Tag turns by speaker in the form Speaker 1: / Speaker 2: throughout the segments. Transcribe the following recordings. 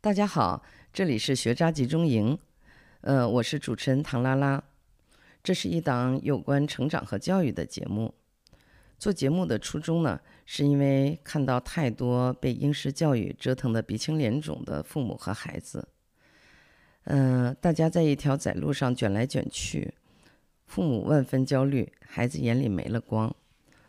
Speaker 1: 大家好，这里是学渣集中营，呃，我是主持人唐拉拉。这是一档有关成长和教育的节目。做节目的初衷呢，是因为看到太多被应试教育折腾得鼻青脸肿的父母和孩子。嗯、大家在一条窄路上卷来卷去，父母万分焦虑，孩子眼里没了光。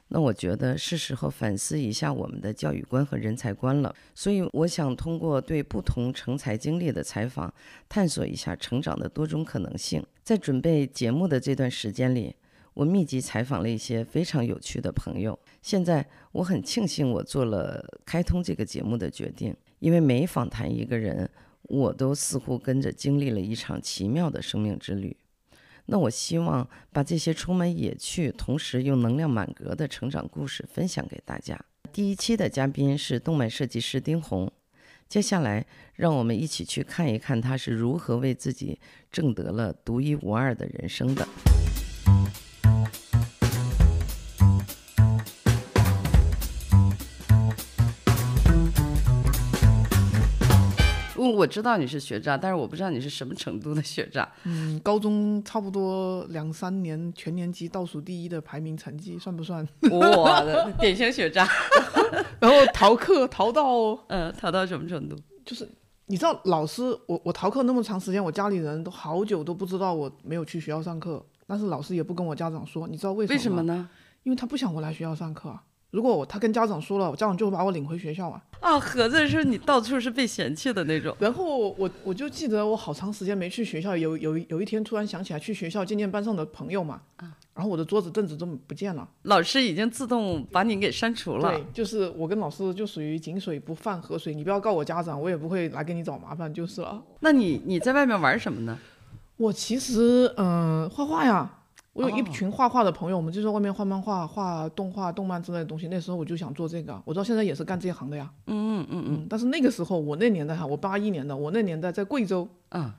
Speaker 1: 那我觉得是时候反思一下我们的教育观和人才观了。所以，我想通过对不同成才经历的采访，探索一下成长的多种可能性。在准备节目的这段时间里，我密集采访了一些非常有趣的朋友。现在我很庆幸我做了开通这个节目的决定，因为每访谈一个人，我都似乎跟着经历了一场奇妙的生命之旅。那我希望把这些充满野趣，同时又能量满格的成长故事分享给大家。第一期的嘉宾是动漫设计师丁红，接下来让我们一起去看一看他是如何为自己挣得了独一无二的人生的。嗯我我知道你是学渣，但是我不知道你是什么程度的学渣。
Speaker 2: 嗯，高中差不多两三年全年级倒数第一的排名成绩算 不算？
Speaker 1: 我的典型学渣，
Speaker 2: 然后逃课逃到
Speaker 1: 嗯，逃到什么程度？
Speaker 2: 就是你知道老师，我我逃课那么长时间，我家里人都好久都不知道我没有去学校上课，但是老师也不跟我家长说，你知道为什
Speaker 1: 为
Speaker 2: 么？
Speaker 1: 什么呢？
Speaker 2: 因为他不想我来学校上课啊。如果我他跟家长说了，我家长就会把我领回学校啊。
Speaker 1: 啊，合着是你到处是被嫌弃的那种。
Speaker 2: 然后我我就记得我好长时间没去学校，有有有一天突然想起来去学校见见班上的朋友嘛，
Speaker 1: 啊
Speaker 2: 然后我的桌子凳子都不见了。
Speaker 1: 老师已经自动把你给删除了
Speaker 2: 对，，就是我跟老师就属于井水不犯河水，你不要告我家长，我也不会来给你找麻烦，就是了。
Speaker 1: 那你你在外面玩什么呢？
Speaker 2: 我其实嗯、画画呀，我有一
Speaker 1: 哦
Speaker 2: 群画画的朋友，我们就在外面画漫画、画动画、动漫之类的东西。那时候我就想做这个，我到现在也是干这一行的呀。
Speaker 1: 嗯嗯嗯
Speaker 2: 嗯，但是那个时候我那年代哈，我八一年的，我那年代在贵州
Speaker 1: 嗯啊，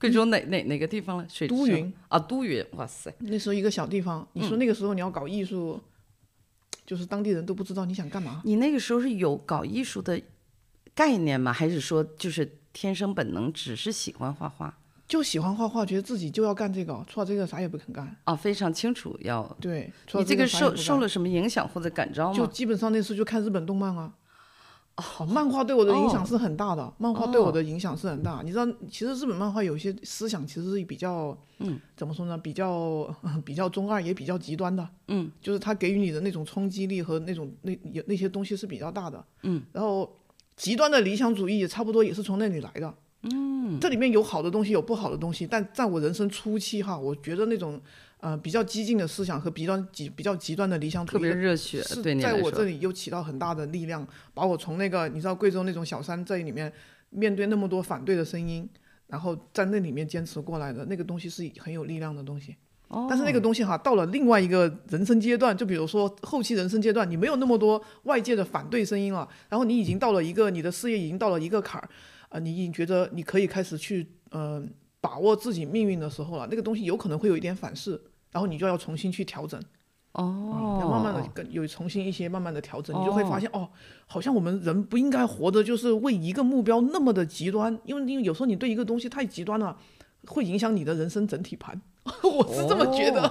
Speaker 1: 贵州哪哪哪个地方了？水
Speaker 2: 嗯
Speaker 1: 上
Speaker 2: 都匀
Speaker 1: 啊，都匀，哇塞，
Speaker 2: 那时候一个小地方，你
Speaker 1: 嗯
Speaker 2: 说那个时候你要搞艺术，就是当地人都不知道你想干嘛。
Speaker 1: 你那个时候是有搞艺术的概念吗？还是说就是天生本能，只是喜欢画画
Speaker 2: 就喜欢画画，觉得自己就要干这个，除了这个啥也不肯干。
Speaker 1: 啊？非常清楚要。
Speaker 2: 对，除
Speaker 1: 你
Speaker 2: 了
Speaker 1: 这
Speaker 2: 个
Speaker 1: 个
Speaker 2: 啥也
Speaker 1: 受
Speaker 2: 不
Speaker 1: 受
Speaker 2: 干
Speaker 1: 了什么影响或者感召
Speaker 2: 就
Speaker 1: 吗？
Speaker 2: 基本上那次就看日本动漫啊。哦，漫画对我的影响是很大的，漫画对我的影响是很大。你知道，其实日本漫画有些思想其实是比较，嗯，怎么说呢，比较 比较中二，也比较极端的，
Speaker 1: 嗯，
Speaker 2: 就是它给予你的那种冲击力和那种那有那些东西是比较大的，嗯，然后极端的理想主义也差不多也是从那里来的，嗯，这里面有好的东西，有不好的东西，但在我人生初期哈，我觉得那种呃比较激进的思想和比较极比较极端的理想主
Speaker 1: 特
Speaker 2: 义
Speaker 1: 别热血，
Speaker 2: 是
Speaker 1: 对你
Speaker 2: 在
Speaker 1: 来
Speaker 2: 我这
Speaker 1: 说，
Speaker 2: 里又起到很大的力量，把我从那个你知道贵州那种小山寨里面，面对那么多反对的声音，然后在那里面坚持过来的那个东西是很有力量的东西。
Speaker 1: 哦
Speaker 2: 但是那个东西哈，到了另外一个人生阶段，就比如说后期人生阶段，你没有那么多外界的反对声音了，然后你已经到了一个你的事业已经到了一个坎儿，啊、你已经觉得你可以开始去呃把握自己命运的时候了，那个东西有可能会有一点反噬，然后你就要重新去调整。
Speaker 1: 哦，
Speaker 2: 要慢慢的跟有重新一些慢慢的调整，你就会发现哦，好像我们人不应该活的就是为一个目标那么的极端，因为因为有时候你对一个东西太极端了，会影响你的人生整体盘。 我是这么觉得，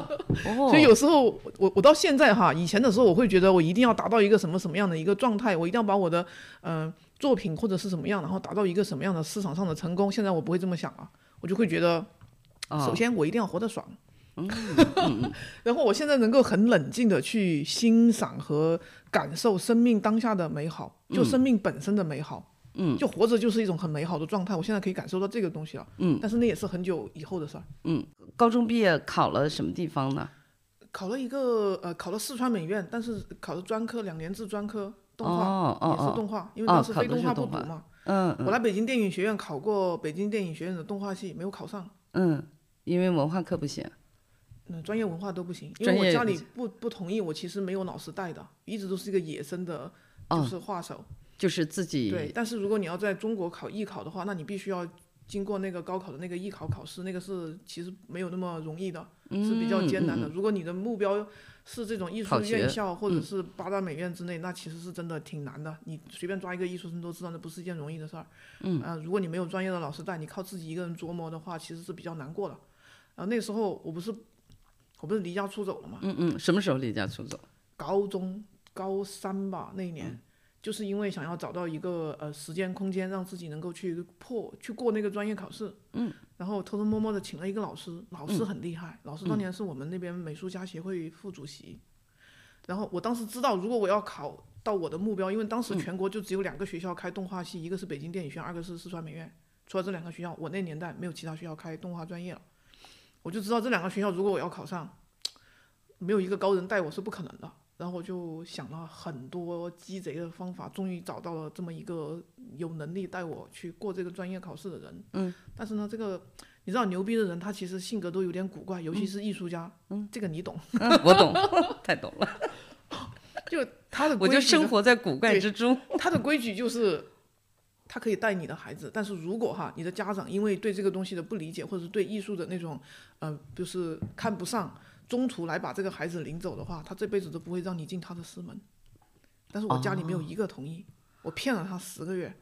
Speaker 1: 哦，
Speaker 2: 所以有时候我我我到现在哈，以前的时候我会觉得我一定要达到一个什么什么样的一个状态，我一定要把我的嗯、呃作品或者是怎么样，然后达到一个什么样的市场上的成功。现在我不会这么想了、我就会觉得
Speaker 1: 啊
Speaker 2: 首先我一定要活得爽。
Speaker 1: 嗯
Speaker 2: 然后我现在能够很冷静的去欣赏和感受生命当下的美好，
Speaker 1: 嗯
Speaker 2: 就生命本身的美好。嗯，就活着就是一种很美好的状态，我现在可以感受到这个东西了。
Speaker 1: 嗯，
Speaker 2: 但是那也是很久以后的事儿。
Speaker 1: 高中毕业考了什么地方呢？
Speaker 2: 考了一个呃，考了四川美院，但是考了专科，两年制专科动画，
Speaker 1: 哦哦
Speaker 2: 也是
Speaker 1: 哦，
Speaker 2: 动画，因为
Speaker 1: 哦
Speaker 2: 当时
Speaker 1: 考
Speaker 2: 非
Speaker 1: 的
Speaker 2: 动
Speaker 1: 是
Speaker 2: 画不
Speaker 1: 动
Speaker 2: 补
Speaker 1: 画
Speaker 2: 嘛。
Speaker 1: 嗯
Speaker 2: 我来北京电影学院考过北京电影学院的动画系，没有考上。
Speaker 1: 嗯，因为文化课不行。
Speaker 2: 嗯，专业文化都不行，因
Speaker 1: 专
Speaker 2: 为我
Speaker 1: 业
Speaker 2: 家
Speaker 1: 不
Speaker 2: 里不不同意，我其实没有老师带的，一直都是一个野生的，就
Speaker 1: 哦
Speaker 2: 是画手。
Speaker 1: 就是自己
Speaker 2: 对，但是如果你要在中国考艺考的话，那你必须要经过那个高考的那个艺考考试，那个是其实没有那么容易的，是比较艰难的。如果你的目标是这种艺术
Speaker 1: 嗯考学嗯
Speaker 2: 院校或者是八大美院之内，那其实是真的挺难的。你随便抓一个艺术生都知道，那不是一件容易的事儿。嗯、啊，如果你没有专业的老师带，你靠自己一个人琢磨的话，其实是比较难过的。然后那时候我不是我不是离家出走了嘛，
Speaker 1: 嗯嗯，什么时候离家出 走？
Speaker 2: 高中高三吧那一年，就是因为想要找到一个呃时间空间，让自己能够去破去过那个专业考试。嗯，然后偷偷摸摸的请了一个老师，老师很厉害，老师当年是我们那边美术家协会副主席。然后我当时知道，如果我要考到我的目标，因为当时全国就只有两个学校开动画系，一个是北京电影学院，二个是四川美院。除了这两个学校，我那年代没有其他学校开动画专业了。我就知道这两个学校，如果我要考上，没有一个高人带我是不可能的。然后我就想了很多鸡贼的方法，终于找到了这么一个有能力带我去过这个专业考试的人。嗯，但是呢，这个你知道牛逼的人，他其实性格都有点古怪，尤其是艺术家。嗯，这个你懂。
Speaker 1: 嗯我懂， 太懂了，
Speaker 2: 就他的
Speaker 1: 我
Speaker 2: 规矩
Speaker 1: 就
Speaker 2: 呢
Speaker 1: 生活在古怪
Speaker 2: 对
Speaker 1: 之 中。
Speaker 2: 他的规矩就是，他可以带你的孩子，但是如果哈你的家长因为对这个东西的不理解，或者是对艺术的那种呃就是看不上，中途来把这个孩子领走的话，他这辈子都不会让你进他的师门。但是我家里没有一个同意，我骗了他十个月，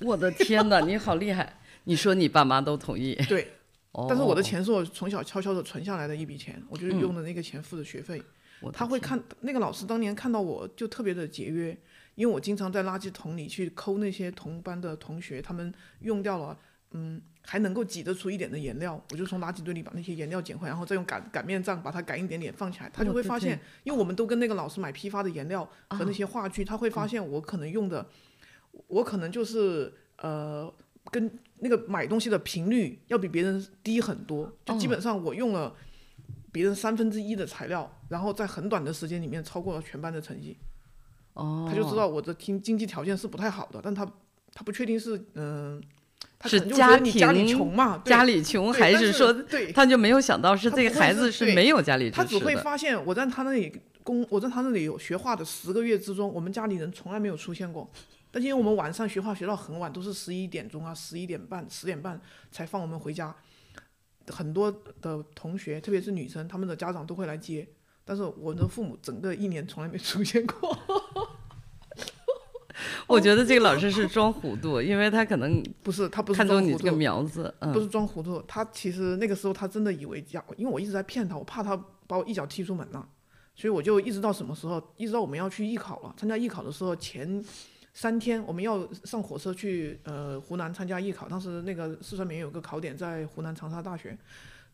Speaker 1: 我的天哪，你好厉害！ 你说你爸妈都同意，
Speaker 2: 对，
Speaker 1: 哦、
Speaker 2: 但是我的钱是我从小悄悄的存下来的一笔钱，我就是用的那个钱付的学费。
Speaker 1: 我的
Speaker 2: 他会
Speaker 1: 天
Speaker 2: 看那个老师当年看到我就特别的节约，因为我经常在垃圾桶里去抠那些同班的同学，他们用掉了，嗯，还能够挤得出一点的颜料，我就从垃圾堆里把那些颜料捡回来，然后再用擀擀面杖把它擀一点点放起来，他就
Speaker 1: 我
Speaker 2: 会
Speaker 1: 的
Speaker 2: 发现
Speaker 1: 天，
Speaker 2: 因为我们都跟那个老师买批发的颜料和那些话剧，他会发现我可能用的，我可能就是呃。跟那个买东西的频率要比别人低很多，就基本上我用了别人三分之一的材料，然后在很短的时间里面超过了全班的成绩，
Speaker 1: 哦，
Speaker 2: 他就知道我的经经济条件是不太好的，但他他不确定是嗯、他可
Speaker 1: 是
Speaker 2: 能就觉得
Speaker 1: 家
Speaker 2: 你家里
Speaker 1: 庭
Speaker 2: 穷嘛，对
Speaker 1: 家里穷
Speaker 2: 对
Speaker 1: 还
Speaker 2: 但
Speaker 1: 是
Speaker 2: 是
Speaker 1: 说
Speaker 2: 对，
Speaker 1: 他就没有想到是
Speaker 2: 他
Speaker 1: 这
Speaker 2: 不
Speaker 1: 个
Speaker 2: 会
Speaker 1: 孩
Speaker 2: 是
Speaker 1: 子是
Speaker 2: 对
Speaker 1: 没有家里
Speaker 2: 他
Speaker 1: 支
Speaker 2: 只
Speaker 1: 持
Speaker 2: 会
Speaker 1: 的。
Speaker 2: 发现我在他那里工，我在他那里有学画的十个月之中，我们家里人从来没有出现过。但是因为我们晚上学画学到很晚，都是十一点钟啊、十一点半、十点半才放我们回家。很多的同学，特别是女生，他们的家长都会来接，但是我的父母整个一年从来没出现过。
Speaker 1: 我觉得这个老师是装糊涂，因为他可能
Speaker 2: 不是，他不是
Speaker 1: 看
Speaker 2: 装
Speaker 1: 中你
Speaker 2: 糊
Speaker 1: 这个
Speaker 2: 涂，
Speaker 1: 苗子，嗯
Speaker 2: 不，是装糊涂，他其实那个时候他真的以为家，因为我一直在骗他，我怕他把我一脚踢出门了，所以我就一直到什么时候，一直到我们要去艺考了，参加艺考的时候前三天，我们要上火车去呃湖南参加艺考，当时那个四川美院有个考点在湖南长沙大学。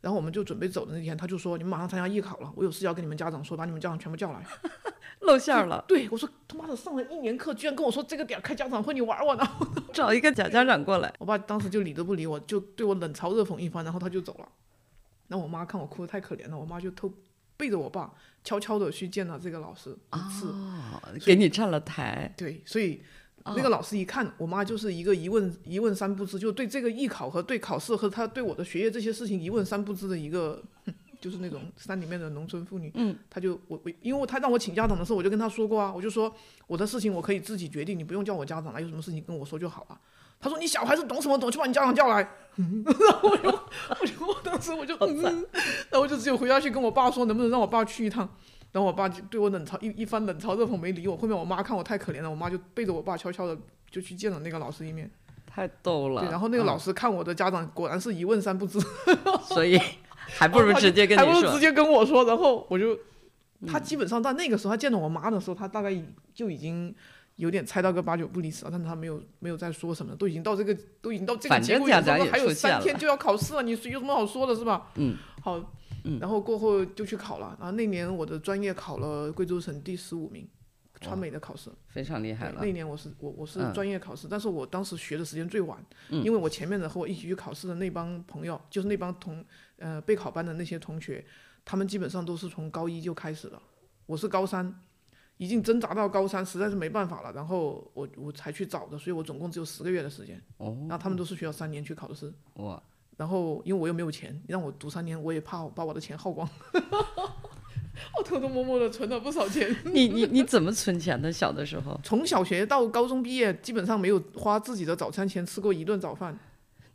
Speaker 2: 然后我们就准备走的那天，他就说：“你们马上参加艺考了，我有事要跟你们家长说，把你们家长全部叫来。
Speaker 1: 露馅儿”了，
Speaker 2: 对，我说：“他妈的，上了一年课，居然跟我说这个点儿开家长会，你玩我呢？”
Speaker 1: 找一个假家长 过来。
Speaker 2: 我爸当时就理都不理我，就对我冷嘲热讽一番，然后他就走了。那我妈看我哭得太可怜了，我妈就偷背着我爸，悄悄的去见了这个老师一次。
Speaker 1: 哦，给你占了台，
Speaker 2: 对，哦所以那个老师一看，我妈就是一个一问一问三不知，就对这个艺考和对考试和她对我的学业这些事情一问三不知的一个， 就是那种山里面的农村妇女。嗯，她就我我，因为她让我请家长的时候，我就跟她说过啊，我就说我的事情我可以自己决定，你不用叫我家长来，有什么事情跟我说就好了。她说你小孩子懂什么懂，去把你家长叫来。 嗯然后我就我就当时我就嗯，然后我就只有回家去跟我爸说，能不能让我爸去一趟。然后我爸就对我冷嘲一一番冷嘲热讽，没理我。后面我妈看我太可怜了，我妈就背着我爸悄悄的就去见了那个老师一面。
Speaker 1: 太逗了。
Speaker 2: 对，然后那个
Speaker 1: 嗯
Speaker 2: 老师看我的家长果然是一问三不知，
Speaker 1: 所 以还不如直接跟
Speaker 2: 还不
Speaker 1: 你
Speaker 2: 如直
Speaker 1: 说。
Speaker 2: 接跟我说。然后我就，他基本上在那个时候，他见到我妈的时候，他大概已就已经有点猜到个八九不离十了，但是他没有没有再说什么，都已经到这个都已经到这个
Speaker 1: 反
Speaker 2: 节
Speaker 1: 正
Speaker 2: 骨眼
Speaker 1: 家长
Speaker 2: 上了，
Speaker 1: 也
Speaker 2: 还有
Speaker 1: 出现
Speaker 2: 三
Speaker 1: 了
Speaker 2: 天就要考试了，你有什么好说的，是吧？
Speaker 1: 嗯，
Speaker 2: 好，然后过后就去考了，然后那年我的专业考了贵州省第十五名，川美的考试。
Speaker 1: 非常厉害
Speaker 2: 对，
Speaker 1: 了
Speaker 2: 那。一年我是我我是
Speaker 1: 嗯
Speaker 2: 专业考试，但是我当时学的时间最晚，因为我前面的和我一起去考试的那帮朋友，就是那帮同呃备考班的那些同学，他们基本上都是从高一就开始了，我是高三，已经挣扎到高三，实在是没办法了，然后我我才去找的，所以我总共只有十个月的时间，
Speaker 1: 哦，
Speaker 2: 然后他们都是需要三年去考的试，
Speaker 1: 我
Speaker 2: 然后因为我又没有钱，你让我读三年，我也怕我把我的钱耗光， 我偷偷摸摸的存了不少钱。
Speaker 1: 你你你怎么存钱的？小的时候，
Speaker 2: 从小学到高中毕业，基本上没有花自己的早餐钱吃过一顿早饭。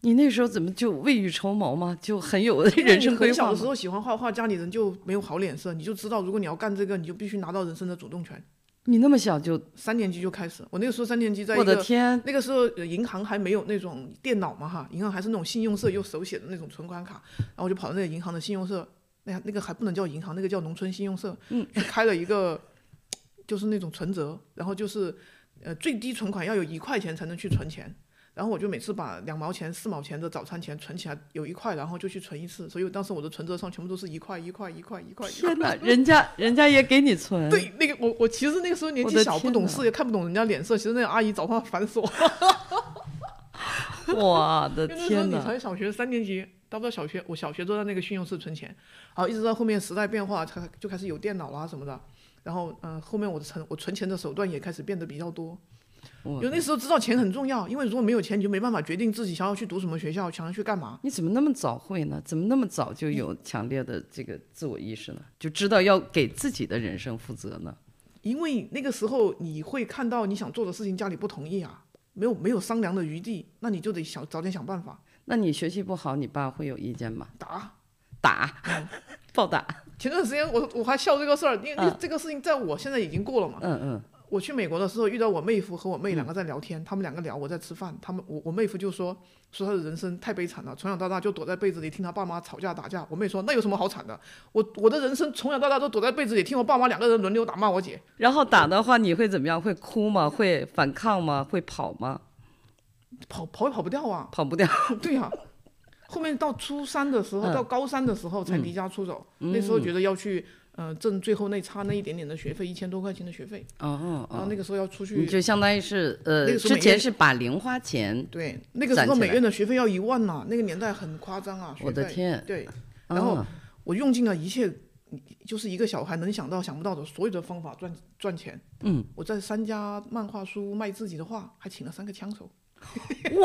Speaker 1: 你那时候怎么就未雨绸缪嘛，就很有
Speaker 2: 因为
Speaker 1: 人
Speaker 2: 你
Speaker 1: 生规
Speaker 2: 很小
Speaker 1: 划
Speaker 2: 的时
Speaker 1: 嘛？
Speaker 2: 候喜欢画画，家里人就没有好脸色，你就知道，如果你要干这个，你就必须拿到人生的主动权。
Speaker 1: 你那么小就，
Speaker 2: 三年级就开始，我那个时候三年级在一
Speaker 1: 我的
Speaker 2: 个
Speaker 1: 天，
Speaker 2: 那个时候呃银行还没有那种电脑嘛哈，银行还是那种信用社用手写的那种存款卡，然后我就跑到那个银行的信用社，那那个还不能叫银行，那个叫农村信用社，嗯，开了一个就是那种存折，然后就是呃最低存款要有一块钱才能去存钱。然后我就每次把两毛钱、四毛钱的早餐钱存起来，有一块，然后就去存一次。所以当时我的存折上全部都是一块、一块、一块、一块。一块
Speaker 1: 天哪，人家人家也给你存，
Speaker 2: 对，那个我我其实那个时候年
Speaker 1: 我
Speaker 2: 纪
Speaker 1: 的
Speaker 2: 小，不
Speaker 1: 天
Speaker 2: 懂
Speaker 1: 哪
Speaker 2: 事，也看不懂人家脸色。其实那个阿姨早上烦死我了。
Speaker 1: 我的
Speaker 2: 就那时候
Speaker 1: 天
Speaker 2: 你
Speaker 1: 哪，
Speaker 2: 才小学三年级，到不到小学，我小学都在那个信用社存钱，好，一直到后面时代变化，才就开始有电脑啦、什么的。然后，嗯、后面我的存我存钱的手段也开始变得比较多。
Speaker 1: 我
Speaker 2: 因为那时候知道钱很重要，因为如果没有钱，你就没办法决定自己想要去读什么学校，想要去干嘛。
Speaker 1: 你怎么那么早会呢？怎么那么早就有强烈的这个自我意识呢？就知道要给自己的人生负责呢？
Speaker 2: 因为那个时候你会看到你想做的事情，家里不同意啊，没有没有商量的余地，那你就得想早点想办法
Speaker 1: 那你学习不好，你爸会有意见吗？
Speaker 2: 打。
Speaker 1: 打，暴打，
Speaker 2: 前段时间我我还笑这个事儿，因为
Speaker 1: 嗯
Speaker 2: 这个事情在我现在已经过了嘛。
Speaker 1: 嗯嗯，
Speaker 2: 我去美国的时候遇到我妹夫和我妹两个在聊天，他们两个聊，我在吃饭，他们我我妹夫就说说他的人生太悲惨了，从小到大就躲在被子里听他爸妈吵架打架。我妹说那有什么好惨的？我我的人生从小到大都躲在被子里听我爸妈两个人轮流打骂我姐，
Speaker 1: 然后打的话，你会怎么样？会哭吗？会反抗吗？会跑吗？
Speaker 2: 跑跑也跑不掉啊，
Speaker 1: 跑不掉。
Speaker 2: 对呀、后面到初三的时候，
Speaker 1: 嗯
Speaker 2: 到高三的时候才离家出走，那时候觉得要去呃挣最后那差那一点点的学费，一千多块钱的学费，
Speaker 1: 哦
Speaker 2: 然后
Speaker 1: 哦，
Speaker 2: 那个时候要出去
Speaker 1: 你就相当于是呃
Speaker 2: 那，个时候
Speaker 1: 之
Speaker 2: 每
Speaker 1: 前
Speaker 2: 月
Speaker 1: 是把零花钱，
Speaker 2: 对，那个时候
Speaker 1: 攒起
Speaker 2: 美
Speaker 1: 来
Speaker 2: 院的学费要一万呐、那个年代很夸张啊，学费
Speaker 1: 我的天，
Speaker 2: 对，然后
Speaker 1: 啊
Speaker 2: 我用尽了一切，就是一个小孩能想到想不到的所有的方法赚赚钱。
Speaker 1: 嗯，
Speaker 2: 我在三家漫画书卖自己的画，还请了三个枪手，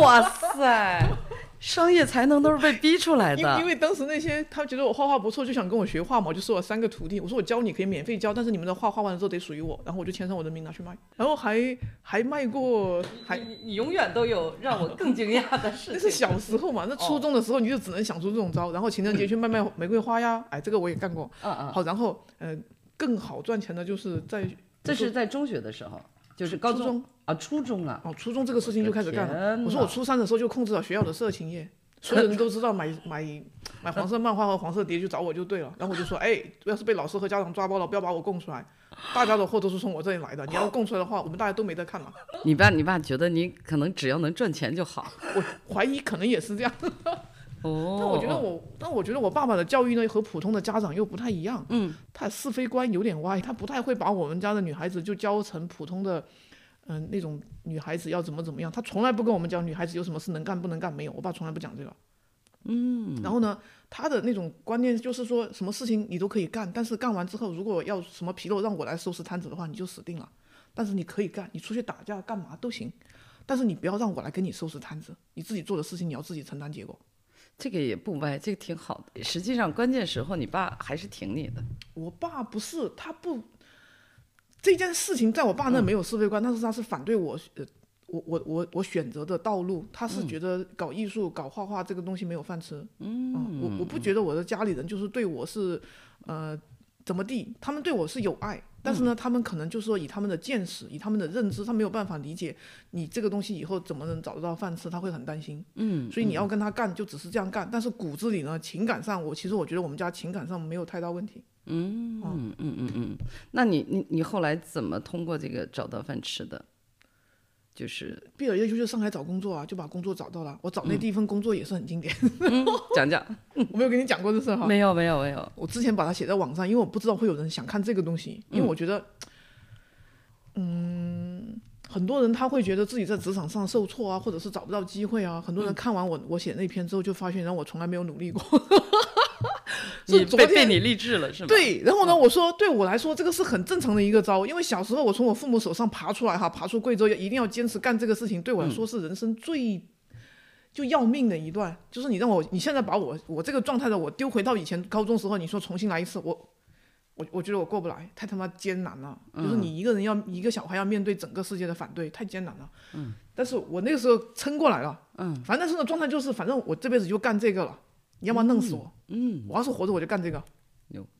Speaker 1: 哇塞，商业才能都是被逼出来
Speaker 2: 因为因
Speaker 1: 的。
Speaker 2: 为当时那些他觉得我画画不错，就想跟我学画嘛，我就收了三个徒弟。我说我教你可以免费教，但是你们的画画完了之后得属于我，然后我就签上我的名拿去卖，然后还还卖过还。
Speaker 1: 你你永远都有让我更惊讶的事
Speaker 2: 那是小时候嘛，那
Speaker 1: 哦
Speaker 2: 初中的时候你就只能想出这种招，然后情人节去卖卖玫瑰花呀，哎，这个我也干过。
Speaker 1: 嗯嗯，
Speaker 2: 好，然后呃，更好赚钱的就是在
Speaker 1: 这是在中学的时候，就是高
Speaker 2: 初
Speaker 1: 中啊，初中啊，
Speaker 2: 哦，初中这个事情就开始干了。
Speaker 1: 天
Speaker 2: 我说我初三的时候就控制了学校的色 情业，所有人都知道买 买买黄色漫画和黄色碟去找我就对了。然后我就说，哎，要是被老师和家长抓包了，不要把我供出来，大家的货都是从我这里来的。你要供出来的话，我们大家都没得看了。
Speaker 1: 你爸你爸觉得你可能只要能赚钱就好。
Speaker 2: 我怀疑可能也是这样。
Speaker 1: 哦，
Speaker 2: 但我觉得我，但我觉得我爸爸的教育呢和普通的家长又不太一样。
Speaker 1: 嗯，
Speaker 2: 他是非观有点歪，他不太会把我们家的女孩子就教成普通的，嗯、那种女孩子要怎么怎么样。他从来不跟我们讲女孩子有什么事能干不能干，没有，我爸从来不讲这个。嗯，然后呢，他的那种观念就是说什么事情你都可以干，但是干完之后如果要什么纰漏让我来收拾摊子的话，你就死定了。但是你可以干，你出去打架干嘛都行，但是你不要让我来给你收拾摊子，你自己做的事情你要自己承担结果。
Speaker 1: 这个也不歪，这个挺好的。实际上关键时候你爸还是挺你的。
Speaker 2: 我爸不是，他不，这件事情在我爸那没有是非观，但是他是反对我，呃，我我我我选择的道路，他是觉得搞艺术、搞画画这个东西没有饭吃。嗯，我我不觉得我的家里人就是对我是，呃，怎么地，他们对我是有爱，但是呢，他们可能就是说以他们的见识、以他们的认知，他没有办法理解你这个东西以后怎么能找得到饭吃，他会很担心。嗯，所以你要跟他干，就只是这样干，但是骨子里呢，情感上我其实我觉得我们家情感上没有太大问题。
Speaker 1: 那你你你后来怎么通过这个找到饭吃的？就是
Speaker 2: 毕了业就去上海找工作啊，就把工作找到了。我找
Speaker 1: 嗯
Speaker 2: 那第一份工作也是很经典，
Speaker 1: 讲讲，
Speaker 2: 我没有跟你讲过这事儿哈。
Speaker 1: 没有没有没有，
Speaker 2: 我之前把它写在网上，因为我不知道会有人想看这个东西，因为我觉得，嗯，很多人他会觉得自己在职场上受挫啊，或者是找不到机会啊。很
Speaker 1: 嗯
Speaker 2: 多人看完我我写那篇之后，就发现，然后我从来没有努力过。 是
Speaker 1: 你
Speaker 2: 昨
Speaker 1: 被
Speaker 2: 天
Speaker 1: 被你励志了是吗？，
Speaker 2: 对，然后呢，我说对我来说这个是很正常的一个招，因为小时候我从我父母手上爬出来哈，爬出贵州，一定要坚持干这个事情，对我来说是人生最。就要命的一段，就是你让我，你现在把我我这个状态的我丢回到以前高中时候，你说重新来一次，我我我觉得我过不来，太他妈艰难了。就是你一个人要一个小孩要面对整个世界的反对，太艰难了。嗯，但是我那个时候撑过来了，嗯，反正那时候的状态就是，反正我这辈子就干这个了，你要么弄死我，嗯，我要是活着我就干这个，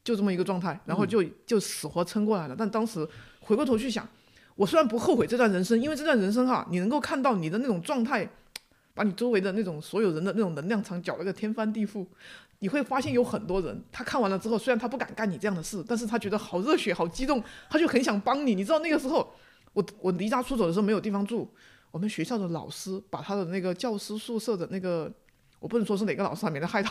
Speaker 2: 就这么一个状态，然后就就死活撑过来了。但当时回过头去想，我虽然不后悔这段人生，因为这段人生哈，你能够看到你的那种状态，把你周围的那种所有人的那种能量场搅了个天翻地覆。你会发现有很多人，他看完了之后，虽然他不敢干你这样的事，但是他觉得好热血、好激动，他就很想帮你。你知道那个时候，我我离家出走的时候没有地方住，我们学校的老师把他的那个教师宿舍的那个，我不能说是哪个老师，啊免得害他。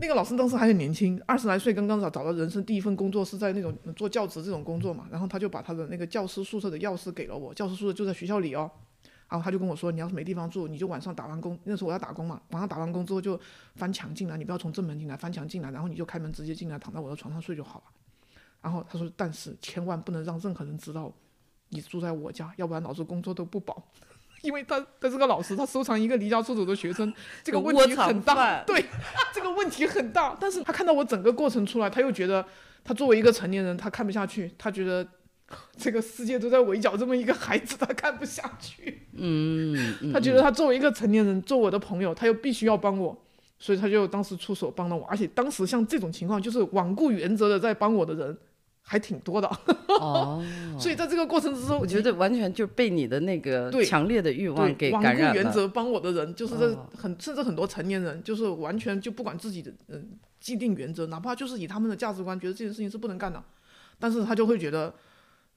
Speaker 2: 那个老师当时还很年轻，二十来岁，刚刚找找到人生第一份工作是在那种做教职这种工作嘛，然后他就把他的那个教师宿舍的钥匙给了我，教师宿舍就在学校里哦。然后他就跟我说，你要是没地方住，你就晚上打完工，那时候我要打工嘛，晚上打完工之后就翻墙进来，你不要从正门进来，翻墙进来，然后你就开门直接进来，躺在我的床上睡就好了。然后他说，但是千万不能让任何人知道你住在我家，要不然老师工作都不保。 因为他他是个老师，他收藏一个离家出走的学生，这个问题很
Speaker 3: 窝藏
Speaker 2: 大，
Speaker 3: 犯
Speaker 2: 对，这个问题很大。但是他看到我整个过程出来，他又觉得他作为一个成年人，他看不下去，他觉得这个世界都在围剿这么一个孩子，他看不下去。
Speaker 1: 嗯，嗯
Speaker 2: 他觉得他作为一个成年人，做我的朋友，他又必须要帮我，所以他就当时出手帮了我。而且当时像这种情况，就是罔顾原则的在帮我的人还挺多的。
Speaker 1: 哦，
Speaker 2: 所以在这个过程之中，
Speaker 1: 我觉
Speaker 2: 得
Speaker 1: 得完全就被你的那个
Speaker 2: 对
Speaker 1: 强烈的欲望
Speaker 2: 对
Speaker 1: 给
Speaker 2: 罔
Speaker 1: 感染
Speaker 2: 顾原
Speaker 1: 了。
Speaker 2: 则帮我的人，就是这
Speaker 1: 哦
Speaker 2: 很、甚至很多成年人，就是完全就不管自己的嗯既定原则，哪怕就是以他们的价值观觉得这件事情是不能干的，但是他就会觉得，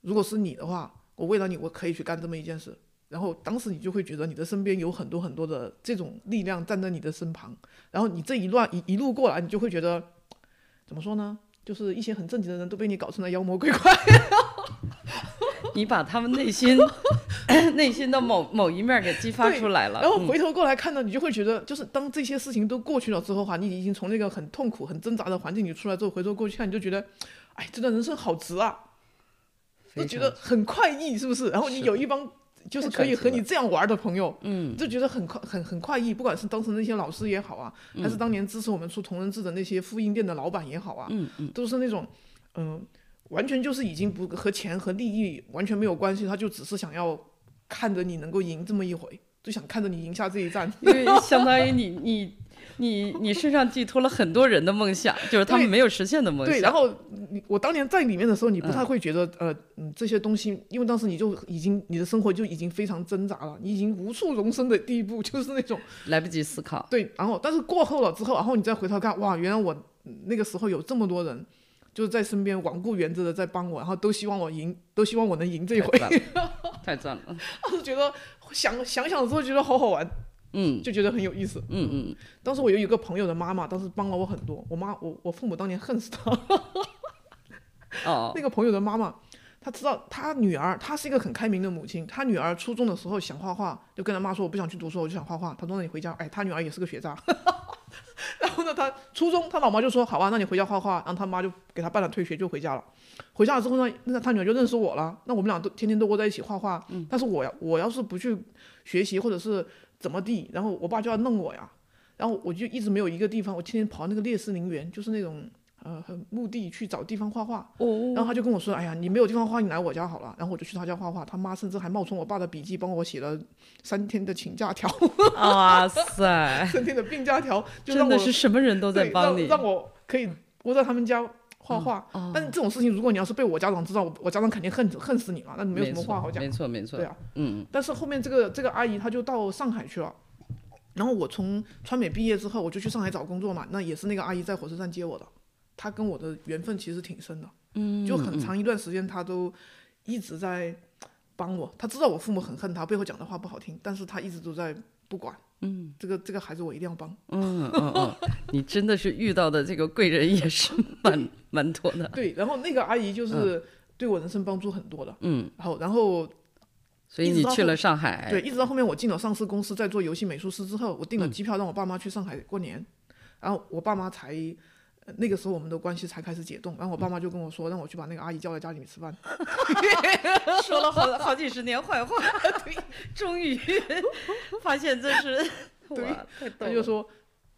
Speaker 2: 如果是你的话，我为了你，我可以去干这么一件事。然后当时你就会觉得你的身边有很多很多的这种力量站在你的身旁，然后你这一乱一一路过来，你就会觉得，怎么说呢？就是一些很正经的人都被你搞成了妖魔鬼怪，
Speaker 1: 你把他们内 心 内心的某某一面给激发
Speaker 2: 对
Speaker 1: 出来了。
Speaker 2: 然后
Speaker 1: 嗯
Speaker 2: 回头过来看到，你就会觉得，就是当这些事情都过去了之后哈、你已经从那个很痛苦、很挣扎的环境里出来之后，回头过去看，你就觉得，哎，这段人生好值啊，就
Speaker 1: 非
Speaker 2: 觉
Speaker 1: 常
Speaker 2: 得很快意，是不是？然后你
Speaker 1: 是
Speaker 2: 有一帮就是可以和你这样玩的朋友，
Speaker 1: 嗯，
Speaker 2: 就觉得很快很很快意。不管是当时那些老师也好啊，
Speaker 1: 嗯
Speaker 2: 还是当年支持我们出同人志的那些复印店的老板也好啊，
Speaker 1: 嗯嗯，
Speaker 2: 都是那种，嗯、完全就是已经不和钱和利益完全没有关系，他就只是想要看着你能够赢这么一回，就想看着你赢下这一战。
Speaker 1: 因为相当于你你你你身上寄托了很多人的梦想，就是他们
Speaker 2: 对
Speaker 1: 没有实现的梦想。
Speaker 2: 对，然后你我当年在里面的时候，你不太会觉得、呃嗯这些东西，因为当时你就已经你的生活就已经非常挣扎了，你已经无处容身的地步， 就是那种
Speaker 1: 来不及思考，
Speaker 2: 对。然后但是过后了之后，然后你再回头看，哇，原来我嗯那个时候有这么多人。就是在身边罔顾原则的在帮我，然后都希望我赢，都希望我能赢这一回。
Speaker 1: 太赞了，太赞了。
Speaker 2: 当时觉得想想想之后觉得好好玩，
Speaker 1: 嗯
Speaker 2: 就觉得很有意思。
Speaker 1: 嗯嗯，
Speaker 2: 当时我有一个朋友的妈妈，当时帮了我很多。我妈，我我父母当年恨死她。
Speaker 1: 哦，
Speaker 2: 那个朋友的妈妈，她知道她女儿，她是一个很开明的母亲。她女儿初中的时候想画画，就跟她妈说：“我不想去读书，我就想画画。”她说：“那你回家。”哎，她女儿也是个学渣。然后呢，她初中，她老妈就说：“好啊，那你回家画画。”然后她妈就给她办了退学，就回家了。回家了之后呢，那她女儿就认识我了。那我们俩都天天都窝在一起画画。但是我要我要是不去学习或者是怎么地，然后我爸就要弄我呀。然后我就一直没有一个地方，我天天跑那个烈士陵园，就是那种呃很墓地去找地方画画。然后他就跟我说：“哎呀，你没有地方画，你来我家好了。”然后我就去他家画画，他妈甚至还冒充我爸的笔记，帮我写了三天的请假条、
Speaker 1: 哇塞，
Speaker 2: 三天的病假条，就让
Speaker 1: 哦 哎真
Speaker 2: 我
Speaker 1: 的是什么人都在
Speaker 2: 对
Speaker 1: 帮你。
Speaker 2: 让让我可以窝在他们家画画。
Speaker 1: 哦
Speaker 2: 但是这种事情，如果你要是被我家长知道，我我家长肯定恨恨死你了，那你没有什么话好讲。
Speaker 1: 没错没错，
Speaker 2: 对啊，
Speaker 1: 嗯，
Speaker 2: 但是后面这个这个阿姨她就到上海去了，然后我从川美毕业之后，我就去上海找工作嘛，那也是那个阿姨在火车站接我的，她跟我的缘分其实挺深的，嗯，就很长一段时间她都一直在帮我，她知道我父母很恨她，背后讲的话不好听，但是她一直都在不管，嗯，这个这个孩子我一定要帮，
Speaker 1: 嗯嗯嗯，你真的是遇到的这个贵人也是蛮蛮多 的，
Speaker 2: 对，然后那个阿姨就是对我人生帮助很多的，
Speaker 1: 嗯，
Speaker 2: 然后然后
Speaker 1: 所以
Speaker 2: 一直
Speaker 1: 你
Speaker 2: 到
Speaker 1: 去
Speaker 2: 后
Speaker 1: 了上海，
Speaker 2: 对，一直到后面我进了上市公司，在做游戏美术师之后，我
Speaker 1: 嗯
Speaker 2: 订了机票让我爸妈去上海过年，然后我爸妈才呃那个时候我们的关系才开始解冻，然后我爸妈就跟我说让我去把那个阿姨叫来家里面吃饭，
Speaker 1: 说了好好几十年坏 话，对，终于发现这是，
Speaker 2: 对
Speaker 1: 哇，太逗
Speaker 2: 他就
Speaker 1: 了，
Speaker 2: 说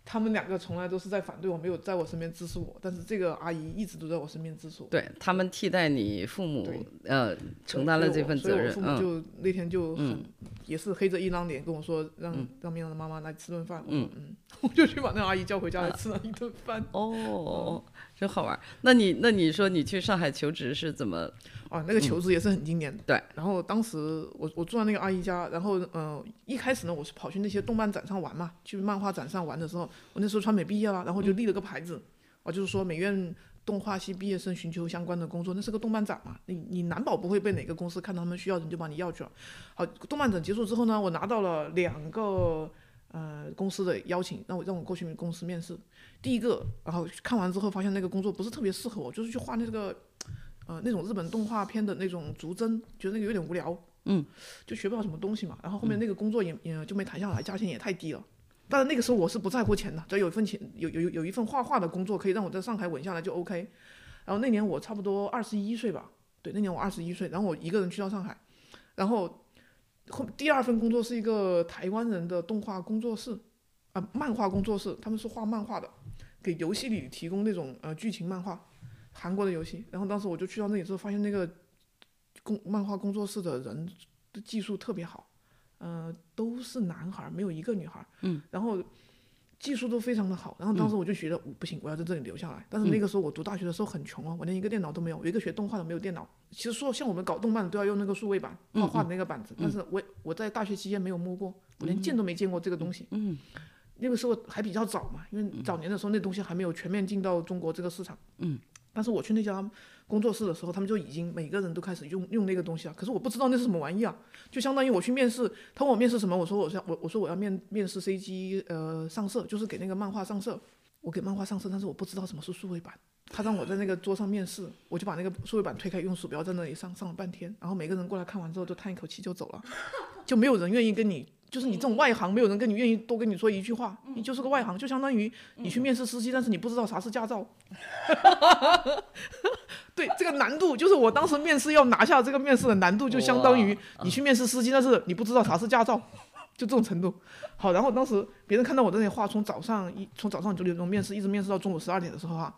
Speaker 2: 他们两个从来都是在反对我，没有在我身边支持我，但是这个阿姨一直都在我身边支持我。
Speaker 1: 对他们替代你父母
Speaker 2: 对
Speaker 1: 呃承担了这份责任
Speaker 2: 所以，我父母
Speaker 1: 嗯
Speaker 2: 就、那天就很、
Speaker 1: 嗯
Speaker 2: 也是黑着一张脸跟我说，让、让明阳的妈妈来吃顿饭。我说嗯， 我就去把那阿姨叫回家
Speaker 1: 嗯
Speaker 2: 来吃了一顿饭。
Speaker 1: 哦，真好玩儿。那你那你说你去上海求职是怎么？
Speaker 2: 啊，那个求职也是很经典的。
Speaker 1: 对。
Speaker 2: 然后当时我我住在那个阿姨家，然后嗯、呃一开始呢，我是跑去那些动漫展上玩嘛，去漫画展上玩的时候，我那时候川美毕业了，然后就立了个牌子，啊，就是说美院动画系毕业生寻求相关的工作，那是个动漫展嘛，你你难保不会被哪个公司看到他们需要你就把你要去了。好，动漫展结束之后呢，我拿到了两个。呃，公司的邀请让我让我过去公司面试，第一个，然后看完之后发现那个工作不是特别适合我，就是去画那个呃那种日本动画片的那种逐帧，觉得那个有点无聊，
Speaker 1: 嗯，
Speaker 2: 就学不到什么东西嘛。然后后面那个工作也、也就没谈下来，价钱也太低了。但是那个时候我是不在乎钱的，只要有一份钱，有有有有一份画画的工作可以让我在上海稳下来就 OK。然后那年我差不多二十一岁吧，对，那年我二十一岁，然后我一个人去到上海，然后后第二份工作是一个台湾人的动画工作室，啊、漫画工作室，他们是画漫画的，给游戏里提供那种呃剧情漫画。韩国的游戏。然后当时我就去到那里之后，发现那个工漫画工作室的人的技术特别好，呃，都是男孩儿，没有一个女孩。嗯。然后技术都非常的好，然后当时我就觉得、我不行，我要在这里留下来。但是那个时候我读大学的时候很穷啊，我连一个电脑都没有，我一个学动画的没有电脑。其实说像我们搞动漫的都要用那个数位板画画的那个板子，但是我我在大学期间没有摸过，我连见都没见过这个东西。嗯。那个时候还比较早嘛，因为早年的时候那东西还没有全面进到中国这个市场。但是我去那家工作室的时候，他们就已经每个人都开始用用那个东西了。可是我不知道那是什么玩意啊，就相当于我去面试，他问我面试什么，我说我是要我我说我要面面试 CG 呃上色，就是给那个漫画上色。我给漫画上色，但是我不知道什么是数位板。他让我在那个桌上面试，我就把那个数位板推开，用鼠标在那里上上了半天，然后每个人过来看完之后都叹一口气就走了，就没有人愿意跟你，就是你这种外行，没有人跟你愿意多跟你说一句话，你就是个外行，就相当于你去面试司机，但是你不知道啥是驾照，对这个难度，就是我当时面试要拿下这个面试的难度，就相当于你去面试司机，但是你不知道啥是驾照， 就这种程度。好，然后当时别人看到我在那里画，从早上一从早上九点钟面试，一直面试到中午十二点的时候啊，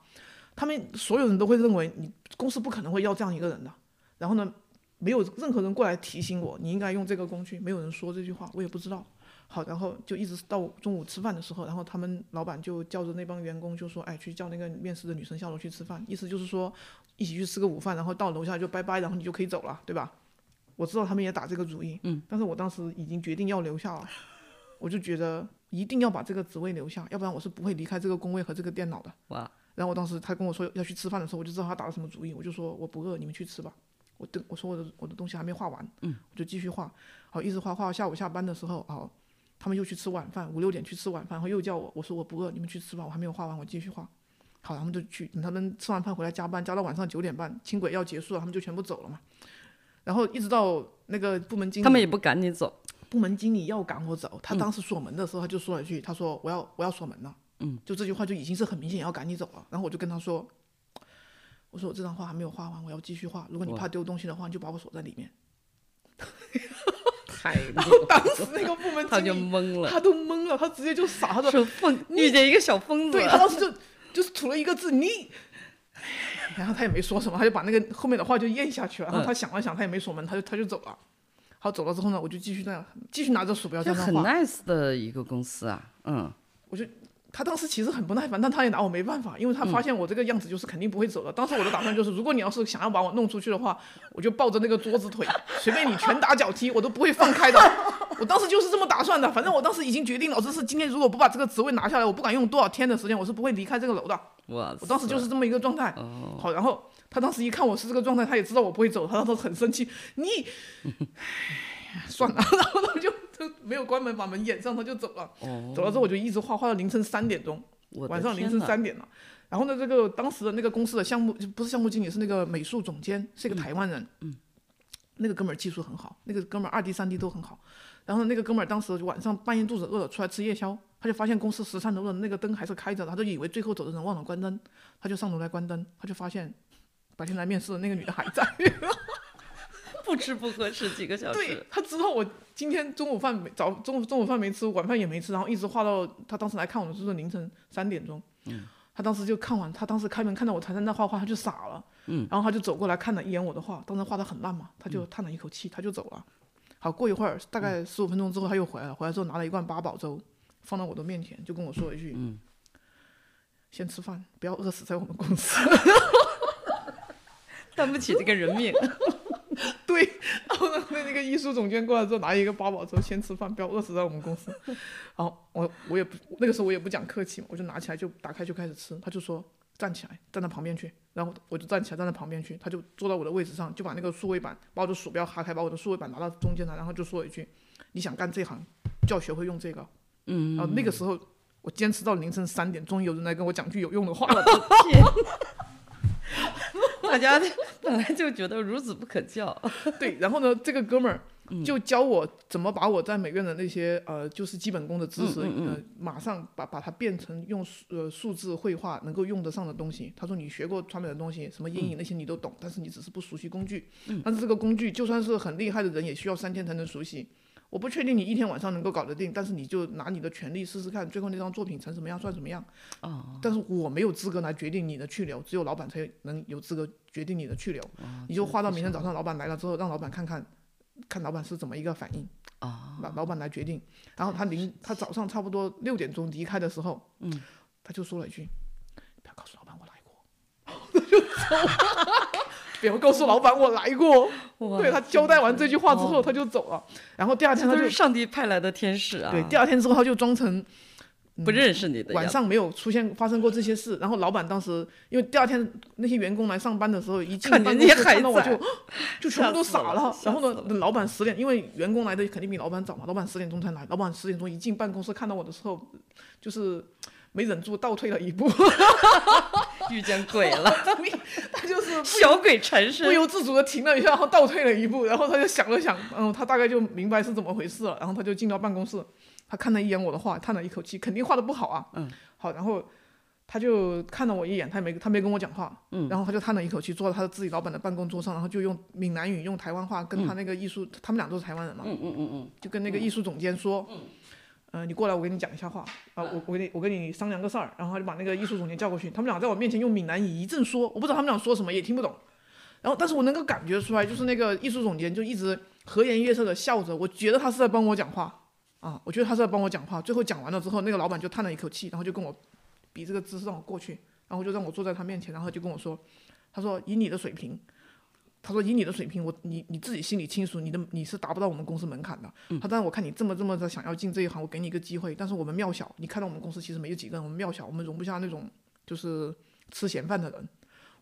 Speaker 2: 他们所有人都会认为你公司不可能会要这样一个人的。然后呢，没有任何人过来提醒我你应该用这个工具，没有人说这句话，我也不知道。好，然后就一直到中午吃饭的时候，然后他们老板就叫着那帮员工就说：“哎，去叫那个面试的女生下楼去吃饭。”意思就是说一起去吃个午饭，然后到楼下就拜拜，然后你就可以走了，对吧？我知道他们也打这个主意，嗯，但是我当时已经决定要留下了，我就觉得一定要把这个职位留下，要不然我是不会离开这个工位和这个电脑的。
Speaker 1: 哇！
Speaker 2: 然后我当时他跟我说要去吃饭的时候，我就知道他打了什么主意，我就说我不饿，你们去吃吧。我等我说我的我的东西还没画完，嗯，我就继续画，好，一直画画到下午下班的时候，好，他们又去吃晚饭，五六点去吃晚饭，然后又叫我，我说我不饿，你们去吃吧，我还没有画完，我继续画。好，他们就去，等他们吃完饭回来加班，加到晚上九点半，轻轨要结束了，他们就全部走了嘛。然后一直到那个部门经理，
Speaker 1: 他们也不赶你走，
Speaker 2: 部门经理要赶我走，
Speaker 1: 嗯
Speaker 2: 他当时锁门的时候，他就说了一句：“他说我要我要锁门了。”嗯，就这句话就已经是很明显要赶你走了。然后我就跟他说：“我说我这张画还没有画完，我要继续画。如果你怕丢东西的话，你就把我锁在里 面。
Speaker 1: 太”
Speaker 2: 当时那个部门
Speaker 1: 他就
Speaker 2: 经理
Speaker 1: 懵了，
Speaker 2: 他都懵了，他直接就傻了。
Speaker 1: 说疯遇见一个小疯子
Speaker 2: 对，他当时就就是吐了一个字“你”，然后他也没说什么，他就把那个后面的话就咽下去了。
Speaker 1: 嗯
Speaker 2: 然后他想了想，他也没锁门，他就他就走了。好，走了之后呢，我就继续那样继续拿着鼠标在
Speaker 1: 就
Speaker 2: 那
Speaker 1: 很
Speaker 2: 画。
Speaker 1: nice 的一个公司啊，嗯，
Speaker 2: 他当时其实很不耐烦，但他也拿我没办法，因为他发现我这个样子就是肯定不会走的。当时我的打算就是，如果你要是想要把我弄出去的话，我就抱着那个桌子腿，随便你拳打脚踢，我都不会放开的。我当时就是这么打算的，反正我当时已经决定了，老子是今天如果不把这个职位拿下来，我不管用多少天的时间，我是不会离开这个楼的。
Speaker 1: 哇塞，
Speaker 2: 我当时就是这么一个状态。好，然后他当时一看我是这个状态，他也知道我不会走，他当时很生气，你，唉算了， 然后他就就没有关门，把门掩上，他就走了。走了之后我就一直画，画到凌晨三点钟，
Speaker 1: 我的
Speaker 2: 晚上凌
Speaker 1: 天
Speaker 2: 晨
Speaker 1: 呐
Speaker 2: 三点了。然后呢，这个当时的那个公司的项目不是项目经理，是那个美术总监，是一个台湾人。嗯，那个哥们儿技术很好，那个哥们儿二 D、三 D 都很好。然后那个哥们儿当时晚上半夜肚子饿了，出来吃夜宵，他就发现公司十三楼的那个灯还是开着的，他就以为最后走的人忘了关灯，他就上楼来关灯，他就发现白天来面试的那个女的还在。
Speaker 1: 不吃不喝吃几个小
Speaker 2: 对
Speaker 1: 时，
Speaker 2: 他知道我今天中午饭没早中午中午饭没吃，晚饭也没吃，然后一直画到他当时来看我的时候凌晨三点钟。他当时就看完，他当时开门看到我还在那画画，他就傻了。嗯。然后他就走过来看了一眼我的画，当时画的很烂嘛，他就叹了一口气，他就走了。好，过一会儿大概十五分钟之后他又回来了，回来之后拿了一罐八宝粥放到我的面前，就跟我说一句：“嗯，先吃饭，不要饿死在我们公司。”
Speaker 1: 担不起这个人 命。
Speaker 2: 对，然后呢，那那个艺术总监过来之后，拿一个八宝粥，先吃饭，不要饿死在我们公司。然后我我也不那个时候我也不讲客气嘛，我就拿起来就打开就开始吃。他就说站起来，站到旁边去。然后我就站起来，站到旁边去。他就坐到我的位置上，就把那个数位板，把我的鼠标哈开，把我的数位板拿到中间来，然后就说一句：“你想干这行，就要学会用这个。”嗯。然后那个时候我坚持到凌晨三点，终于有人来跟我讲句有用的话。
Speaker 1: 我的天！大家本来就觉得孺子不可教，
Speaker 2: 对，然后呢，这个哥们儿就教我怎么把我在美院的那些呃，就是基本功的知识，呃，马上把把它变成用数呃数字绘画能够用得上的东西。他说你学过传媒的东西，什么阴影那些你都懂，但是你只是不熟悉工具。但是这个工具就算是很厉害的人，也需要三天才能熟悉。我不确定你一天晚上能够搞得定，但是你就拿你的全力试试看，最后那张作品成什么样算什么样。哦。但是我没有资格来决定你的去留，只有老板才能有资格决定你的去留。你啊就画到明天早上老板来了之后，让老板看看，看老板是怎么一个反应。啊、老老板来决定。然后他临他早上差不多六点钟离开的时候，嗯，他就说了一句：“不要告诉老板我来过。” 他就走了。不要告诉老板我来过。
Speaker 1: 哇
Speaker 2: 对他交代完这句话之后，他就走了。然后第二
Speaker 1: 这
Speaker 2: 天
Speaker 1: 都
Speaker 2: 哦他就是
Speaker 1: 上帝派来的天使啊！
Speaker 2: 对，第二天之后他就装成
Speaker 1: 不认识你的
Speaker 2: 晚
Speaker 1: 样子。
Speaker 2: 上没有出现发生过这些事。然后老板当时因为第二天那些员工来上班的时候，一进
Speaker 1: 看
Speaker 2: 办
Speaker 1: 见
Speaker 2: 公
Speaker 1: 你
Speaker 2: 室
Speaker 1: 还
Speaker 2: 看到我
Speaker 1: 在
Speaker 2: 就 就全部都
Speaker 1: 吓死
Speaker 2: 傻
Speaker 1: 了
Speaker 2: 了。
Speaker 1: 吓
Speaker 2: 然后
Speaker 1: 死
Speaker 2: 呢，老板十点，因为员工来的肯定比老板早嘛，老板十点钟才来，老板十点钟一进办公室看到我的时候，就是没忍住倒退了一步，
Speaker 1: 遇见鬼 了，
Speaker 2: 他就是
Speaker 1: 小鬼缠
Speaker 2: 不
Speaker 1: 身。
Speaker 2: 由自主的停了一下，然后倒退了一步，然后他就想了想，嗯，他大概就明白是怎么回事了，然后他就进到办公室，他看了一眼我的画，叹了一口气，肯定画的不好啊，嗯，好，然后他就看了我一眼，他也没他没跟我讲话，嗯，然后他就叹了一口气，坐到他自己老板的办公桌上，然后就用闽南语、用台湾话跟他那个艺术，他们俩都是台湾人嘛，嗯嗯嗯嗯，就跟那个艺术总监说，嗯。呃，你过来，我跟你讲一下话啊、我我跟你我跟你商量个事儿，然后他就把那个艺术总监叫过去，他们俩在我面前用闽南语一阵说，我不知道他们俩说什么，也听不懂。然后，但是我能够感觉出来，就是那个艺术总监就一直和颜悦色的笑着，我觉得他是在帮我讲话啊，我觉得他是在帮我讲话。最后讲完了之后，那个老板就叹了一口气，然后就跟我比这个姿势让我过去，然后就让我坐在他面前，然后就跟我说，他说以你的水平，他说以你的水平，我你你自己心里清楚，你的你是达不到我们公司门槛的。他但我看你这么这么的想要进这一行，我给你一个机会，但是我们庙小，你看到我们公司其实没有几个人，我们庙小，我们容不下那种就是吃闲饭的人。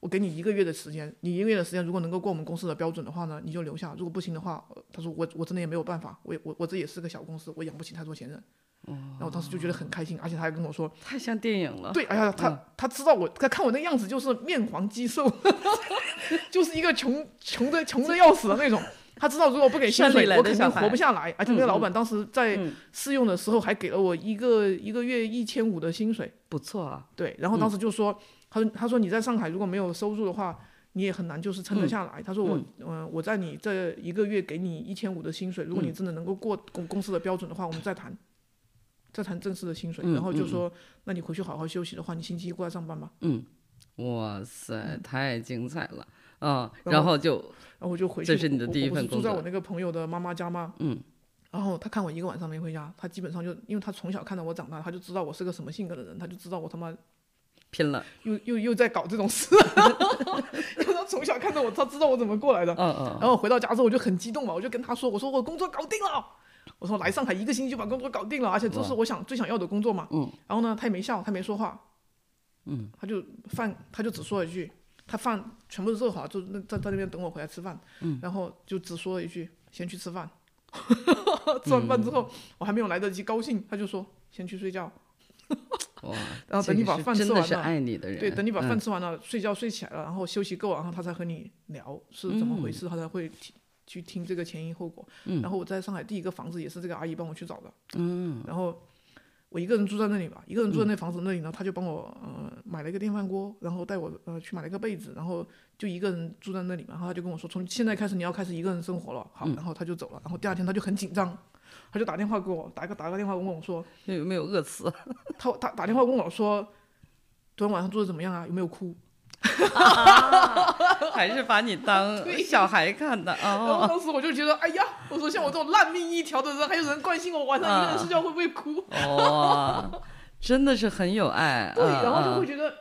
Speaker 2: 我给你一个月的时间，你一个月的时间如果能够过我们公司的标准的话呢，你就留下；如果不行的话，呃他说我我真的也没有办法，我也我我这也是个小公司，我养不起太多闲人。然后我当时就觉得很开心，而且他还跟我说，
Speaker 1: 太像电影了。嗯
Speaker 2: 对，哎呀，他他知道我，他看我那样子就是面黄肌瘦， 就是一个穷穷的穷的要死的那种。他知道如果不给薪
Speaker 1: 山
Speaker 2: 水
Speaker 1: 里，来
Speaker 2: 我
Speaker 1: 的
Speaker 2: 肯
Speaker 1: 小
Speaker 2: 定
Speaker 1: 孩嗯
Speaker 2: 活不下来。而哎且那个老板当时在试用的时候还给了我一个一个月一千五的薪水。
Speaker 1: 不错啊，
Speaker 2: 对，然后当时就说，他说他说你在上海如果没有收入的话，你也很难就是撑得下来。他说我，嗯、我在你这一个月给你一千五的薪水，如
Speaker 1: 嗯
Speaker 2: 果你真的能够过公公司的标准的话，我们再谈，再谈正式的薪水。
Speaker 1: 嗯
Speaker 2: 然后就说，那你回去好好休息的话，你星期一过来上班吧。
Speaker 1: 嗯哇塞，太精彩了啊！然
Speaker 2: 然后
Speaker 1: 后就
Speaker 2: 然后我就回去，
Speaker 1: 这是你的第一
Speaker 2: 我我
Speaker 1: 份
Speaker 2: 不是
Speaker 1: 工
Speaker 2: 住在
Speaker 1: 作
Speaker 2: 我那个朋友的妈妈家吗？嗯。然后他看我一个晚上没回家，他基本上就因为他从小看到我长大，他就知道我是个什么性格的人，他就知道我他妈
Speaker 1: 拼了。
Speaker 2: 又又又在搞这种事， 因为他从小看到我，他知道我怎么过来的。
Speaker 1: 嗯嗯，
Speaker 2: 然后回到家之后我就很激动嘛，我就跟他说，我说我工作搞定了，我说来上海一个星期就把工作搞定了，而且这
Speaker 1: 嗯
Speaker 2: 是我想最想要的工作嘛。嗯。然后呢，他也没笑，他没说话。嗯。他就饭，他就只说了一句，他饭全部热好，就那在在那边等我回来吃饭。嗯。然后就只说了一句，先去吃饭。
Speaker 1: 嗯
Speaker 2: 吃完饭之后，我还没有来得及高兴，他就说先去睡觉。
Speaker 1: 哇！
Speaker 2: 然后等你把饭
Speaker 1: 嗯这个是
Speaker 2: 吃
Speaker 1: 真的
Speaker 2: 完
Speaker 1: 是
Speaker 2: 了
Speaker 1: 爱你的人。
Speaker 2: 对，等你把
Speaker 1: 嗯
Speaker 2: 饭吃完了，睡觉睡起来了，然后休息够了，然后他才和你聊是怎么回
Speaker 1: 嗯
Speaker 2: 事，他才会提去听
Speaker 1: 嗯
Speaker 2: 这个前因后果。然后我在上海第一个房子也是这个阿姨帮我去找的，嗯，然后我一个人住在那里嘛，一个人住在那房子那里呢，他就帮我呃买了一个电饭锅，然后带我呃去买了一个被子，然后就一个人住在那里嘛。然后他就跟我说，从现在开始你要开始一个人生活了，好，
Speaker 1: 嗯
Speaker 2: 然后他就走了。然后第二天他就很紧张，他就打电话给我，打个打个电话问我说，
Speaker 1: 有没有饿 死？
Speaker 2: 他打打电话问我说，昨天晚上做的怎么样啊？有没有哭？
Speaker 1: 还是把你当
Speaker 2: 对
Speaker 1: 小孩看的啊？
Speaker 2: 然 后当时我就觉得，哎呀，我说像我这种烂命一条的人，还有人关心我晚上一个人
Speaker 1: 嗯
Speaker 2: 睡觉会不会哭？
Speaker 1: 哦，真的是很有爱。
Speaker 2: 对，然后就
Speaker 1: 嗯
Speaker 2: 会觉得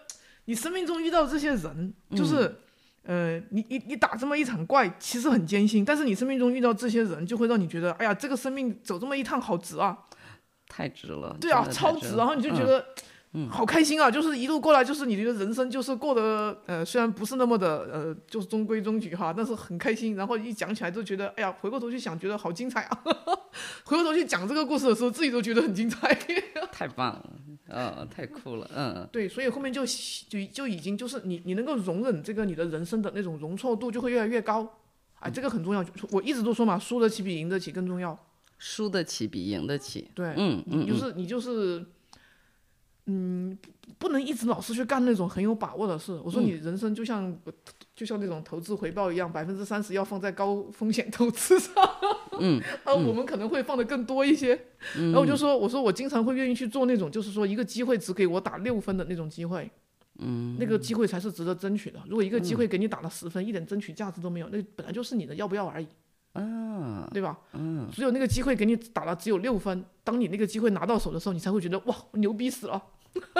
Speaker 2: 你生命中遇到这些人，就是，呃，你你你打这么一场怪，其实很艰辛，但是你生命中遇到这些人，就会让你觉得，哎呀，这个生命走这么一趟好值啊，
Speaker 1: 太值了。
Speaker 2: 对啊
Speaker 1: 真，的太
Speaker 2: 超
Speaker 1: 了嗯
Speaker 2: 值，然后你就觉得。好开心啊！就是一路过来，就是你觉得人生就是过得，呃，虽然不是那么的，呃，就是中规中矩哈，但是很开心。然后一讲起来就觉得，哎呀，回过头去想，觉得好精彩啊！ 回过头去讲这个故事的时候，自己都觉得很精彩。
Speaker 1: 太棒了，嗯，太酷了，嗯，
Speaker 2: 对，所以后面就喜就就已经就是你你能够容忍这个你的人生的那种容错度就会越来越高，
Speaker 1: 嗯
Speaker 2: 啊，这个很重要。就是我一直都说嘛，输得起比赢得起更重要。
Speaker 1: 输得起比赢得起，
Speaker 2: 对，
Speaker 1: 嗯
Speaker 2: 你就
Speaker 1: 嗯
Speaker 2: 是你就是，嗯，不不能一直老是去干那种很有把握的事。我说你
Speaker 1: 嗯
Speaker 2: 人生就像、就像那种投资回报一样，百分之三十要放在高风险投资上，
Speaker 1: 嗯，
Speaker 2: 而我们可能会放的更多一些。然后我就说，我说我经常会愿意去做那种，就是说一个机会只给我打六分的那种机会。嗯，那个机会才是值得争取的。如果一个机
Speaker 1: 嗯
Speaker 2: 会给你打了十分，一点争取价值都没有，那本来就是你的，要不要而已。
Speaker 1: 啊，
Speaker 2: 对吧？嗯，只有那个机会给你打了只有六分，当你那个机会拿到手的时候，你才会觉得哇，牛逼死了，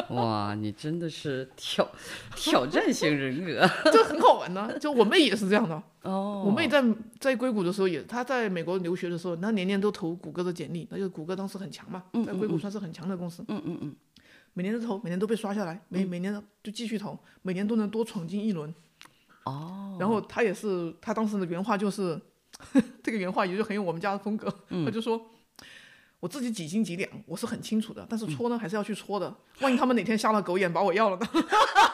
Speaker 1: 嗯哇，你真的是挑挑战型人格
Speaker 2: 这很好玩呢、就我妹也是这样的，
Speaker 1: 哦，
Speaker 2: 我妹在在硅谷的时候也，她在美国留学的时候，她年年都投谷歌的简历，那就谷歌当时很强嘛，在硅谷算是很强的公司，嗯嗯嗯，每年都投，每年都被刷下来，每
Speaker 1: 嗯
Speaker 2: 每年就继续投，每年都能多闯进一轮，哦，然后她也是，她当时的原话就是， 这个原话也就很有我们家的风格，
Speaker 1: 嗯
Speaker 2: 她就说。我自己几斤几两，我是很清楚的，但是
Speaker 1: 嗯
Speaker 2: 戳呢还是要去戳的。万一他们哪天瞎了狗眼把我要了呢？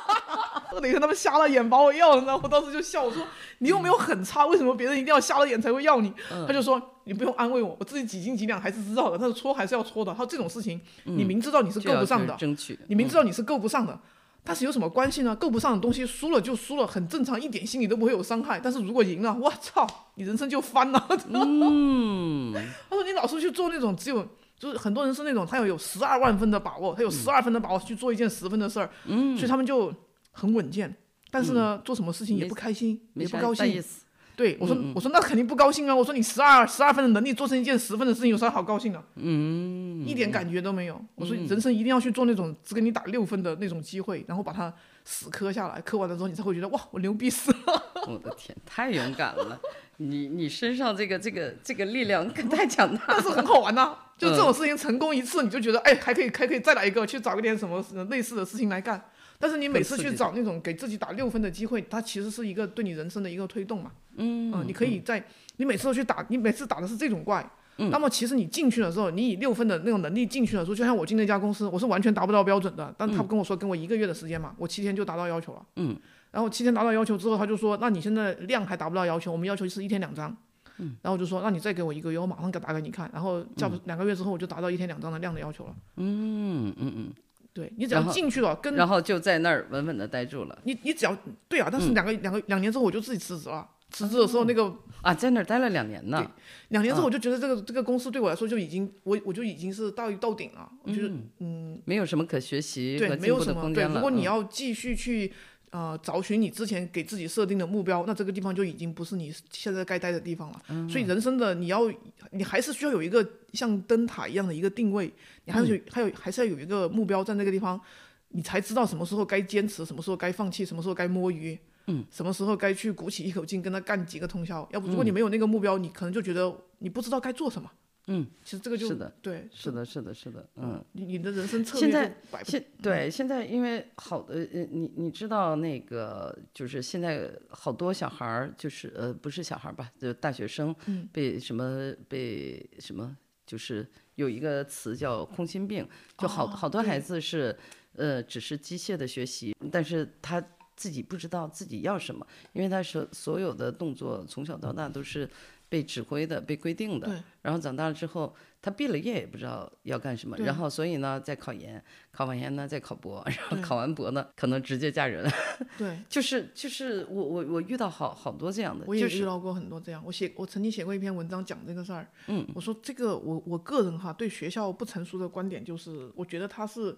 Speaker 2: 哪天他们瞎了眼把我要了呢？我当时就笑，我说你又没有很差，为什么别人一定要瞎了眼才会要你？
Speaker 1: 嗯
Speaker 2: 他就说你不用安慰我，我自己几斤几两还是知道的，但是戳还是要戳的。他说这种事情，你明知道你是
Speaker 1: 就 嗯
Speaker 2: 够
Speaker 1: 要
Speaker 2: 不上
Speaker 1: 去嗯
Speaker 2: 的，
Speaker 1: 争取，
Speaker 2: 你明知道你是够不上的，但是有什么关系呢？够不上的东西输了就输了，很正常，一点心理都不会有伤害。但是如果赢了，我操，你人生就翻了。
Speaker 1: 嗯
Speaker 2: 他说你老是去做那种只有。就是很多人是那种他要有十二万分的把握，他有十二分的把握去做一件十分的事儿，
Speaker 1: 嗯
Speaker 2: 所以他们就很稳健。但是呢，做什么事情也
Speaker 1: 没
Speaker 2: 不开心，
Speaker 1: 没
Speaker 2: 也不
Speaker 1: 啥
Speaker 2: 高
Speaker 1: 大
Speaker 2: 兴
Speaker 1: 意。 思，
Speaker 2: 对我说，我说那肯定不高兴啊！我说你十二十二分的能力做成一件十分的事情，有啥好高兴的？嗯，一嗯点感觉都没有。我说人生一定要去做那种只给你打六分的那种机会，然后把它死磕下来，磕完了之后你才会觉得哇，我牛逼死了。
Speaker 1: 我的天，太勇敢了，你你身上这个这个这个力量可太强大
Speaker 2: 但是
Speaker 1: 了，
Speaker 2: 很好玩呐、就这种事情成功一次，你就觉得哎，还可以还可以再来一个，去找一点什么呃类似的事情来干。但是你每次
Speaker 1: 很刺
Speaker 2: 去
Speaker 1: 激
Speaker 2: 找那种给自己打六分的机会，它其实是一个对你人生的一个推动嘛。嗯，你可以在你每次都去打，你每次打的是这种怪。
Speaker 1: 嗯
Speaker 2: 那么其实你进去的时候，你以六分的那种能力进去的时候，就像我进那家公司，我是完全达不到标准的，但他跟我说跟我一个月的时间
Speaker 1: 嗯
Speaker 2: 嘛，我七天就达到要求了。嗯，然后七天达到要求之后，他就说，那你现在量还达不到要求，我们要求是一天两张。
Speaker 1: 嗯
Speaker 2: 然后我就说，那你再给我一个月，我马上给打给你看。然后叫两个月之后，我就达到一天两张的量的要求了。
Speaker 1: 嗯嗯嗯，
Speaker 2: 对你只要
Speaker 1: 然后
Speaker 2: 进去了，跟
Speaker 1: 然后就在那儿稳稳的待住了
Speaker 2: 你你只要对啊，但
Speaker 1: 嗯
Speaker 2: 是两个、两个两年之后我就自己辞职了。辞职的时候，那个、
Speaker 1: 啊，在那儿待了两年呢，
Speaker 2: 两年之后，我就觉得这个、这个公司对我来说就已经我我就已经是到到顶了，我就是
Speaker 1: 没有什么可学习
Speaker 2: 对
Speaker 1: 和
Speaker 2: 没
Speaker 1: 进
Speaker 2: 有
Speaker 1: 步的
Speaker 2: 什么
Speaker 1: 空
Speaker 2: 对。
Speaker 1: 间了。
Speaker 2: 如果你
Speaker 1: 嗯
Speaker 2: 要继续去呃找寻你之前给自己设定的目标，那这个地方就已经不是你现在该待的地方了。
Speaker 1: 嗯
Speaker 2: 所以人生的你要你还是需要有一个像灯塔一样的一个定位，你
Speaker 1: 嗯
Speaker 2: 还是有、还有还是要有一个目标在那个地方，你才知道什么时候该坚持，什么时候该放弃，什么时候该摸鱼。嗯，什么时候该去鼓起一口劲跟他干几个通宵？要
Speaker 1: 嗯
Speaker 2: 不，如果你没有那个目标，你可能就觉得你不知道该做什么。嗯，其实这个就是
Speaker 1: 的
Speaker 2: 对，
Speaker 1: 是的，是的，是的，嗯，
Speaker 2: 你你的人生策略
Speaker 1: 现在
Speaker 2: 就摆不
Speaker 1: 现对现在因为好的，呃，你你知道那个就是现在好多小孩儿，就是呃不是小孩儿吧，就是大学生
Speaker 2: 嗯
Speaker 1: 被什么被什么，就是有一个词叫
Speaker 2: 嗯
Speaker 1: 空心病，就
Speaker 2: 哦
Speaker 1: 好好多孩子是呃只是机械的学习，但是他。自己不知道自己要什么，因为他是所有的动作从小到大都是被指挥的、被规定的。然后长大了之后，他毕了业也不知道要干什么，然后所以呢，再考研，考完研呢再考博，然后考完博呢，可能直接嫁人。
Speaker 2: 对，
Speaker 1: 就是就是我我我遇到好好多这样的，
Speaker 2: 我也
Speaker 1: 就
Speaker 2: 遇
Speaker 1: 是
Speaker 2: 到过很多这样。我写我曾经写过一篇文章讲这个事儿，嗯，我说这个我我个人哈对学校不成熟的观点就是，我觉得它是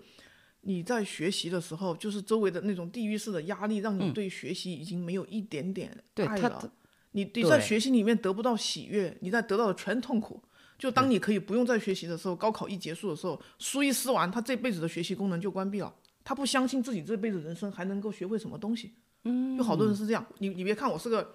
Speaker 2: 你在学习的时候，就是周围的那种地域式的压力，让你对学习已经没有一点点
Speaker 1: 嗯对
Speaker 2: 爱
Speaker 1: 它
Speaker 2: 了。
Speaker 1: 它
Speaker 2: 你你在
Speaker 1: 对
Speaker 2: 学习里面得不到喜悦，你在得到的全痛苦。就当你可以不用再学习的时候，高考一结束的时候，书一撕完，他这辈子的学习功能就关闭了。他不相信自己这辈子人生还能够学会什么东西。嗯，有嗯好多人是这样。你你别看我是个，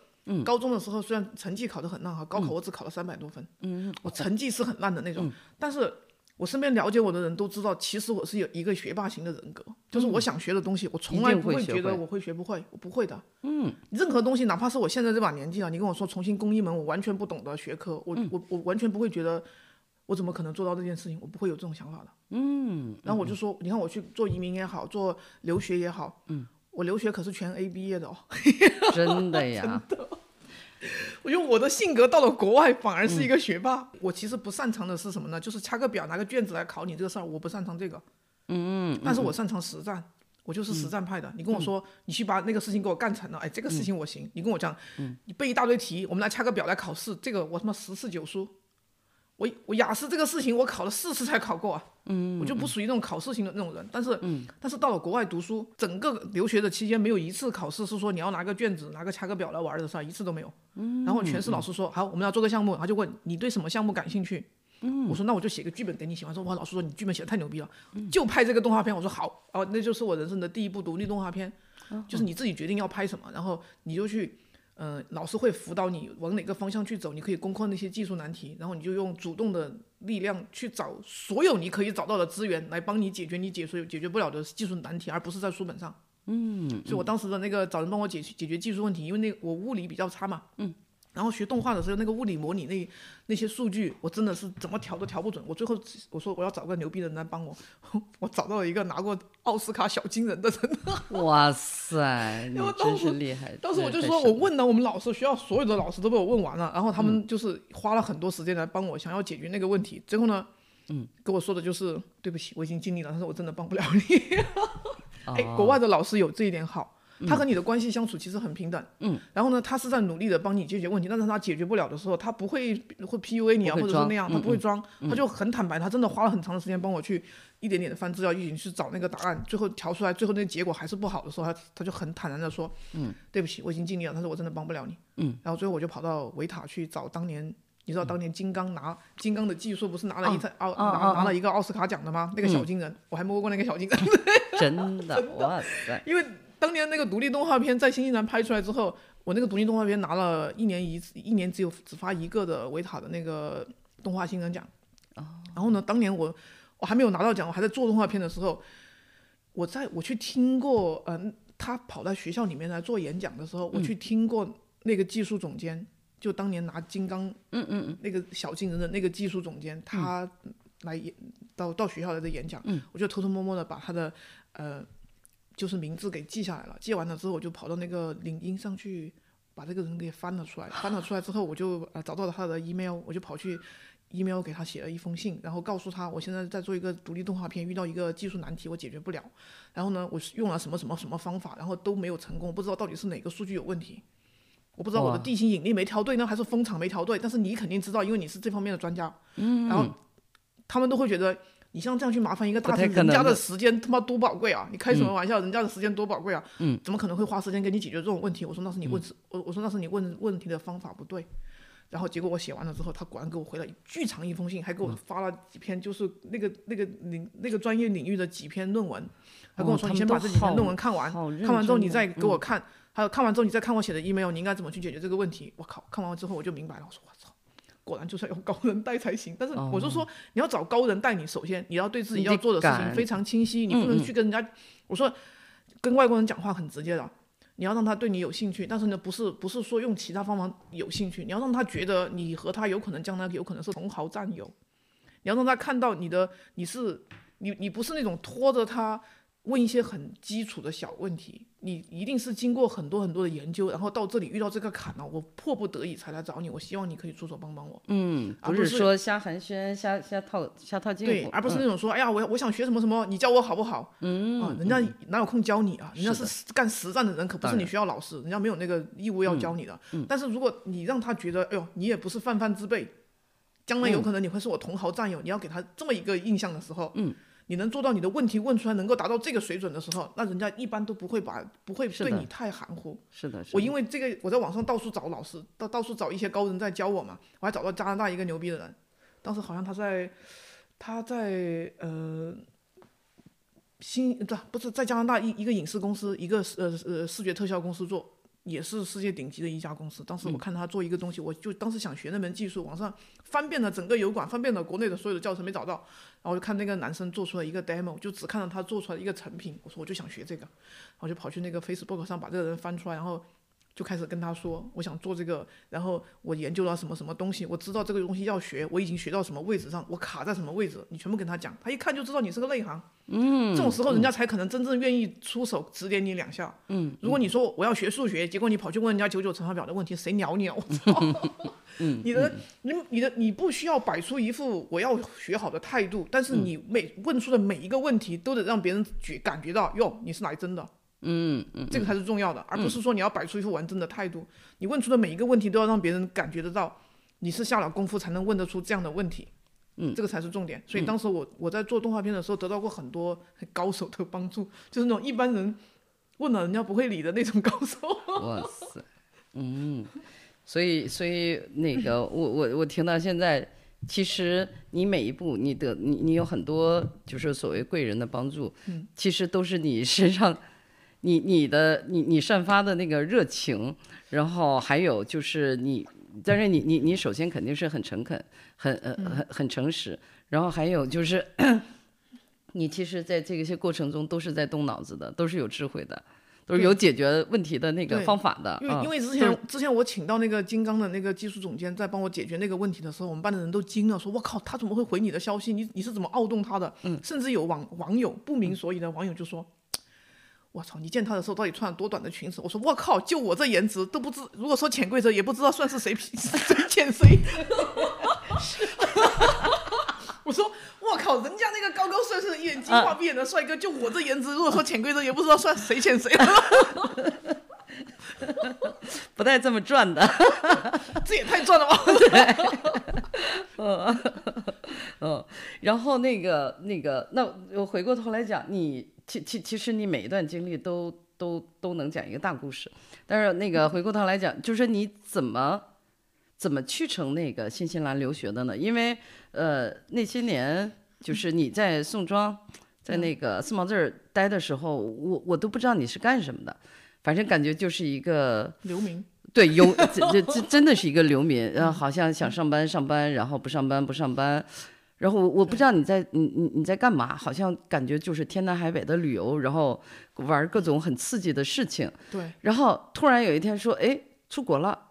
Speaker 2: 高中的时候虽然成绩考得很烂哈，高考我只考了三百多分。嗯，我成绩是很烂的那种，但是。我身边了解我的人都知道，其实我是有一个学霸型的人格，就是我想学的东西，我从来
Speaker 1: 一定
Speaker 2: 不
Speaker 1: 会
Speaker 2: 嗯会嗯
Speaker 1: 学
Speaker 2: 觉得
Speaker 1: 会
Speaker 2: 我会学不会，我不会的。任何东西，哪怕是我现在这把年纪了，啊你跟我说重新攻一门我完全不懂的学科，我、我我完全不会觉得我怎么可能做到这件事情，我不会有这种想法的。嗯，然后我就说，你看我去做移民也好，做留学也好，嗯，我留学可是全 A 毕业的哦。
Speaker 1: 真的呀，
Speaker 2: 我觉得我的性格到了国外反而是一个学霸。我其实不擅长的是什么呢？就是掐个表拿个卷子来考你这个事儿，我不擅长这个。嗯，但是我擅长实战，我就是实战派的。你跟我说、你去把那个事情给我干成了，哎，这个事情我行。你跟我讲，你背一大堆题，我们来掐个表来考试，这个我他妈十次九输。我我雅思这个事情我考了四次才考过啊，嗯，我就不属于那种考试型的那种人，但是，但是到了国外读书，整个留学的期间没有一次考试是说你要拿个卷子拿个掐个表来玩的事儿，一次都没有。然后全是老师说、好，我们要做个项目，他就问你对什么项目感兴趣。我说那我就写个剧本给你写完。说哇，老师说你剧本写的太牛逼了，就拍这个动画片。我说好，哦，那就是我人生的第一部独立动画片，就是你自己决定要拍什么，然后你就去，嗯、老师会辅导你往哪个方向去走，你可以攻克那些技术难题，然后你就用主动的力量去找所有你可以找到的资源来帮你解决你解决解决不了的技术难题，而不是在书本上。嗯，所以我当时的那个找人帮我解解决技术问题，因为那我物理比较差嘛，然后学动画的时候，那个物理模拟那那些数据，我真的是怎么调都调不准。我最后只我说我要找个牛逼的人来帮我， 我找到了一个拿过奥斯卡小金人的人。
Speaker 1: 哇塞，你
Speaker 2: 我当
Speaker 1: 真
Speaker 2: 时
Speaker 1: 是厉害！
Speaker 2: 当时我
Speaker 1: 真
Speaker 2: 就是说，
Speaker 1: 太
Speaker 2: 我
Speaker 1: 神
Speaker 2: 问了我们老师，学校所有的老师都被我问完了，然后他
Speaker 1: 嗯
Speaker 2: 们就是花了很多时间来帮我，想要解决那个问题。最后呢，嗯，跟我说的就是对不起，我已经尽力了，但是我真的帮不了你。
Speaker 1: 了
Speaker 2: 哎，国外的老师有这一点好，
Speaker 1: 嗯
Speaker 2: 他和你的关系相处其实很平等。嗯，然后呢，他是在努力的帮你解决问题，但是他解决不了的时候，他不会会 PUA 你啊，
Speaker 1: 不会
Speaker 2: 或者
Speaker 1: 装嗯
Speaker 2: 是那样，他不会装，他就很坦白，他真的花了很长的时间帮我去一点点的翻资料，一起去找那个答案，最后调出来，最后那个结果还是不好的时候，他他就很坦然的说，嗯，对不起，我已经尽力了，但是我真的帮不了你。嗯，然后最后我就跑到维塔去找当年。你知道当年金刚拿金刚的技术不是拿了一台奥、
Speaker 1: 啊
Speaker 2: 拿
Speaker 1: 啊
Speaker 2: 拿了一个奥斯卡奖的吗？那个小金人，我还摸过那个小金人。
Speaker 1: 真的，哇塞，
Speaker 2: 因为当年那个独立动画片在新西兰拍出来之后，我那个独立动画片拿了一年一次，一年只有只发一个的维塔的那个动画新人奖。然后呢，当年我我还没有拿到奖，我还在做动画片的时候，我在我去听过，嗯、他跑到学校里面来做演讲的时候，我去听过那个技术总监，就当年拿金刚，嗯嗯嗯，那个小金人的那个技术总监，他来演到到学校来的演讲，我就偷偷摸摸的把他的呃就是名字给记下来了，记完了之后我就跑到那个领英上去把这个人给翻了出来，翻了出来之后我就呃找到了他的 email，我就跑去 email 给他写了一封信，然后告诉他我现在在做一个独立动画片，遇到一个技术难题我解决不了，然后呢我是用了什么什么什么方法，然后都没有成功，我不知道到底是哪个数据有问题。我不知道我的
Speaker 1: 哇
Speaker 2: 地心引力没调对呢，还是风场没调对？但是你肯定知道，因为你是这方面的专家。嗯，然后他们都会觉得你像这样去麻烦一个大
Speaker 1: 不太
Speaker 2: 神，
Speaker 1: 可
Speaker 2: 人
Speaker 1: 能
Speaker 2: 家的
Speaker 1: 的
Speaker 2: 时间他妈多宝贵啊！你开什么玩笑？人家的时间多宝贵啊！嗯，怎么可能会花时间给你解决这种问题？我说那是你问，我、我说那是你问问题的方法不对。然后结果我写完了之后，他果然给我回了一巨长一封信，还给
Speaker 1: 嗯
Speaker 2: 我发了几篇，就是那个那个领那个专业领域的几篇论文，他跟我
Speaker 1: 哦
Speaker 2: 说
Speaker 1: 他
Speaker 2: 你
Speaker 1: 们
Speaker 2: 先
Speaker 1: 都
Speaker 2: 把这几篇
Speaker 1: 好
Speaker 2: 论文看完，
Speaker 1: 好认
Speaker 2: 啊看完之后
Speaker 1: 真
Speaker 2: 你
Speaker 1: 哦
Speaker 2: 再给我看，还有看完之后你再看我写的 email，你应该怎么去解决这个问题。我靠，看完之后我就明白了，我说我操，果然就是要有高人带才行。但是我就说、你要找高人带你，首先你要对自
Speaker 1: 哦
Speaker 2: 己
Speaker 1: 你得
Speaker 2: 要做的事情
Speaker 1: 敢嗯
Speaker 2: 非常清晰，你不能去跟人家。我说跟外国人讲话很直接的，你要让他对你有兴趣，但是呢，不是不是说用其他方法有兴趣，你要让他觉得你和他有可能将来有可能是同行战友，你要让他看到你的你是你你不是那种拖着他问一些很基础的小问题，你一定是经过很多很多的研究，然后到这里遇到这个坎了，我迫不得已才来找你，我希望你可以出手帮帮我。
Speaker 1: 嗯，
Speaker 2: 而
Speaker 1: 不
Speaker 2: 啊不
Speaker 1: 是
Speaker 2: 是
Speaker 1: 说瞎寒暄、瞎瞎套、瞎套近
Speaker 2: 对，
Speaker 1: 乎，
Speaker 2: 而不是
Speaker 1: 嗯
Speaker 2: 那种说，哎呀，我我想学什么什么，你教我好不好？嗯，啊，人家哪有空教你啊？人家
Speaker 1: 是的
Speaker 2: 是干实战的人，可不
Speaker 1: 当
Speaker 2: 是你
Speaker 1: 然嗯
Speaker 2: 学校老师，人家没有那个义务要教你的。但是如果你让他觉得，哎呦，你也不是泛泛之辈，将来
Speaker 1: 嗯
Speaker 2: 有可能你会是我同行战友，你要给他这么一个印象的时候，嗯。你能做到你的问题问出来，能够达到这个水准的时候，那人家一般都不会把不会
Speaker 1: 是
Speaker 2: 对
Speaker 1: 的
Speaker 2: 你太含糊。
Speaker 1: 是的，是
Speaker 2: 我
Speaker 1: 的
Speaker 2: 因为这个，我在网上到处找老师，到到处找一些高人在教我嘛。我还找到加拿大一个牛逼的人，当时好像他在他在呃新不不是在加拿大一一个影视公司，一个呃呃视觉特效公司做，也是世界顶级的一家公司。当时
Speaker 1: 嗯
Speaker 2: 我看他做一个东西，我就当时想学那门技术，网上翻遍了整个油管，翻遍了国内的所有的教程没找到，然后我就看那个男生做出了一个 demo，就只看到他做出来一个成品，我说我就想学这个，然后就跑去那个 Facebook 上把这个人翻出来，然后。就开始跟他说，我想做这个，然后我研究了什么什么东西，我知道这个东西要学，我已经学到什么位置上，我卡在什么位置，你全部跟他讲，他一看就知道你是个内行。嗯，这种时候人家才可能真正愿意出手指点你两下。嗯，如果你说我要学数学，结果你跑去问人家九九乘法表的问题，谁鸟你啊？我操！ 你的你你的你不需要摆出一副我要学好的态度，但是你每问出的每一个问题都得让别人觉感觉到，哟，你是来真的。嗯嗯，嗯这个才是重要的，而不是说你要摆出一副玩真的态度。你问出的每一个问题都要让别人感觉得到，你是下了功夫才能问得出这样的问题。嗯，这个才是重点。所以当时我我在做动画片的时候，得到过很多高手的帮助，就是那种一般人问了人家不会理的那种高手。
Speaker 1: 哇塞，嗯，所以所以那 个我我我听到现在，其实你每一步你得你你有很多就是所谓贵人的帮助，
Speaker 2: 嗯
Speaker 1: 其实都是你身上。你你的你你散发的那个热情，然后还有就是你，但是你你你首先肯定是很诚恳，很呃
Speaker 2: 嗯
Speaker 1: 很很诚实，然后还有就是 你其实在这些过程中都是在动脑子的，都是有智慧的，都是有解决问题的那个
Speaker 2: 对
Speaker 1: 方法的。
Speaker 2: 因为
Speaker 1: 嗯
Speaker 2: 因为之
Speaker 1: 就
Speaker 2: 前之前我请到那个金刚的那个技术总监在帮我解决那个问题的时候，我们班的人都惊了，说：“我靠，他怎么会回你的消息？你你是怎么傲动他的？”
Speaker 1: 嗯
Speaker 2: 甚至有网网友不明所以的网友就说。我操！你见他的时候到底穿了多短的裙子？我说我靠！就我这颜值都不知，如果说潜规则也不知道算是谁比 谁欠谁。我说我靠！人家那个高高帅帅、一脸
Speaker 1: 嗯
Speaker 2: 金发碧眼的帅哥，就我这颜值，如果说潜规则也不知道算谁欠谁了。
Speaker 1: 不带这么转的。
Speaker 2: 这也太赚了吧！
Speaker 1: 嗯，然后那个那个，那我回过头来讲，你其其其实你每一段经历都都都能讲一个大故事，但是那个回过头来讲，就是你怎么怎么去成那个新西兰留学的呢？因为呃那些年就是你在宋庄，在那个四毛字儿待的时候，我我都不知道你是干什么的，反正感觉就是一个。
Speaker 2: 刘明，
Speaker 1: 对，游这这这真的是一个流民，然后好像想上班上班，然后不上班不上班，然后我我不知道你在你你你在干嘛，好像感觉就是天南海北的旅游，然后玩各种很刺激的事情，
Speaker 2: 对，
Speaker 1: 然后突然有一天说，哎，出国了，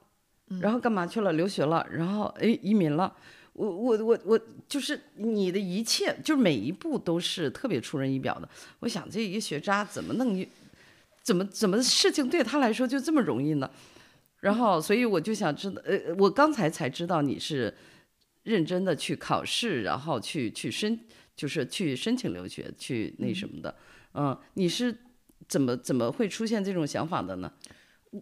Speaker 1: 然后干嘛去了？留学了，然后哎，移民了。我我我我就是你的一切，就是每一步都是特别出人意表的。我想这一个学渣怎么弄一，怎么怎么事情对他来说就这么容易呢？然后，所以我就想知道，呃，我刚才才知道你是认真的去考试，然后去去申，就是去申请留学，去那什么的。嗯，你是怎么怎么会出现这种想法的呢？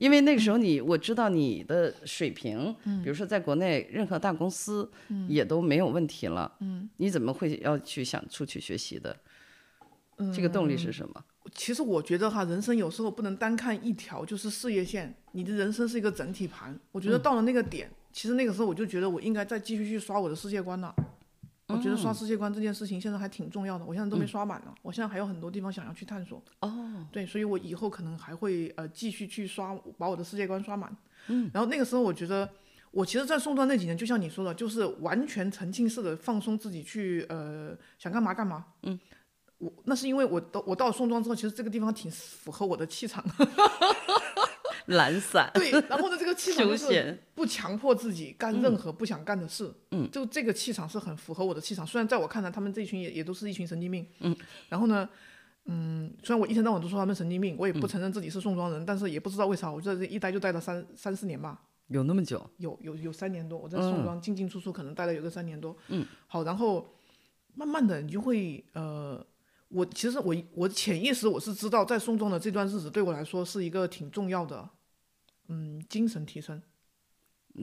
Speaker 1: 因为那个时候你，我知道你的水平，比如说在国内任何大公司也都没有问题了，嗯，你怎么会要去想出去学习的？这个动力是什么？
Speaker 2: 其实我觉得哈，人生有时候不能单看一条就是事业线，你的人生是一个整体盘。我觉得到了那个点，其实那个时候我就觉得我应该再继续去刷我的世界观了。我觉得刷世界观这件事情现在还挺重要的，我现在都没刷满呢，我现在还有很多地方想要去探索。嗯哦，对，所以我以后可能还会呃继续去刷，把我的世界观刷满。嗯，然后那个时候我觉得。我其实，在宋段那几年，就像你说的，就是完全沉浸式的放松自己去，呃，想干嘛干嘛。嗯，我那是因为我到我到了宋庄之后，其实这个地方挺符合我的 气场的。
Speaker 1: 懒散、
Speaker 2: 对，然后呢，这 个气场
Speaker 1: 休
Speaker 2: 就是
Speaker 1: 闲，嗯
Speaker 2: 不强迫自己干任何不想干的事。嗯，就这个气场是很符合我的气场。虽然在我看来，他们这一群也也都是一群神经病。嗯，然后呢，嗯，虽然我一天到晚都说他们神经病，我也
Speaker 1: 嗯
Speaker 2: 不承认自己是宋庄人，但是也不知道为啥，我在这一待就待了三三四年吧。
Speaker 1: 有那么久，
Speaker 2: 有有有三年多，我在宋庄进进出出，可能待了有个三年多。嗯，好，然后慢慢的你就会呃，我其实我我潜意识我是知道，在宋庄的这段日子对我来说是一个挺重要的，嗯，精神提升。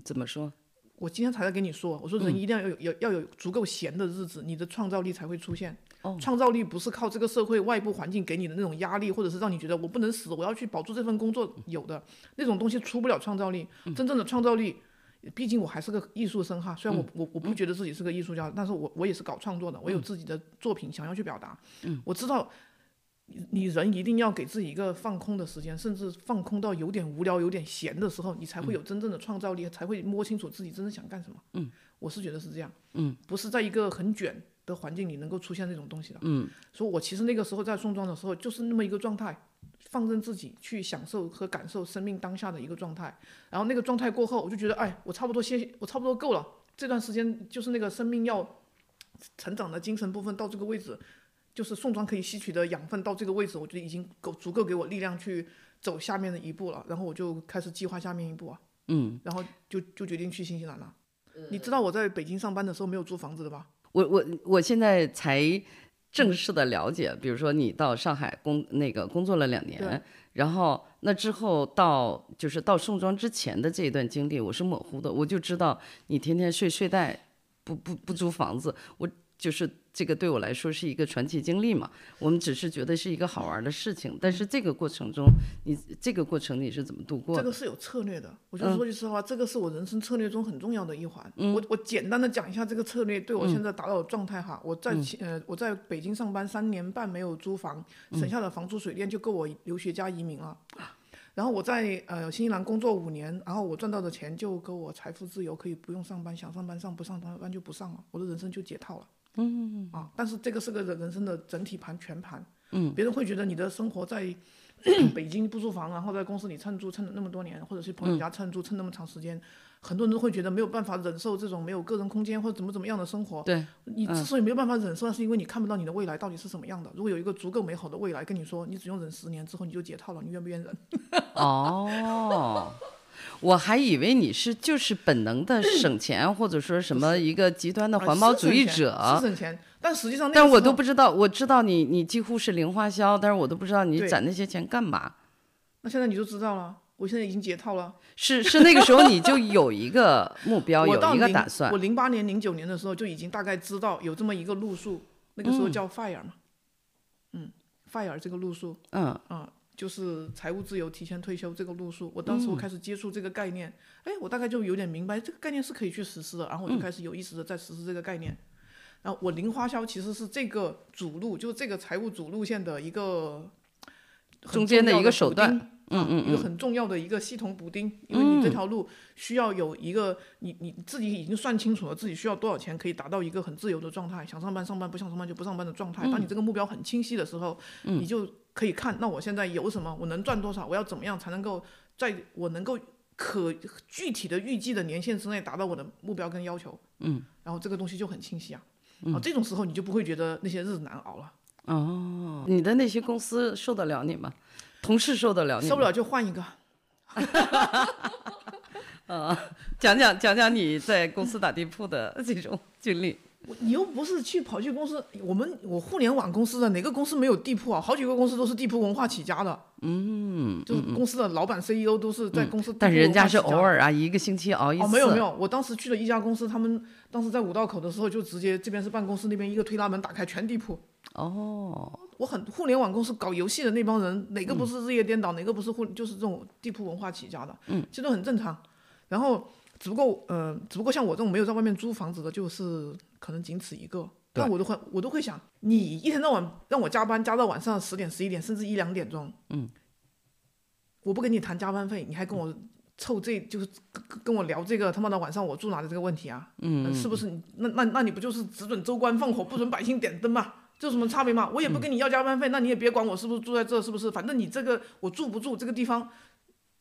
Speaker 1: 怎么说？
Speaker 2: 我今天才在跟你说，我说人一定要有、有要有足够闲的日子，你的创造力才会出现。
Speaker 1: 哦
Speaker 2: 创造力不是靠这个社会外部环境给你的那种压力，或者是让你觉得我不能死，我要去保住这份工作，有的那种东西出不了创造力。真正的创造力，毕竟我还是个艺术生哈，虽然我、我我不觉得自己是个艺术家，但是我我也是搞创作的，我有自己的作品想要去表达。嗯，我知道。你你人一定要给自己一个放空的时间，甚至放空到有点无聊、有点闲的时候，你才会有真正的创造力，才会摸清楚自己真正想干什么。嗯，我是觉得是这样。嗯，不是在一个很卷的环境里能够出现这种东西的。嗯，所以我其实那个时候在宋庄的时候就是那么一个状态，放任自己去享受和感受生命当下的一个状态。然后那个状态过后，我就觉得，哎，我差不多歇，我差不多够了。这段时间就是那个生命要成长的精神部分到这个位置，就是宋庄可以吸取的养分到这个位置，我觉得已经够足够给我力量去走下面的一步了。然后我就开始计划下面一步啊，
Speaker 1: 嗯，
Speaker 2: 然后就就决定去新西兰了。你知道我在北京上班的时候没有租房子的吧？
Speaker 1: 我我我现在才
Speaker 2: 嗯
Speaker 1: 正式的了解，比如说你到上海工那个工作了两
Speaker 2: 对
Speaker 1: 年，然后那之后到就是到宋庄之前的这一段经历，我是模糊的，我就知道你天天睡睡袋，不不不租房子，我就是这个对我来说是一个传奇经历嘛。我们只是觉得是一个好玩的事情，但是这个过程中，你这个过程你是怎么度过
Speaker 2: 这
Speaker 1: 的？
Speaker 2: 个是有策略的。我就说句实话，这个是我人生策略中很重要的一环。我我简单的讲一下这个策略对我现在达到的状态哈。我在、呃我在北京上班三年半没有租房，省下的房租水电就够我留学加移民了。然后我在呃新西兰工作五年，然后我赚到的钱就够我财富自由，可以不用上班，想上班上，不上班就不上了，我的人生就解套了。嗯啊，但是这个是个人人生的整体盘全盘。嗯，别人会觉得你的生活在北京不租房，然后在公司里蹭住蹭了那么多年，或者去朋
Speaker 1: 嗯
Speaker 2: 友家蹭住蹭那么长时间，很多人都会觉得没有办法忍受这种没有个人空间或者怎么怎么样的生活。
Speaker 1: 对，嗯
Speaker 2: 你之所以没有办法忍受，那是因为你看不到你的未来到底是什么样的。如果有一个足够美好的未来跟你说，你只用忍十年之后你就解套了，你愿不愿意忍？
Speaker 1: 哦，我还以为你是就是本能 的省钱，或者说什么一个极端的环保主义
Speaker 2: 是
Speaker 1: 者。
Speaker 2: 省啊钱，但实际上那个
Speaker 1: 但我
Speaker 2: 时候
Speaker 1: 都不知道，我知道你，你几乎是零花销，但是我都不知道你
Speaker 2: 对
Speaker 1: 攒那些钱干嘛。
Speaker 2: 那现在你就知道了。我现在已经解套了，
Speaker 1: 是是那个时候你就有一个目 标，
Speaker 2: 我
Speaker 1: 有
Speaker 2: 到
Speaker 1: 一个
Speaker 2: 零
Speaker 1: 打算
Speaker 2: 我。零八年、零九年的时候就已经大概知道有这么一个路数，那个时候叫 FIRE 嘛，嗯 f i r e 这个路数
Speaker 1: 嗯，
Speaker 2: 啊、就是财务自由、提前退休这个路数。我当时
Speaker 1: 嗯
Speaker 2: 我开始接触这个概念，哎、我大概就有点明白这个概念是可以去实施的，然后我
Speaker 1: 嗯
Speaker 2: 就开始有意识的在实施这个概念。然后我零花销其实是这个主路，就是这个财务主路线的一个很
Speaker 1: 中间的
Speaker 2: 重要
Speaker 1: 一个手段
Speaker 2: 补丁，嗯嗯，一嗯个很重要的一个系统补丁，因为你这条路需要有一个你你自己已经算清楚了自己需要多少钱可以达到一个很自由的状态，想上班上班，不想上班就不上班的状态。当你这个目标很清晰的时候，你就可以看，那我现在有什么，我能赚多少，我要怎么样才能够在我能够可具体的预计的年限之内达到我的目标跟要求。嗯，然后这个东西就很清晰啊。啊，这种时候你就不会觉得那些日子难熬了，嗯
Speaker 1: 你的那些公司受得了你吗？同事受得了你
Speaker 2: 受
Speaker 1: 吗？
Speaker 2: 不了就换一个。
Speaker 1: 讲讲讲讲你在公司打地铺的 这种经历。
Speaker 2: 我你又不是去跑去公司，我们我互联网公司的哪个公司没有地铺啊？好几个公司都是地铺文化起家的，嗯，就是公司的老板 CEO 都是在公司地铺
Speaker 1: 嗯但
Speaker 2: 文化起家的，
Speaker 1: 是人家是偶尔啊，一个星期熬一次。
Speaker 2: 哦，没有没有，我当时去了一家公司，他们当时在五道口的时候，就直接这边是办公室，那边一个推拉门打开全地铺。哦，嗯我很互联网公司搞游戏的那帮人，哪个不是日夜颠倒，哪个不是互就是这种地铺文化起家的，嗯，这都很正常。然后只不过嗯、呃只不过像我这种没有在外面租房子的，就是可能仅此一个。但我都会，我都会想，你一天到晚让我加班，加到晚上十点、十一点，甚至一两点钟，嗯，我不跟你谈加班费，你还跟我凑这就是跟跟我聊这个他妈的晚上我住哪的这个问题啊，嗯，是不是你？那那那你不就是只准州官放火，不准百姓点灯嘛？这有什么差别嘛？我也嗯不跟你要加班费，那你也别管我是不是住在这，是不是？反正你这个我住不住这个地方，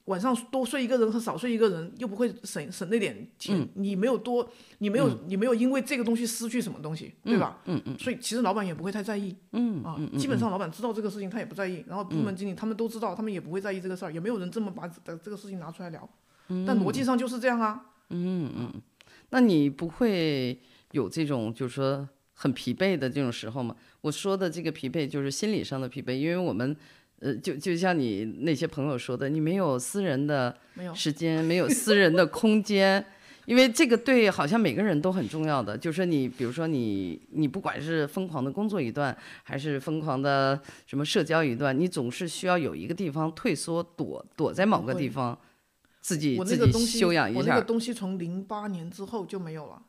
Speaker 2: 晚上多睡一个人和少睡一个人又不会省省那点钱，你没有多，你没有、你没有因为这个东西失去什么东西，对吧？嗯嗯。所以其实老板也不会太在意，嗯啊，基本上老板知道这个事情他也不在意，然后部门经理他们都知道，他们也不会在意这个事儿，也没有人这么把这这个事情拿出来聊。但逻辑上就是这样啊，
Speaker 1: 嗯那你不会有这种就是说很疲惫的这种时候吗？我说的这个疲惫就是心理上的疲惫，因为我们。呃，就就像你那些朋友说的，你没有私人的
Speaker 2: 没有
Speaker 1: 时间，没有私人的空间，因为这个对好像每个人都很重要的。就是你，比如说你，你不管是疯狂的工作一段，还是疯狂的什么社交一段，你总是需要有一个地方退缩，躲躲在某个地方，自己
Speaker 2: 我那
Speaker 1: 自
Speaker 2: 个
Speaker 1: 己
Speaker 2: 东西，
Speaker 1: 修养一
Speaker 2: 我那
Speaker 1: 下
Speaker 2: 个
Speaker 1: 儿。
Speaker 2: 东西从零八年之后就没有了。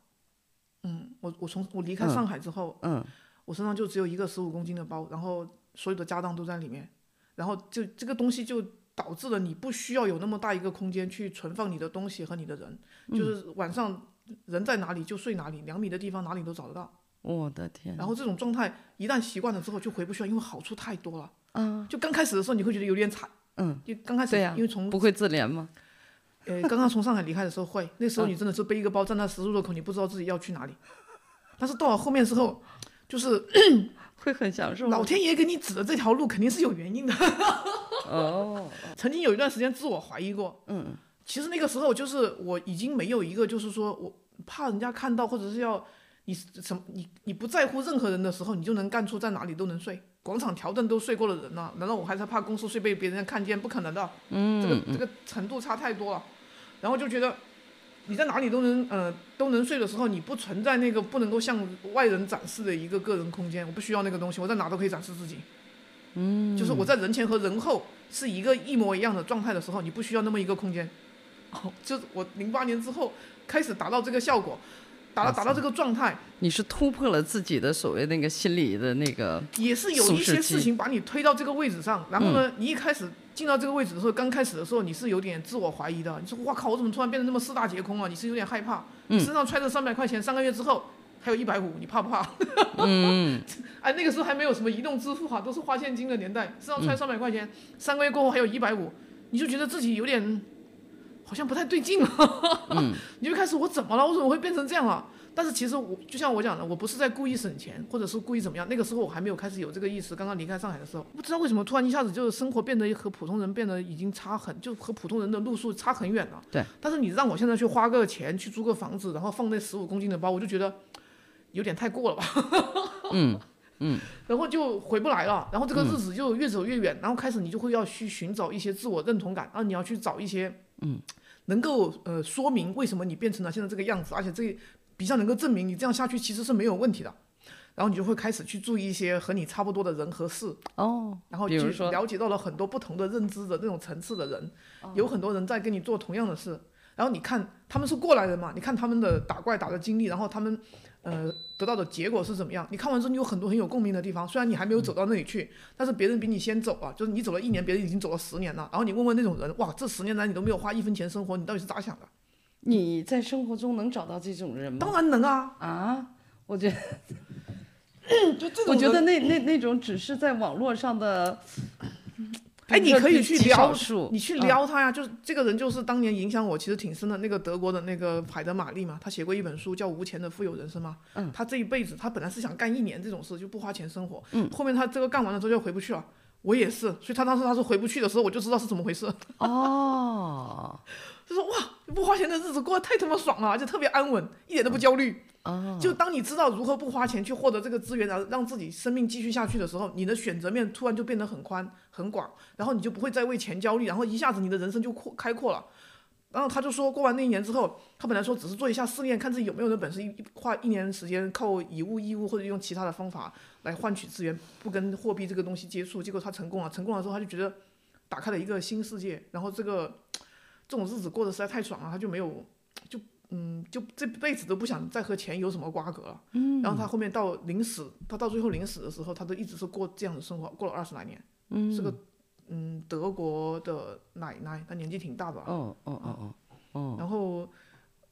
Speaker 2: 嗯，我我从我离开上海之后，
Speaker 1: 嗯，
Speaker 2: 我身上就只有一个十五公斤的包，然后所有的家当都在里面，然后就这个东西就导致了你不需要有那么大一个空间去存放你的东西和你的人，
Speaker 1: 嗯
Speaker 2: 就是晚上人在哪里就睡哪里，两米的地方哪里都找得到。
Speaker 1: 我的天，
Speaker 2: 然后这种状态一旦习惯了之后就回不去了，因为好处太多了。嗯，就刚开始的时候你会觉得有点惨。
Speaker 1: 嗯，
Speaker 2: 就刚开始，
Speaker 1: 对呀
Speaker 2: 因为从
Speaker 1: 不会自怜吗？
Speaker 2: 呃，刚刚从上海离开的时候会，那时候你真的是背一个包站在十字路口，你不知道自己要去哪里。但是到了后面之后，就是
Speaker 1: 会很享受吗
Speaker 2: 老天爷给你指的这条路肯定是有原因的。
Speaker 1: 哦，
Speaker 2: 曾经有一段时间自我怀疑过，嗯，其实那个时候就是我已经没有一个就是说我怕人家看到或者是要你什么你你不在乎任何人的时候，你就能干出在哪里都能睡，广场条凳都睡过的人了，难道我还在怕公司睡被别人看见？不可能的，嗯，这个这个程度差太多了，然后就觉得。你在哪里都能，呃，都能睡的时候，你不存在那个不能够向外人展示的一个个人空间。我不需要那个东西，我在哪都可以展示自己。就是我在人前和人后是一个一模一样的状态的时候，你不需要那么一个空间。哦，就是我零八年之后开始达到这个效果，达到达到这个状态，
Speaker 1: 你是突破了自己的所谓那个心理的那个，
Speaker 2: 也是有
Speaker 1: 舒
Speaker 2: 一
Speaker 1: 适
Speaker 2: 些
Speaker 1: 期
Speaker 2: 事情把你推到这个位置上。然后呢，你一开始进到这个位置的时候，刚开始的时候你是有点自我怀疑的，你说哇靠，我怎么突然变得那么四大皆空啊？你是有点害怕。你身上揣着三百块钱，三个月之后还有一百五，你怕不怕？
Speaker 1: 嗯，
Speaker 2: 哎，那个时候还没有什么移动支付哈、都是花现金的年代，身上揣三百块钱，三个月过后还有一百五，你就觉得自己有点好像不太对劲了， 你就开始我怎么了？我怎么会变成这样啊？但是其实我就像我讲的，我不是在故意省钱，或者是故意怎么样。那个时候我还没有开始有这个意识，刚刚离开上海的时候，不知道为什么突然一下子就是生活变得和普通人变得已经差很，就和普通人的路数差很远了。
Speaker 1: 对。
Speaker 2: 但是你让我现在去花个钱去租个房子，然后放那十五公斤的包，我就觉得有点太过了吧。 然后就回不来了，然后这个日子就越走越远，然后开始你就会要去寻找一些自我认同感，啊，你要去找一些，嗯，能够呃说明为什么你变成了现在这个样子，而且这比较能够证明你这样下去其实是没有问题的，然后你就会开始去注意一些和你差不多的人和事，
Speaker 1: 哦，
Speaker 2: 然后
Speaker 1: 比
Speaker 2: 去
Speaker 1: 如说
Speaker 2: 了解到了很多不同的认知的那种层次的人，有很多人在跟你做同样的事，然后你看他们是过来人嘛，你看他们的打怪打的经历，然后他们呃得到的结果是怎么样？你看完之后，你有很多很有共鸣的地方，虽然你还没有走到那里去，但是别人比你先走了，就是你走了一年，别人已经走了十年了，然后你问问那种人，哇，这十年来你都没有花一分钱生活，你到底是咋想的？
Speaker 1: 你在生活中能找到这种人吗？
Speaker 2: 当然能啊，
Speaker 1: 啊，我觉得，
Speaker 2: 就这种
Speaker 1: 我觉
Speaker 2: 人
Speaker 1: 得那那那种只是在网络上的，
Speaker 2: 哎你可以去
Speaker 1: 极少
Speaker 2: 聊
Speaker 1: 数，
Speaker 2: 你去
Speaker 1: 嗯
Speaker 2: 撩他呀，就是这个人，就是当年影响我其实挺深的那个德国的那个海德玛丽嘛，他写过一本书叫《无钱的富有人生》嘛。嗯。他这一辈子，他本来是想干一年这种事，就不花钱生活。嗯。后面他这个干完了之后就回不去了，我也是，所以他当时他说回不去的时候，我就知道是怎么回事。
Speaker 1: 哦，
Speaker 2: 就说哇，不花钱的日子过得太他妈爽了，而且特别安稳，一点都不焦虑。
Speaker 1: 哦，
Speaker 2: 就当你知道如何不花钱去获得这个资源，然后让自己生命继续下去的时候，你的选择面突然就变得很宽很广，然后你就不会再为钱焦虑，然后一下子你的人生就扩开阔了。然后他就说，过完那一年之后，他本来说只是做一下试验，看自己有没有那本事，一一花一年时间靠以物易物或者用其他的方法来换取资源，不跟货币这个东西接触。结果他成功了，成功了之后他就觉得打开了一个新世界，然后这个这种日子过得实在太爽了，他就没有嗯，就这辈子都不想再和钱有什么瓜葛了。嗯，然后他后面到临死，他到最后临死的时候，他都一直是过这样的生活，过了二十来年。嗯，是个嗯德国的奶奶，她年纪挺大的。
Speaker 1: 哦哦哦哦，
Speaker 2: 然后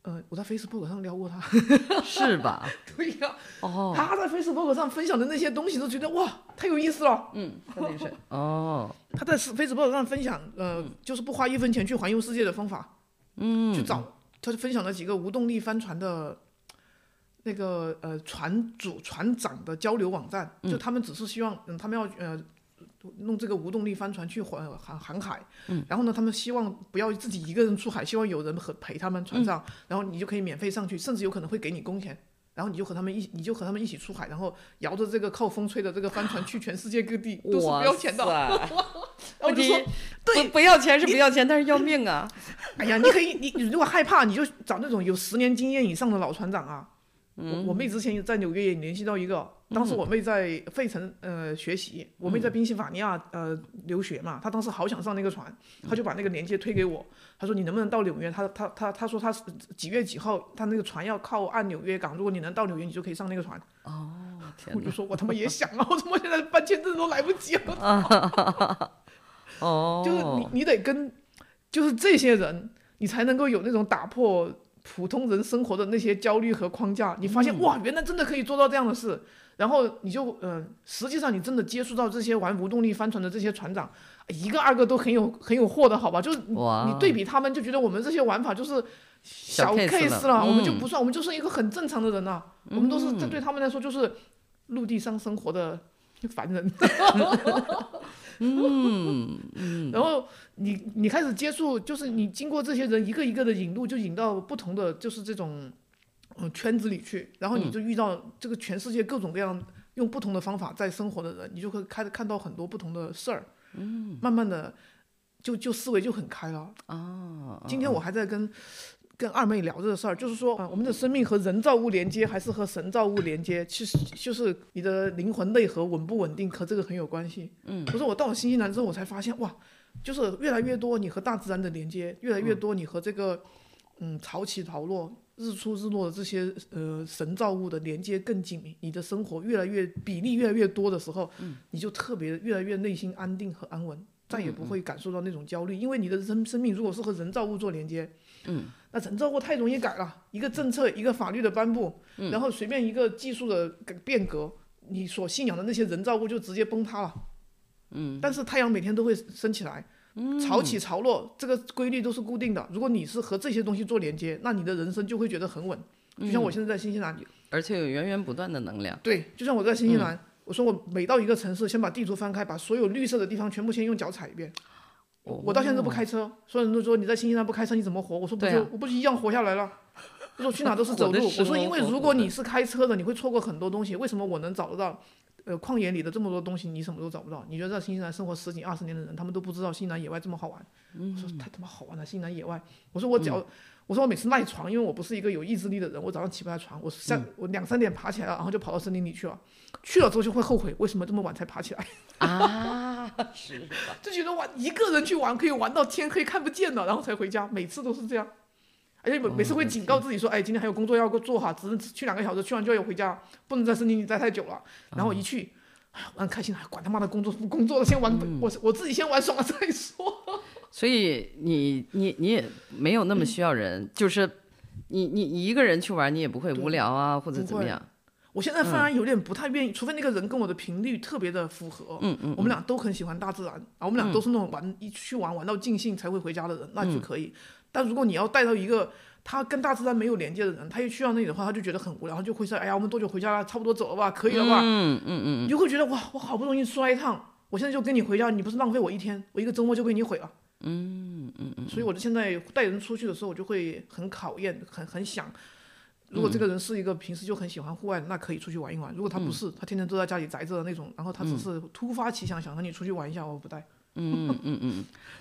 Speaker 2: 呃，我在 Facebook 上聊过他，
Speaker 1: 哦是 吧？
Speaker 2: 对呀、
Speaker 1: 哦，
Speaker 2: 他在 Facebook 上分享的那些东西都觉得哇，太有意思了。
Speaker 1: 嗯，特别是哦，
Speaker 2: 他在 Facebook 上分享，呃，就是不花一分钱去环游世界的方法，嗯，去找，他就分享了几个无动力帆船的，那个呃船主船长的交流网站，就他们只是希望，嗯，他们要呃弄这个无动力帆船去环航航海，嗯，然后呢，他们希望不要自己一个人出海，希望有人和陪他们船上，然后你就可以免费上去，甚至有可能会给你工钱。然后你就和他们一，你就和他们一起出海，然后摇着这个靠风吹的这个帆船去全世界各地，都是不要钱的。
Speaker 1: 哇塞
Speaker 2: 然后我就说
Speaker 1: 问题，不不要钱是不要钱，但是要命啊！
Speaker 2: 哎呀，你可以，你你如果害怕，你就找那种有十年经验以上的老船长啊。我
Speaker 1: 嗯
Speaker 2: 我妹之前也在纽约也联系到一个，当时我妹在费城呃学习，我
Speaker 1: 嗯
Speaker 2: 妹在宾夕法尼亚呃留学嘛，她当时好想上那个船，
Speaker 1: 嗯
Speaker 2: 她就把那个链接推给我，她说你能不能到纽约？她她她她说她是几月几号，她那个船要靠岸纽约港，如果你能到纽约，你就可以上那个船。
Speaker 1: 哦，天
Speaker 2: 我就说我他妈也想啊，我他妈现在办签证都来不及啊了。
Speaker 1: 哦，
Speaker 2: 就是你你得跟，就是这些人，你才能够有那种打破普通人生活的那些焦虑和框架。你发现、哇，原来真的可以做到这样的事，然后你就嗯、呃实际上你真的接触到这些玩无动力帆船的这些船长，一个二个都很有很有货的好吧？就是你
Speaker 1: 哇
Speaker 2: 你对比他们就觉得我们这些玩法就是。
Speaker 1: 小 case 了
Speaker 2: case 了，我们就
Speaker 1: 嗯
Speaker 2: 不算，我们就是一个很正常的人了、我们都是这对他们来说就是陆地上生活的凡人。
Speaker 1: 嗯嗯，
Speaker 2: 然后你你开始接触，就是你经过这些人一个一个的引路，就引到不同的就是这种嗯圈子里去，然
Speaker 1: 嗯
Speaker 2: 后你就遇到这个全世界各种各样用不同的方法在生活的人，你就会开看到很多不同的事儿，嗯，慢慢的就就思维就很开了。
Speaker 1: 哦，
Speaker 2: 今天我还在跟。跟二妹聊这个事儿，就是说、呃，我们的生命和人造物连接，还是和神造物连接？其实就是你的灵魂内核稳不稳定，和这个很有关系。嗯，我说我到了新西兰之后，我才发现，哇，就是越来越多你和大自然的连接，越来越多你和这个，嗯，潮起潮落、日出日落的这些呃神造物的连接更紧密，你的生活越来越比例越来越多的时候，你就特别越来越内心安定和安稳，再也不会感受到那种焦虑，因为你的生生命如果是和人造物做连接，嗯，那人造物太容易改了，一个政策，一个法律的颁布，
Speaker 1: 嗯
Speaker 2: 然后随便一个技术的改变革，你所信仰的那些人造物就直接崩塌了，嗯，但是太阳每天都会升起来。
Speaker 1: 嗯
Speaker 2: 潮起潮落，这个规律都是固定的。如果你是和这些东西做连接，那你的人生就会觉得很稳。
Speaker 1: 嗯
Speaker 2: 就像我现在在新西兰，
Speaker 1: 而且有源源不断的能 量。
Speaker 2: 对，就像我在
Speaker 1: 嗯
Speaker 2: 新西兰，我说我每到一个城市，先把地图翻开，把所有绿色的地方全部先用脚踩一遍。
Speaker 1: 哦
Speaker 2: 我我到现在都不开车，所有人都说你在新西兰不开车你怎么活？我说不
Speaker 1: 对啊
Speaker 2: 就、我不是一样活下来了？我说去哪都是走
Speaker 1: 活得
Speaker 2: 路。
Speaker 1: 生
Speaker 2: 我说因为
Speaker 1: 龙活
Speaker 2: 如果
Speaker 1: 虎的
Speaker 2: 你是开车的，你会错过很多东西。为什么我能找得到？呃，旷野里的这么多东西，你什么都找不到。你觉得在新西兰生活十几二十年的人，他们都不知道新西兰野外这么好玩。我
Speaker 1: 嗯
Speaker 2: 说太他妈好玩了，新西兰野外。我说我只要，我说我每次赖床，因为我不是一个有意志力的人，我早上起不来床，我下、
Speaker 1: 嗯
Speaker 2: 我两三点爬起来了，然后就跑到森林里去了。去了之后就会后悔，为什么这么晚才爬起来？
Speaker 1: 啊，是吧？
Speaker 2: 就觉得玩一个人去玩可以玩到天黑看不见了，然后才回家，每次都是这样。而且每每次会警告自己说，哎，今天还有工作要做哈，只能去两个小时，去完就要回家，不能在森林里待太久了。然后一去，哎呀，玩开心了，管他妈的工作不工作了，先玩，我我自己先玩爽了再说。
Speaker 1: 所以你你你也没有那么需要人，就是你你你一个人去玩，你也不会无聊啊，或者怎么样。
Speaker 2: 我现在反而有点不太愿意，除非那个人跟我的频率特别的符合，嗯嗯，我们俩都很喜欢大自然，啊，我们俩都是那种玩、一去玩玩到尽兴才会回家的人，那就可以。但如果你要带到一个他跟大自然没有连接的人，他一去到那里的话，他就觉得很无聊，他就会说，哎呀，我们多久回家了？差不多走了吧，可以了吧？
Speaker 1: 嗯嗯嗯，
Speaker 2: 你就会觉得哇，我好不容易出来一趟，我现在就跟你回家，你不是浪费我一天，我一个周末就给你毁了。嗯嗯嗯。所以我就现在带人出去的时候，我就会很考验，很很想，如果这个人是一个平时就很喜欢户外，那可以出去玩一玩；如果他不是，他天天都在家里宅着的那种，然后他只是突发奇想想和你出去玩一下，我不带。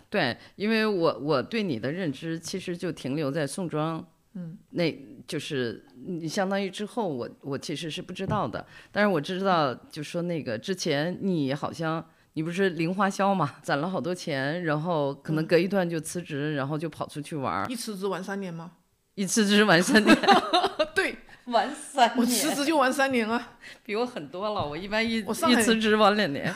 Speaker 1: 对，因为我我对你的认知其实就停留在宋庄，嗯，那就是你相当于之后我我其实是不知道的，但是我知道就说那个之前你好像你不是零花销嘛，攒了好多钱，然后可能隔一段就辞职，然后就跑出去玩儿，
Speaker 2: 一辞职玩三年吗？
Speaker 1: 一辞职玩三年，
Speaker 2: 啊，哦对
Speaker 1: 玩三
Speaker 2: 我辞职就玩三年 啊！
Speaker 1: 比我狠多了，我一般一
Speaker 2: 我上
Speaker 1: 一
Speaker 2: 海
Speaker 1: 辞职玩两年，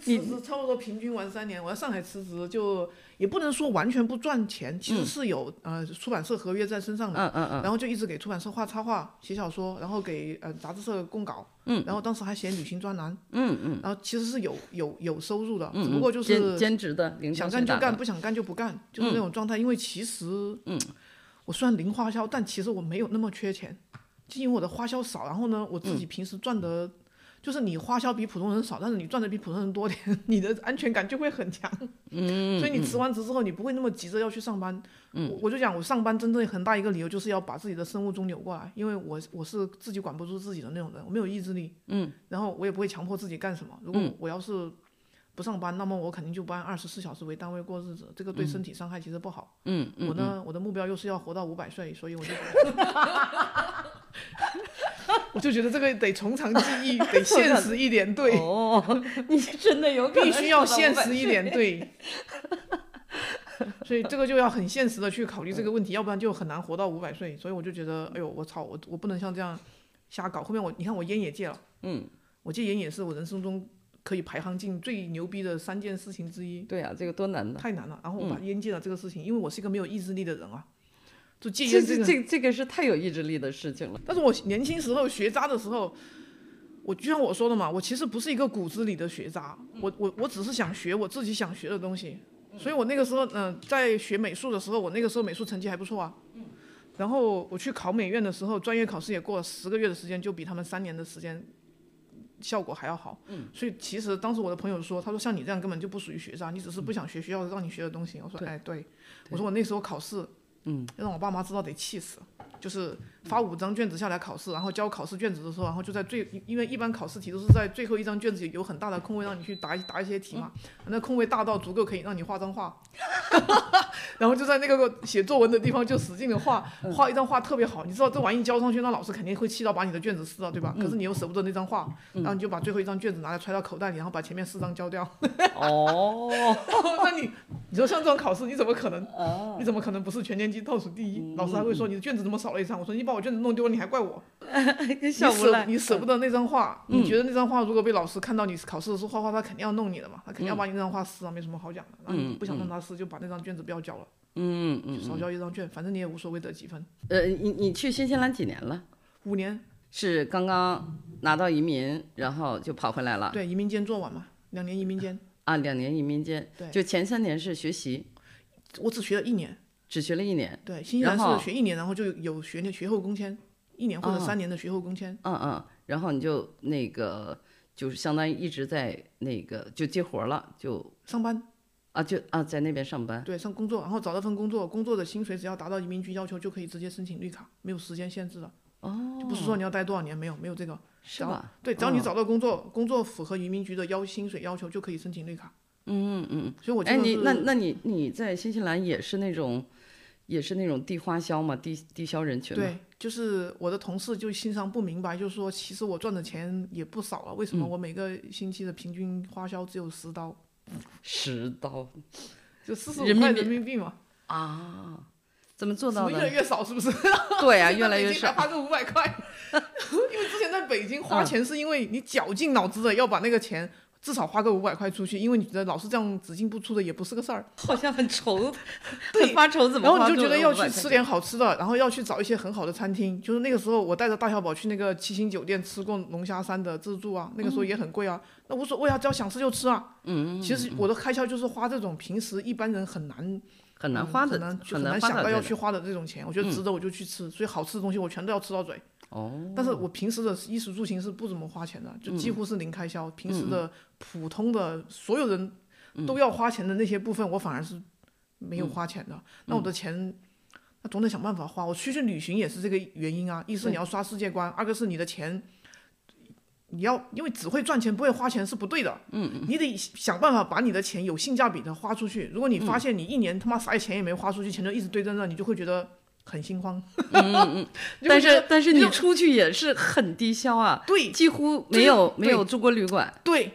Speaker 2: 辞职差不多平均完三年，我在上海辞职就也不能说完全不赚钱，其实是有、呃出版社合约在身上的，
Speaker 1: 嗯嗯嗯，
Speaker 2: 然后就一直给出版社画插画、写小说，然后给呃杂志社供稿，嗯，然后当时还写旅行专栏，嗯嗯，然后其实是有有有收入的，
Speaker 1: 嗯
Speaker 2: 只不
Speaker 1: 嗯
Speaker 2: 过就是
Speaker 1: 兼兼职的，零
Speaker 2: 想
Speaker 1: 工钱
Speaker 2: 干就
Speaker 1: 打
Speaker 2: 干，
Speaker 1: 的，
Speaker 2: 不想干就不干，就是那种状态。因为其实，嗯，我虽然零花销，但其实我没有那么缺钱，就因为我的花销少。然后呢，我自己平时赚的，就是你花销比普通人少，但是你赚的比普通人多点， 你的安全感就会很强。嗯，所以你辞完职之后，你不会那么急着要去上班。嗯，我就讲，我上班真正很大一个理由就是要把自己的生物钟扭过来，因为我我是自己管不住自己的那种人，我没有意志力。嗯，然后我也不会强迫自己干什么。如果
Speaker 1: 嗯
Speaker 2: 我要是不上班，那么我肯定就不按二十四小时为单位过日子，这个对身体伤害其实不好。
Speaker 1: 嗯嗯，
Speaker 2: 我呢，我的目标又是要活到五百岁，所以 我就， 我就觉得这个得从长计 议，得现实一点，对，
Speaker 1: 哦， 你是真的有可
Speaker 2: 必
Speaker 1: 能
Speaker 2: 须要
Speaker 1: 瘦到
Speaker 2: 现
Speaker 1: 500
Speaker 2: 实一
Speaker 1: 岁
Speaker 2: 点，对。 所以这个就要很现实的去考虑这个问题，要不然就很难活到五百岁。所以我就觉得，哎呦，我操，我我不能像这样瞎搞。后面我你看我烟也戒了，
Speaker 1: 嗯，
Speaker 2: 我戒烟也是我人生中可以排行进最牛逼的三件事情之一。
Speaker 1: 对啊，这个多难 呐！
Speaker 2: 太难了。然后我
Speaker 1: 嗯
Speaker 2: 把烟戒了这个事情，因为我是一个没有意志力的人啊，就戒
Speaker 1: 这
Speaker 2: 烟这
Speaker 1: 这
Speaker 2: 个。
Speaker 1: 这这个是太有意志力的事 情了。
Speaker 2: 但是我年轻时候学渣的时候，我就像我说的嘛，我其实不是一个骨子里的学渣，我我我只是想学我自己想学的东西。所以我那个时候，嗯、在学美术的时候，我那个时候美术成绩还不错啊。然后我去考美院的时候，专业考试也过了十个月的时间，就比他们三年的时间效果还要好。嗯。所以其实当时我的朋友说，他说像你这样根本就不属于学渣，你只是不想学学校让你学的东西。我说，哎，对。我说我那时候考试，嗯，让我爸妈知道得气死，就是发五张卷子下来考试，然后交考试卷子的时候，然后就在最，因为一般考试题都是在最后一张卷子有很大的空位让你去答答一些题嘛，那空位大到足够可以让你画张画， 然后就在那个写作文的地方就使劲的画，画一张画特别好，你知道这玩意交上去，那老师肯定会气到把你的卷子撕了，对吧？可是你又舍不得那张画，然后你就把最后一张卷子拿来揣到口袋里，然后把前面四张交掉。
Speaker 1: 哦，
Speaker 2: 那你，你说像这种考试，你怎么可能？你怎么可能不是全年级倒数第一？老师还会说你的卷子怎么少了一张？我说你把我卷子弄丢了，你还怪我？
Speaker 1: 跟
Speaker 2: 你
Speaker 1: 小无嗯
Speaker 2: 舍
Speaker 1: 赖，
Speaker 2: 你舍不得那张画，你觉得那张画如果被老师看到你考试的时候画画，他肯定要弄你的嘛，他肯定
Speaker 1: 嗯
Speaker 2: 要把你那张画撕了，啊没什么好讲的。那你不想让他撕，就把那张卷子不要交了，
Speaker 1: 嗯嗯
Speaker 2: 就少交一张卷，反正你也无所谓得几分。
Speaker 1: 呃，你你去新西兰几年了？
Speaker 2: 五年，
Speaker 1: 是刚刚拿到移民，然后就跑回来了
Speaker 2: 对，移民监做完嘛，两年移民监，
Speaker 1: 啊？两年移民间，
Speaker 2: 对
Speaker 1: 就前三年是学习，
Speaker 2: 我只学了一年。
Speaker 1: 只学了一年。
Speaker 2: 对，新西兰
Speaker 1: 然
Speaker 2: 是学一年，然后就有学年学后工签，一年
Speaker 1: 啊
Speaker 2: 或者三年的学后工签。
Speaker 1: 嗯嗯，然后你就那个就是相当于一直在那个就接活了，就
Speaker 2: 上班
Speaker 1: 啊就啊在那边上班。
Speaker 2: 对上工作，然后找到份工作，工作的薪水只要达到移民局要求，就可以直接申请绿卡，没有时间限制的。哦，就不是说你要待多少年，没有没有这个，
Speaker 1: 是吧？
Speaker 2: 对，只要你找到工作，工作符合移民局的要薪水要求，就可以申请绿卡。嗯嗯嗯，所以我
Speaker 1: 哎，
Speaker 2: 就
Speaker 1: 你
Speaker 2: 是
Speaker 1: 那那你你在新西兰也是那种，也是那种地花销嘛，地地销人群嘛。
Speaker 2: 对，就是我的同事就欣赏不明白，就是说其实我赚的钱也不少啊了，为
Speaker 1: 嗯
Speaker 2: 什么我每个星期的平均花销只有十刀，
Speaker 1: 十刀
Speaker 2: 就四十
Speaker 1: 人
Speaker 2: 五
Speaker 1: 民
Speaker 2: 块
Speaker 1: 币
Speaker 2: 人民币嘛？
Speaker 1: 啊？怎么做
Speaker 2: 怎
Speaker 1: 到
Speaker 2: 么越来
Speaker 1: 的？
Speaker 2: 越少？是不是？
Speaker 1: 对 啊，
Speaker 2: 现
Speaker 1: 越
Speaker 2: 在
Speaker 1: 来越
Speaker 2: 北京哪
Speaker 1: 少。嗯
Speaker 2: 怕个五 百块，因为之前在北京花钱是因为你绞尽脑汁的要把那个钱至少花个五百块出去，因为你觉得老是这样只进不出的也不是个事儿，
Speaker 1: 好像很 愁，很发愁，怎么
Speaker 2: 然
Speaker 1: 花
Speaker 2: 后你就
Speaker 1: 这
Speaker 2: 觉得
Speaker 1: 么
Speaker 2: 要
Speaker 1: 多
Speaker 2: 去
Speaker 1: 块
Speaker 2: 吃
Speaker 1: 钱
Speaker 2: 点好吃的，然后要去找一些很好的餐厅。就是那个时候，我带着大小宝去那个七星酒店吃过龙虾山的自助啊，那个时候也很贵啊，那无所谓啊，只要想吃就吃啊。嗯，其实我的开销就是花这种平时一般人很难
Speaker 1: 很难
Speaker 2: 嗯
Speaker 1: 花的，
Speaker 2: 很难就
Speaker 1: 难花
Speaker 2: 难想
Speaker 1: 的
Speaker 2: 到
Speaker 1: 这
Speaker 2: 要
Speaker 1: 个嗯
Speaker 2: 去花的这种钱，我觉得值得我就去吃，所以好吃的东西我全都要吃到嘴。
Speaker 1: 哦，
Speaker 2: 但是我平时的衣食住行是不怎么花钱的，就几
Speaker 1: 嗯
Speaker 2: 乎是零开销。平时的普通的所有人
Speaker 1: 嗯
Speaker 2: 都要花钱的那些部分，我反而是没有花钱的。那我
Speaker 1: 嗯
Speaker 2: 的钱，那总得想办法花。我出去旅行也是这个原因啊。一是你要刷世界观，二个是你的钱。你要因为只会赚钱不会花钱是不对的，嗯，你得想办法把你的钱有性价比的花出去。如果你
Speaker 1: 嗯
Speaker 2: 发现你一年他妈啥钱也没花出去，钱就一直堆在那，你就会觉得很心慌。 你就会
Speaker 1: 嗯但
Speaker 2: 觉得
Speaker 1: 是但是你
Speaker 2: 就
Speaker 1: 出去也是很低消啊，
Speaker 2: 对，
Speaker 1: 几乎
Speaker 2: 对
Speaker 1: 没有没
Speaker 2: 对
Speaker 1: 有住过旅馆，
Speaker 2: 对，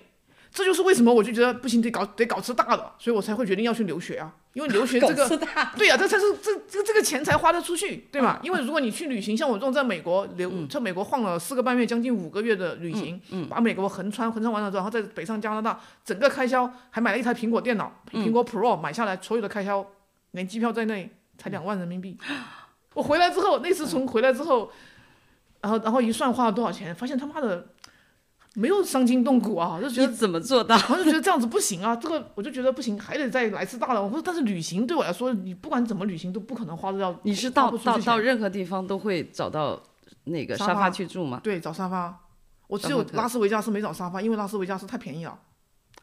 Speaker 2: 这就是为什么我就觉得不行，得搞得搞吃大的，所以我才会决定要去留学啊，因为留学这
Speaker 3: 狗
Speaker 2: 个
Speaker 3: 吃大，嗯
Speaker 2: 对呀、这才是这这这个钱才花得出去，对吧？因为如果你去旅行，像我这种在美国留，在美国晃了四个半月，将近五个月的旅行，
Speaker 3: 嗯
Speaker 2: 把美国横穿横穿完了之后，然后在北上加拿大整个开销还买了一台苹果电脑，
Speaker 3: 嗯
Speaker 2: 苹果 Pro 买下来，所有的开销连机票在内才两万人民币。我回来之后，那次从回来之后，然后然后一算花了多少钱，发现他妈的没有伤筋动骨啊，就觉得
Speaker 3: 你怎么做到？
Speaker 2: 我就觉得这样子不行啊，这个我就觉得不行，还得再来次大的。我说，但是旅行对我来说，你不管怎么旅行都不可能花得掉。
Speaker 1: 你是
Speaker 2: 花
Speaker 1: 到
Speaker 2: 不出
Speaker 1: 到
Speaker 2: 去
Speaker 1: 到
Speaker 2: 钱
Speaker 1: 任何地方都会找到那个
Speaker 2: 沙
Speaker 1: 沙发
Speaker 2: 发
Speaker 1: 去住吗？
Speaker 2: 对找沙发，我只
Speaker 1: 然
Speaker 2: 有
Speaker 1: 后就
Speaker 2: 拉斯维加斯没找沙发，因为拉斯维加斯太便宜了。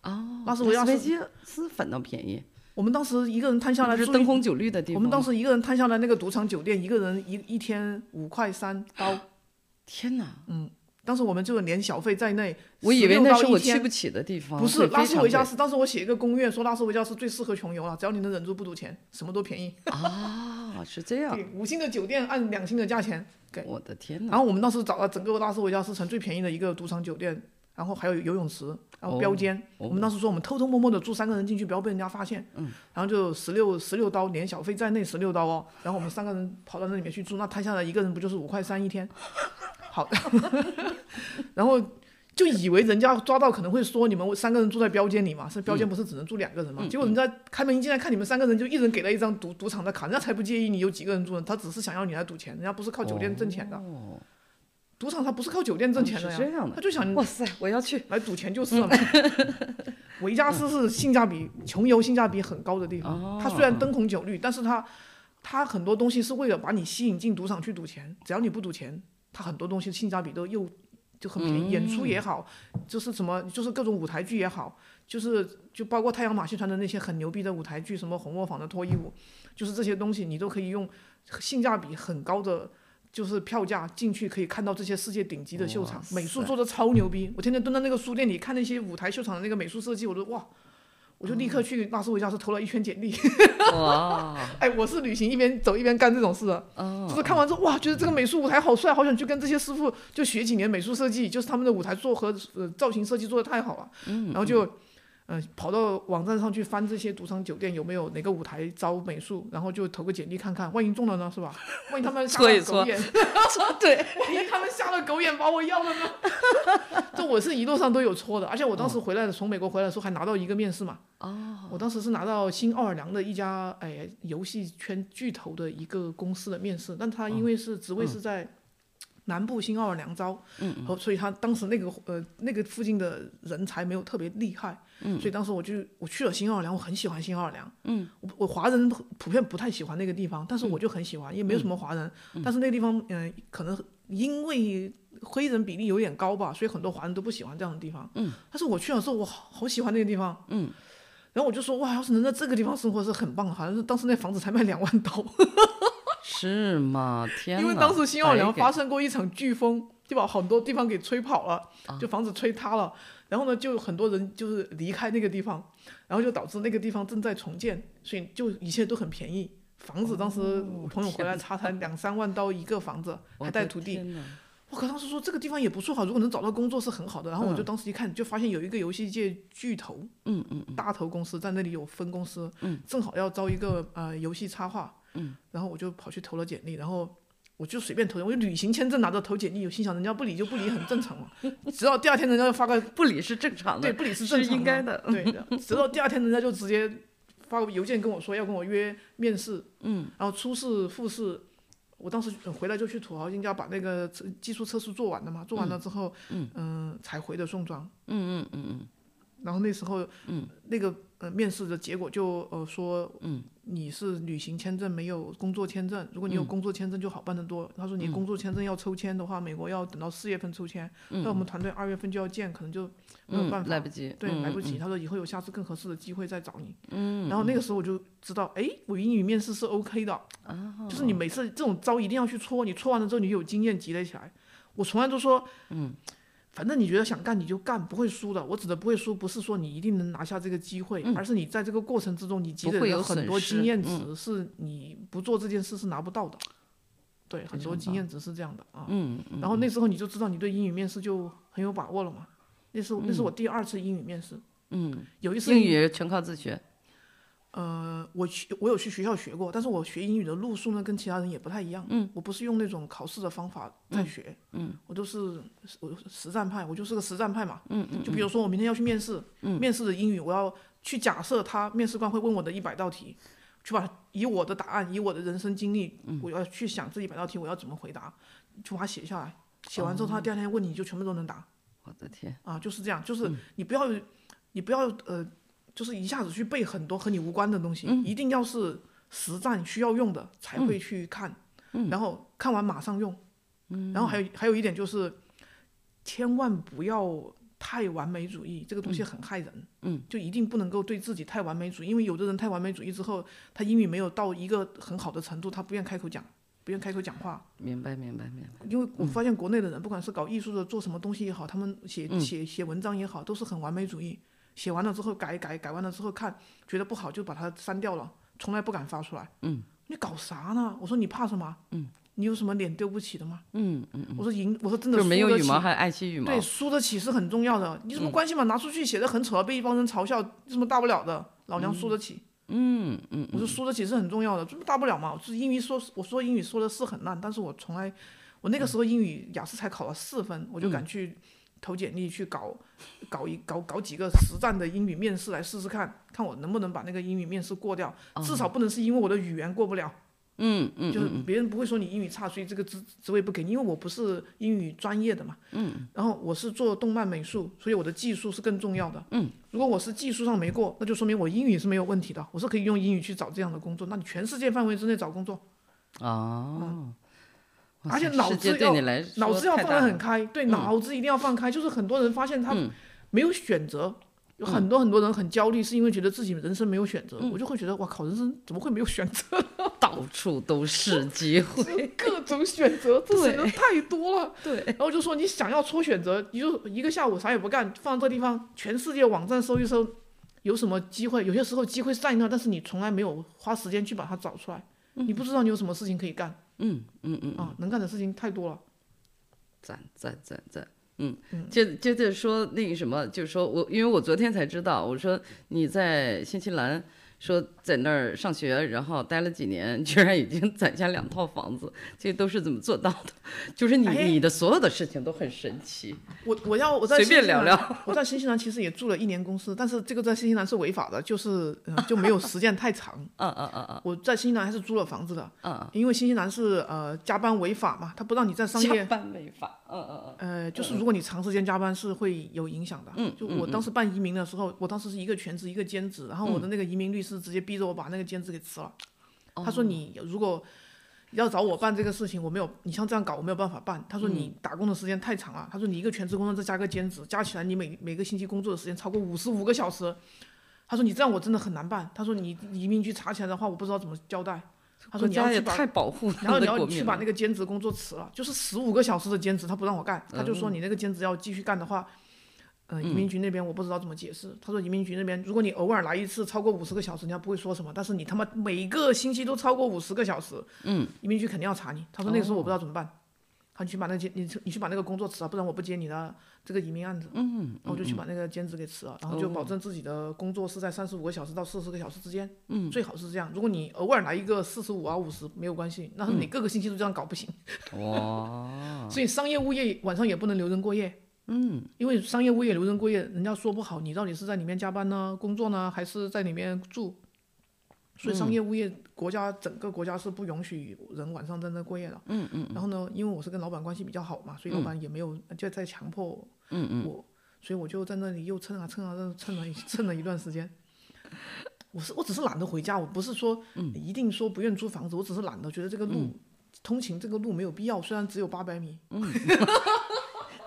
Speaker 1: 哦，
Speaker 2: 拉斯维
Speaker 1: 维
Speaker 2: 加斯
Speaker 1: 加斯反倒便宜，
Speaker 2: 我们当时一个人摊下
Speaker 1: 不
Speaker 2: 来
Speaker 1: 是
Speaker 2: 住
Speaker 1: 灯
Speaker 2: 一，
Speaker 1: 红酒绿的地方
Speaker 2: 我
Speaker 1: 吗。
Speaker 2: 们当时一个人摊下来那个赌场酒店，一个人一一天五块三刀。
Speaker 1: 天哪，
Speaker 2: 当时我们就是连小费在内，
Speaker 1: 我以为那
Speaker 2: 16
Speaker 1: 是
Speaker 2: 刀
Speaker 1: 我
Speaker 2: 一天
Speaker 1: 去不起的地方。
Speaker 2: 不
Speaker 1: 会
Speaker 2: 是
Speaker 1: 非
Speaker 2: 拉斯
Speaker 1: 常
Speaker 2: 维加
Speaker 1: 贵
Speaker 2: 斯。当时我写一个攻略说拉斯维加斯最适合穷游了，只要你能忍住不赌钱，什么都便宜。
Speaker 1: 啊，是这样。
Speaker 2: 对，五星的酒店按两星的价钱。对
Speaker 1: 我的天哪
Speaker 2: 然！后我们当时找到整个拉斯维加斯城最便宜的一个赌场酒店，然后还有游泳池，然后标间。
Speaker 1: 哦
Speaker 2: 我们当时说我们偷偷摸摸的住三个人进去，不要被人家发现。嗯。然后就十六十六刀，连小费在内十六刀哦。然后我们三个人跑到那里面去住，那摊下来一个人不就是五块三一天？ 好， 然后。就以为人家抓到可能会说你们三个人住在标间里嘛，是
Speaker 1: 嗯
Speaker 2: 标间不是只能住两个人嘛？结果人家开门一进来看你们三个人，就一人给了一张赌赌场的卡，人家才不介意你有几个人住呢，他只是想要你来赌钱，人家不是靠酒店挣钱的。
Speaker 1: 哦，
Speaker 2: 赌场他不是靠酒店挣钱的呀，
Speaker 1: 是这样的
Speaker 2: 他就想
Speaker 1: 哇塞，我要去。嗯
Speaker 2: 来赌钱就是了嘛。 维加斯是性价比穷游性价比很高的地
Speaker 1: 哦
Speaker 2: 方，它虽然灯红酒绿，但是它它很多东西是为了把你吸引进赌场去赌钱，只要你不赌钱，它很多东西性价比都又就很
Speaker 1: 嗯
Speaker 2: 便宜，演出也好，就是什么就是各种舞台剧也好，就是就包括太阳马戏团的那些很牛逼的舞台剧，什么红磨坊的脱衣舞，就是这些东西你都可以用性价比很高的。就是票价进去可以看到这些世界顶级的秀
Speaker 1: 哇
Speaker 2: 场，
Speaker 1: 塞
Speaker 2: 美术做的超牛逼。我天天蹲在那个书店里看那些舞台秀场的那个美术设计，我都哇，我就立刻去拉斯维加斯投了一圈简历。
Speaker 1: 嗯哇， 哦
Speaker 2: 哎，我是旅行一边走一边干这种事的，就是看完之后哇，觉得
Speaker 1: 嗯
Speaker 2: 这个美术舞台好帅，好想去跟这些师傅就学几年美术设计，就是他们的舞台做和呃造型设计做的太好了，然后就。嗯、跑到网站上去翻这些赌场酒店有没有哪个舞台招美术，然后就投个简历看看，万一中了呢，是吧？万一他们瞎
Speaker 3: 搓一
Speaker 2: 了
Speaker 3: 搓
Speaker 2: 狗眼，
Speaker 3: 对，
Speaker 2: 万一他们瞎了狗眼把我要了呢？ 这我是一路上都有搓的，而且我当时回来的，从美国回来的时候还拿到一个面试嘛。哦。我当时是拿到新奥尔良的一家哎游戏圈巨头的一个公司的面试，但他因为是职位是在南部新奥尔良招，嗯，然后所以他当时那个呃那个附近的人才没有特别厉害，嗯，所以当时我就我去了新奥尔良，我很喜欢新奥尔良，嗯，我我华人普普遍不太喜欢那个地方，但是我就很喜欢，也没有什么华人，但是那个地方嗯、可能因为黑人比例有点高吧，所以很多华人都不喜欢这样的地方，嗯，但是我去了之后，我好好喜欢那个地方，嗯。然后我就说哇，要是能在这个地方生活是很棒的，好像是当时那房子才卖两万刀，
Speaker 1: 是吗？天哪！
Speaker 2: 因为当时新奥尔良
Speaker 1: 白给
Speaker 2: 发生过一场飓风，就把很多地方给吹跑了，
Speaker 1: 啊
Speaker 2: 就房子吹塌了。然后呢，就很多人就是离开那个地方，然后就导致那个地方正在重建，所以就一切都很便宜。房子当时
Speaker 1: 哦
Speaker 2: 我朋友回来查才两三万刀一个房子，还带土地。。我靠，当时说这个地方也不错哈，如果能找到工作是很好的。然后我就当时一看，就发现有一个游戏界巨头，
Speaker 1: 嗯嗯，
Speaker 2: 大头公司在那里有分公司，正好要招一个呃游戏插画，
Speaker 1: 嗯
Speaker 2: 然后我就跑去投了简历，然后我就随便投，我就旅行签证拿着投简历，我心想人家不理就不理，很正常嘛。直到第二天人家就发个
Speaker 1: 不理是正常的，
Speaker 2: 对不理是正常
Speaker 1: 应该的，
Speaker 2: 对 的，直到第二天人家就直接发个邮件跟我说要跟我约面试，嗯，然后初试复试。我当时回来就去土豪金家把那个测技术测试做完了嘛，做完了之后，嗯才回的宋庄，
Speaker 1: 嗯嗯嗯嗯，
Speaker 2: 然后那时候，嗯，那个呃面试的结果就呃说，嗯，你是旅行签证没有工作签证，如果你有工作签证就好办得多。他说你工作签证要抽签的话，美国要等到四月份抽签，那、我们团队二月份就要建，可能就没有办
Speaker 1: 嗯，
Speaker 2: 法，
Speaker 1: 来不及，
Speaker 2: 对，
Speaker 1: 嗯
Speaker 2: 来不及。他说以后有下次更合适的机会再找你。嗯，然后那个时候我就知道，哎，我英语面试是 OK 的，
Speaker 1: 哦
Speaker 2: 就是你每次这种招一定要去搓，你搓完了之后你有经验积累起来。我从来都说，嗯，反正你觉得想干你就干，不会输的。我指的不会输，不是说你一定能拿下这个机会，而是你在这个过程之中你
Speaker 1: 嗯
Speaker 2: 积
Speaker 1: 不会
Speaker 2: 累
Speaker 1: 有
Speaker 2: 了很多
Speaker 1: 损失嗯
Speaker 2: 经验值，是你不做这件事是拿不到的。对，很多经验值是这样的啊。嗯，然后那时候你就知道你对英语面试就很有把握了嘛。那是那是我第二次英语面试。嗯，有一次
Speaker 1: 英语全靠自学。
Speaker 2: 呃，我去，我有去学校学过，但是我学英语的路数呢，跟其他人也不太一样。嗯，我不是用那种考试的方法在学。嗯，我都是我实战派，我就是个实战派嘛。嗯嗯。就嗯比如说，我明天要去面试，面试的英语，我要去假设他面试官会问我的一百道题，去把以我的答案，以我的人生经历，我要去想这一百道题我要怎么回答，就把它写下来。写完之后，他第二天问你就全部都能答。
Speaker 1: 我的天，
Speaker 2: 啊，就是这样，就是你不要，你不要呃，就是一下子去背很多和你无关的东西，一定要是实战需要用的才会去看，然后看完马上用，然后还有还有一点就是，千万不要太完美主义，这个东西很害人，嗯，就一定不能够对自己太完美主义，因为有的人太完美主义之后，他英语没有到一个很好的程度，他不愿开口讲，不愿开口讲话，
Speaker 1: 明白明白明白。
Speaker 2: 因为我发现国内的人，不管是搞艺术的，做什么东西也好，他们写写写文章也好，都是很完美主义。写完了之后改改改完了之后看，觉得不好就把它删掉了，从来不敢发出来。嗯，你搞啥呢？我说你怕什么？嗯，你有什么脸丢不起的吗？
Speaker 1: 嗯嗯，
Speaker 2: 我说赢，我说真的
Speaker 1: 就是没
Speaker 2: 输
Speaker 1: 有
Speaker 2: 得
Speaker 1: 羽
Speaker 2: 起
Speaker 1: 毛还爱惜羽毛
Speaker 2: 对，。输得起是很重要的。
Speaker 1: 嗯
Speaker 2: 你什么关系嘛？拿出去写的很丑，被一帮人嘲笑，有什么大不了的？老娘输得起。
Speaker 1: 嗯嗯，
Speaker 2: 我说输得起是很重要的，这不大不了嘛。我就是英语说，我说英语说的是很烂，但是我从来，
Speaker 1: 嗯
Speaker 2: 我那个时候英语雅思才考了四分，我就敢去投简历去搞，搞一搞搞几个实战的英语面试来试试看，看我能不能把那个英语面试过掉，至少不能是因为我的语言过不了。
Speaker 1: 嗯嗯，
Speaker 2: 就是别人不会说你英语差，所以这个职职位不给你，因为我不是英语专业的嘛。嗯。然后我是做动漫美术，所以我的技术是更重要的。嗯。如果我是技术上没过，那就说明我英语是没有问题的，我是可以用英语去找这样的工作。那你全世界范围之内找工作，嗯
Speaker 1: 哦，哇
Speaker 2: 而且
Speaker 1: 塞
Speaker 2: 脑
Speaker 1: 世界
Speaker 2: 子
Speaker 1: 对
Speaker 2: 要
Speaker 1: 你来说
Speaker 2: 脑子要
Speaker 1: 太
Speaker 2: 放
Speaker 1: 大
Speaker 2: 得很
Speaker 1: 了
Speaker 2: 开，对，脑子一定要放开。就是很多人发现他
Speaker 1: 嗯
Speaker 2: 没有选择，有很多很多人很焦虑，是因为觉得自己人生没有选择。
Speaker 1: 嗯
Speaker 2: 我就会觉得，哇靠，人生怎么会没有选择？
Speaker 1: 到处都 是机 会。
Speaker 2: 各种选择，这
Speaker 1: 对
Speaker 2: 选择太多了。
Speaker 1: 对，
Speaker 2: 然后就说你想要搓选择，你就一个下午啥也不干，放这地方，全世界网站搜一搜，有什么机会？有些时候机会在那，但是你从来没有花时间去把它找出来，你不知道你有什么事情可以干
Speaker 1: 嗯嗯嗯，
Speaker 2: 啊，能干的事情太多了。
Speaker 1: 赞赞赞赞。嗯，接接着说那个什么，就是说我，因为我昨天才知道，我说你在新西兰说在那儿上学，然后待了几年，居然已经攒下两套房子，这都是怎么做到的？ 就是你、
Speaker 2: 哎
Speaker 1: 你的所有的事情都很神奇，
Speaker 2: 我我要我在
Speaker 1: 随
Speaker 2: 新
Speaker 1: 便
Speaker 2: 西兰
Speaker 1: 聊。聊。
Speaker 2: 我在新西兰其实也住了一年公司，但是这个在新西兰是违法的，就是、呃、就没有时间太长。
Speaker 1: 嗯嗯嗯
Speaker 2: 我在新西兰还是租了房子的，
Speaker 1: 嗯
Speaker 2: 因为新西兰是呃加班违法嘛，他不让你在
Speaker 1: 嗯，
Speaker 2: 商业
Speaker 1: 加班违法。嗯嗯
Speaker 2: 呃，就是如果你长时间加班是会有影响的。嗯，就我当时办移民的时候，我当时是一个全职一个兼职，然后我
Speaker 1: 嗯
Speaker 2: 的那个移民律师直接逼着我把那个兼职给辞了。
Speaker 1: 哦
Speaker 2: 他说你如果要找我办这个事情，我没有你像这样搞，我没有办法办。他说
Speaker 1: 嗯
Speaker 2: 你打工的时间太长了，他说你一个全职工作再加个兼职，加起来你每每个星期工作的时间超过五十五个小时。他说你这样我真的很难办。他说你移民局查起来的话，我不知道怎么交代。
Speaker 1: 嗯，
Speaker 2: 他说
Speaker 1: 国
Speaker 2: 你要
Speaker 1: 家
Speaker 2: 去
Speaker 1: 也
Speaker 2: 把
Speaker 1: 太保护
Speaker 2: 然后
Speaker 1: 他们
Speaker 2: 你要
Speaker 1: 的国
Speaker 2: 去
Speaker 1: 民
Speaker 2: 把
Speaker 1: 了。
Speaker 2: 那个兼职工作辞了，就是十五个小时的兼职，他不让我干，他就说你那个兼职要继续干的话，嗯、移民局那边我不知道怎么解释。他说移民局那边，如果你偶尔来一次超过五十个小时，人家不会说什么，但是你他妈每个星期都超过五十个小时，嗯，哦移民局肯定要查你。他说那个时候我不知道怎么办，他说你去把那兼你去你去把那个工作辞啊了，不然我不接你的这个移民案子。嗯，哦然后我就去把那个兼职给辞了，然后就保证自己的工作是在三十五个小时到四十个小时之间。嗯，最好是这样。如果你偶尔来一个四十五啊五十没有关系，那你各个星期都这样搞不行。哇！ 所以商业物业晚上也不能留人过夜。嗯，因为商业物业留人过夜，人家说不好，你到底是在里面加班呢、工作呢，还是在里面住？所以商业物业国家整个国家是不允许人晚上在那过夜的。嗯嗯。然后呢，因为我是跟老板关系比较好嘛，所以老板也没有就在强迫我。嗯嗯。我，所以我就在那里又蹭啊蹭啊蹭了一蹭了一段时间。我是我只是懒得回家，我不是说一定说不愿租房子，我只是懒得觉得这个路、通勤这个路没有必要，虽然只有八百米，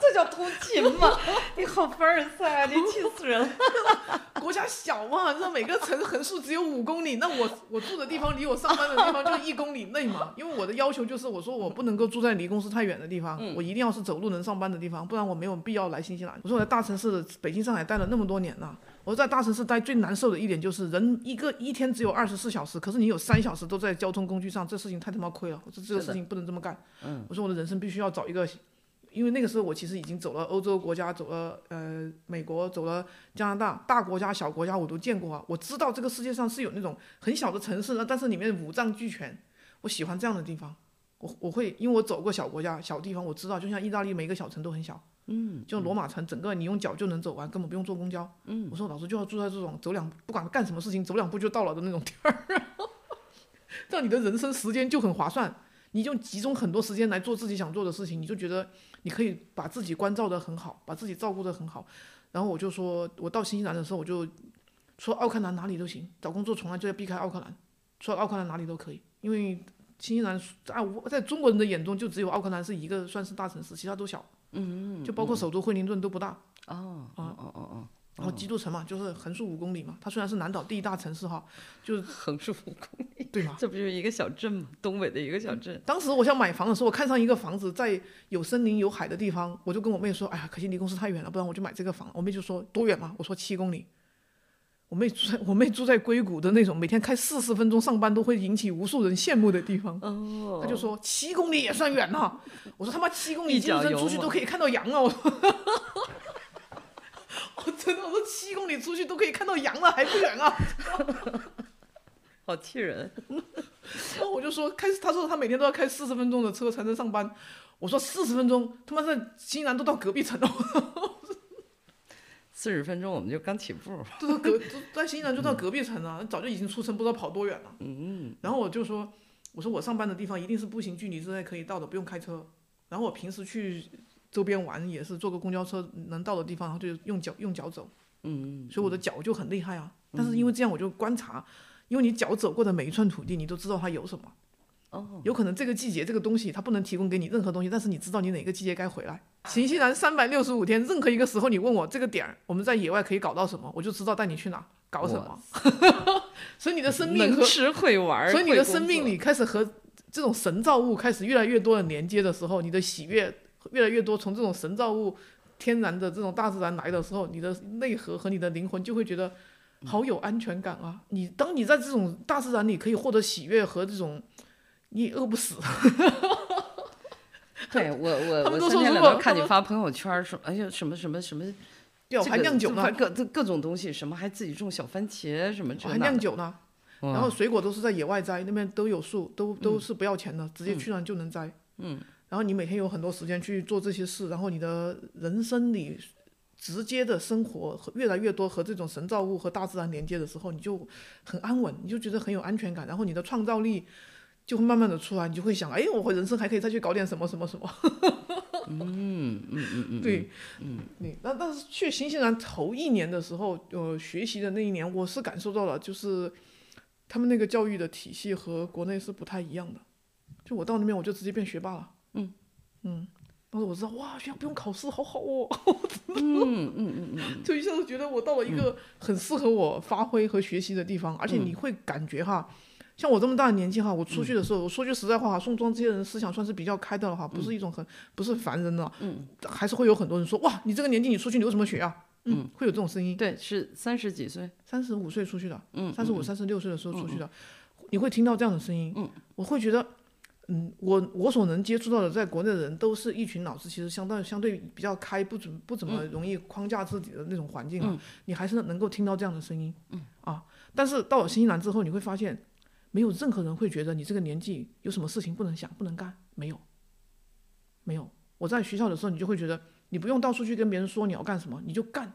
Speaker 1: 这叫通勤 吗？你好凡尔赛啊！你气死人了。
Speaker 2: 国家小嘛，你知道每个城横竖只有五公里，那我我住的地方离我上班的地方就一公里内嘛。因为我的要求就是，我说我不能够住在离公司太远的地
Speaker 1: 嗯
Speaker 2: 方，我一定要是走路能上班的地方，不然我没有必要来新西兰。我说我在大城市北京、上海待了那么多年了，我在大城市待最难受的一点就是，人一个一天只有二十四小时，可是你有三小时都在交通工具上，这事情太他妈亏了。我说这个
Speaker 1: 是的
Speaker 2: 事情不能这么干。嗯，我说我的人生必须要找一个。因为那个时候我其实已经走了欧洲国家，走了呃美国，走了加拿大，大国家、小国家我都见过啊。我知道这个世界上是有那种很小的城市，那但是里面五脏俱全。我喜欢这样的地方，我我会因为我走过小国家、小地方，我知道，就像意大利每个小城都很小，嗯，就罗马城整个你用脚就能走完，根本不用坐公交。嗯，我说老师就要住在这种走两不管干什么事情走两步就到了的那种地儿， 这样你的人生时间就很划算。你就集中很多时间来做自己想做的事情，你就觉得你可以把自己关照得很好，把自己照顾得很好。然后我就说，我到新西兰的时候，我就说奥克兰哪里都行，找工作从来就要避开奥克兰，说奥克兰哪里都可以，因为新西兰在我在中国人的眼中就只有奥克兰是一个算是大城市，其他都小，嗯，就包括首都惠灵顿都不大，
Speaker 1: 哦哦哦哦
Speaker 2: 然后基督城嘛，就是横竖五公里嘛，它虽然是南岛第一大城市哈，就
Speaker 1: 哦，横竖五公里，
Speaker 2: 对嗯嘛，
Speaker 1: 这不就是一个小镇吗？东北的一个小镇。
Speaker 2: 当时我想买房的时候，我看上一个房子在有森林有海的地方，我就跟我妹说：“哎呀，可惜离公司太远了，不然我就买这个房。”我妹就说：“多远嘛？”我说：“七公里。”我妹住在我妹住在硅谷的那种每天开四十分钟上班都会引起无数人羡慕的地方。
Speaker 1: 哦，
Speaker 2: 她就说：“七公里也算远了。”我说：“他妈七公里，
Speaker 1: 一
Speaker 2: 今
Speaker 1: 脚
Speaker 2: 天
Speaker 1: 油
Speaker 2: 出去
Speaker 1: 嘛
Speaker 2: 都可以看到羊了。”我说：“ 我真的，我说七公里出去都可以看到羊了，还不远啊？”
Speaker 1: 好气人。
Speaker 2: 然后我就说开，他说他每天都要开四十分钟的车才能上班。我说四十分钟，他妈在竟然都到隔壁城了，
Speaker 1: 四十分钟我们就刚起步。
Speaker 2: 都到隔都在新西兰就到隔壁城了，早就已经出城不知道跑多远了。嗯，然后我就说，我说我上班的地方一定是步行距离之内可以到的，不用开车。然后我平时去周边玩也是坐个公交车能到的地方，然后就用脚用脚走，
Speaker 1: 嗯，
Speaker 2: 所以我的脚就很厉害啊。但是因为这样我就观察，因为你脚走过的每一寸土地，你都知道它有什么。
Speaker 1: 哦，
Speaker 2: 有可能这个季节这个东西它不能提供给你任何东西，但是你知道你哪个季节该回来。
Speaker 1: 啊
Speaker 2: 新西兰三百六十五天，任何一个时候你问我这个点儿，我们在野外可以搞到什么，我就知道带你去哪儿搞什么。 所以你的生命
Speaker 1: 能
Speaker 2: 和，
Speaker 1: 吃会玩儿，
Speaker 2: 所以你的
Speaker 1: 会工
Speaker 2: 生命
Speaker 1: 作
Speaker 2: 里开始和这种神造物开始越来越多的连接的时候，你的喜悦越来越多，从这种神造物、天然的这种大自然来的时候，你的内核和你的灵魂就会觉
Speaker 1: 嗯
Speaker 2: 得好有安全感啊！你当你在这种大自然里可以获得喜悦和这种。你也饿不死，
Speaker 1: 对哎我
Speaker 2: 他
Speaker 1: 我
Speaker 2: 们
Speaker 1: 我
Speaker 2: 都
Speaker 1: 三
Speaker 2: 说
Speaker 1: 天
Speaker 2: 如
Speaker 1: 两
Speaker 2: 果
Speaker 1: 头看
Speaker 2: 他
Speaker 1: 你
Speaker 2: 们
Speaker 1: 发朋友圈儿说，哎呀什么什么什么
Speaker 2: 对，我
Speaker 1: 这
Speaker 2: 还
Speaker 1: 个
Speaker 2: 酿酒
Speaker 1: 这
Speaker 2: 呢，
Speaker 1: 反各这各种东西，什么还自己种小番茄什么
Speaker 2: 我
Speaker 1: 这
Speaker 2: 还
Speaker 1: 那
Speaker 2: 酿
Speaker 1: 的，
Speaker 2: 酒呢。
Speaker 1: 哇
Speaker 2: 然后水果都是在野外摘，那边都有树，都都是不要钱的，直接去那就能摘。嗯。然后你每天有很多时间去做这些事，然后你的人生里直接的生活和越来越多和这种神造物和大自然连接的时候，你就很安稳，你就觉得很有安全感，然后你的创造力就会慢慢的出来，你就会想，哎，我人生还可以再去搞点什么什么什么。嗯嗯嗯嗯， 对，嗯，你那但是去新西兰头一年的时候，呃，学习的那一年，我是感受到了，就是他们那个教育的体系和国内是不太一样的。就我到那边，我就直接变学霸了。
Speaker 1: 嗯
Speaker 2: 嗯，当时我知道，哇，学校不用考试，好好哦，
Speaker 1: 嗯嗯嗯嗯
Speaker 2: 就一下子觉得我到了一个很适合我发挥和学习的地方，
Speaker 1: 嗯
Speaker 2: 而且你会感觉哈。像我这么大的年纪哈，我出去的时
Speaker 1: 嗯
Speaker 2: 候，我说句实在话哈，宋庄这些人思想算是比较开的了哈，不是一种很不是凡人了，嗯，还是会有很多人说哇，你这个年纪你出去留什么学啊？嗯，会有这种声音
Speaker 1: 嗯，。对，是三十几岁，
Speaker 2: 三十五岁出去的，
Speaker 1: 嗯
Speaker 2: 三十五、三十六岁的时候出去的，你会听到这样的声音，
Speaker 1: 嗯，
Speaker 2: 我会觉得，嗯，我我所能接触到的，在国内的人都是一群脑子其实相当相对比较开，不怎不怎么
Speaker 1: 嗯
Speaker 2: 容易框架自己的那种环境啊，你还是能够听到这样的声音，嗯啊，但是到了新西兰之后，你会发现，没有任何人会觉得你这个年纪有什么事情不能想、不能干，没有，没有。我在学校的时候，你就会觉得你不用到处去跟别人说你要干什么，你就干，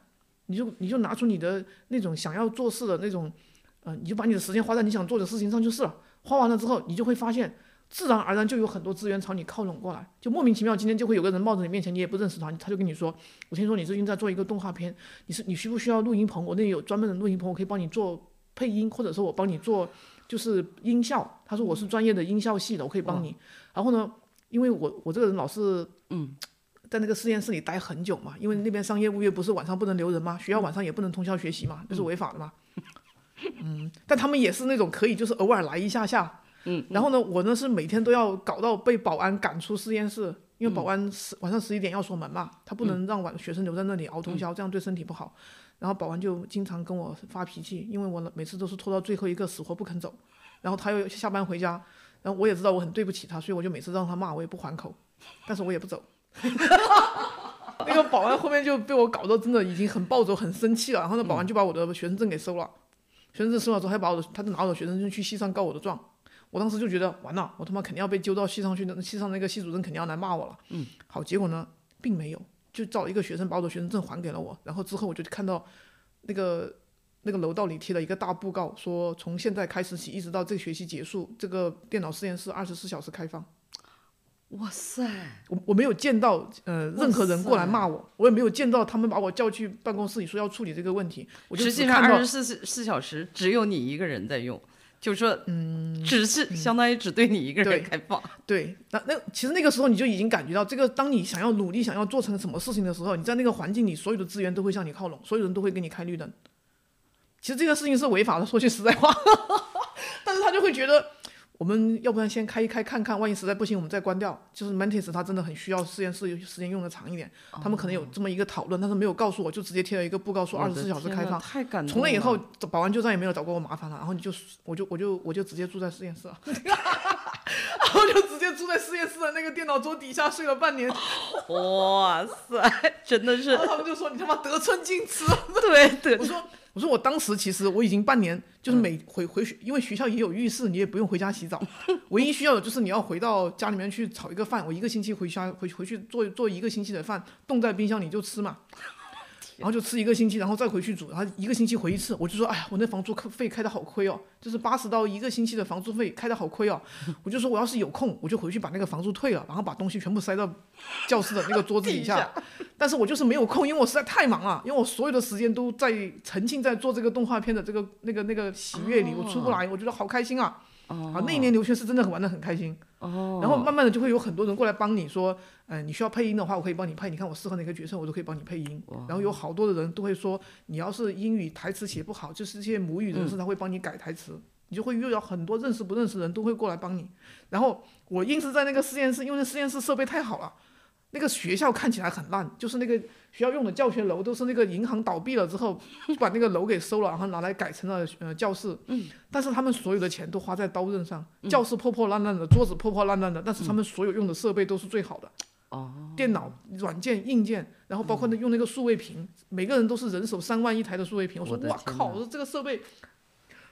Speaker 2: 你就你就拿出你的那种想要做事的那种，呃，你就把你的时间花在你想做的事情上就是了。花完了之后，你就会发现，自然而然就有很多资源朝你靠拢过来，就莫名其妙，今天就会有个人冒着你面前，你也不认识他，他就跟你说：“我听说你最近在做一个动画片，你是你需不需要录音棚？我那里有专门的录音棚，我可以帮你做配音，或者说我帮你做就是音效。”他说：“我是专业的音效系的，我可以帮你。”然后呢，因为我我这个人老是
Speaker 1: 嗯
Speaker 2: 在那个实验室里待很久嘛，因为那边商业物业不是晚上不能留人嘛，学校晚上也不能通宵学习嘛，这是违法的嘛。嗯，但他们也是那种可以就是偶尔来一下下。
Speaker 1: 嗯，
Speaker 2: 然后呢，我呢是每天都要搞到被保安赶出实验室，
Speaker 1: 嗯
Speaker 2: 因为保安十、晚上十一点要锁门嘛，他不能让晚学生留在那里熬通
Speaker 1: 嗯
Speaker 2: 宵，这样对身体不好。然后保安就经常跟我发脾气，因为我每次都是拖到最后一个死活不肯走，然后他又下班回家，然后我也知道我很对不起他，所以我就每次让他骂，我也不还口，但是我也不走。 那个保安后面就被我搞得真的已经很暴走、很生气了，然后那保安就把我的学生证给收了，学生证收了之后还把我的，他就拿我的学生证去系上告我的状。我当时就觉得完了，我他妈肯定要被揪到系上去，那系上那个系主任肯定要来骂我了。嗯，好，结果呢，并没有，就找一个学生把我的学生证还给了我，然后之后我就看到那个那个楼道里贴了一个大布告，说从现在开始起，一直到这学期结束，这个电脑实验室二十四小时开放。
Speaker 1: 哇塞，
Speaker 2: 我我没有见到呃任何人过来骂我，我也没有见到他们把我叫去办公室里说要处理这个问题，我就
Speaker 1: 实
Speaker 2: 只
Speaker 1: 际上
Speaker 2: 看
Speaker 1: 二
Speaker 2: 到
Speaker 1: 十四四小时只有你一个人在用，就是说，嗯，只是相当于只对你一个人
Speaker 2: 对
Speaker 1: 开放。
Speaker 2: 对，那那其实那个时候你就已经感觉到，这个当你想要努力想要做成什么事情的时候，你在那个环境里，所有的资源都会向你靠拢，所有人都会给你开绿灯。其实这个事情是违法的，说句实在话， 但是他就会觉得，我们要不然先开一开看看，万一实在不行我们再关掉。就是 Mantis 他真的很需要实验室有时间用的长一点，他们可能有这么一个讨论，但是没有告诉我，就直接贴了一个布告说
Speaker 1: 哦我
Speaker 2: 二
Speaker 1: 的
Speaker 2: 十四小时
Speaker 1: 天
Speaker 2: 开
Speaker 1: 呐
Speaker 2: 放。
Speaker 1: 太感动
Speaker 2: 从那以
Speaker 1: 了
Speaker 2: 后，保安就再也没有找过我麻烦了。然后你就，我就，我就，我就直接住在实验室了， 然后就直接住在实验室的那个电脑桌底下睡了半年。
Speaker 1: 哇塞，真的 是
Speaker 2: 然后他们就说你他妈得寸进尺。
Speaker 1: 对 对嗯
Speaker 2: 我，说，我说我当时其实我已经半年，就是每回回学，因为学校也有浴室，你也不用回家洗 澡，唯一需要的就是你要回到家里面去炒一个饭。我一个星期回家回回去做做一个星期的饭，冻在冰箱里就吃 嘛。然后就吃一个星期，然后再回去煮，然后一个星期回一次，我就说，哎呀，我那房租费开的好亏哦，就是八十到一个星期的房租费开的 好亏哦，我就说我要是有空，我就回去把那个房租退了，然后把东西全部塞到教室的那个桌子底
Speaker 1: 地下
Speaker 2: 下。但是我就是没有空，因为我实在太忙了，因为我所有的时间都在沉浸在做这个动画片的这个那个那个喜悦里，我出不来，我觉得好开心啊！
Speaker 1: 哦
Speaker 2: 啊，那一年留学是真的很玩的很开心。
Speaker 1: 哦，
Speaker 2: 然后慢慢的就会有很多人过来帮你说，嗯、你需要配音的话，我可以帮你配。你看我适合哪个角色，我都可以帮你配音。然后有好多的人都会说，你要是英语台词写不好，就是这些母语
Speaker 1: 嗯
Speaker 2: 人士他会帮你改台词，你就会遇到很多认识不认识的人都会过来帮你。然后我硬是在那个实验室，因为那实验室设备太好了。那个学校看起来很烂，就是那个学校用的教学楼都是那个银行倒闭了之后，就把那个楼给收了，然后拿来改成了呃教室。
Speaker 1: 嗯
Speaker 2: 但是他们所有的钱都花在刀刃上，教室破破烂烂的，桌子破破烂烂的，但是他们所有用的设备都是最好的。
Speaker 1: 嗯哦，嗯
Speaker 2: 电脑、软件、硬件，然后包括那用那个数位屏，每个人都是人手三万一台的数位屏。我说
Speaker 1: 我的
Speaker 2: 哇
Speaker 1: 天
Speaker 2: 靠，
Speaker 1: 哪
Speaker 2: 我说这个设备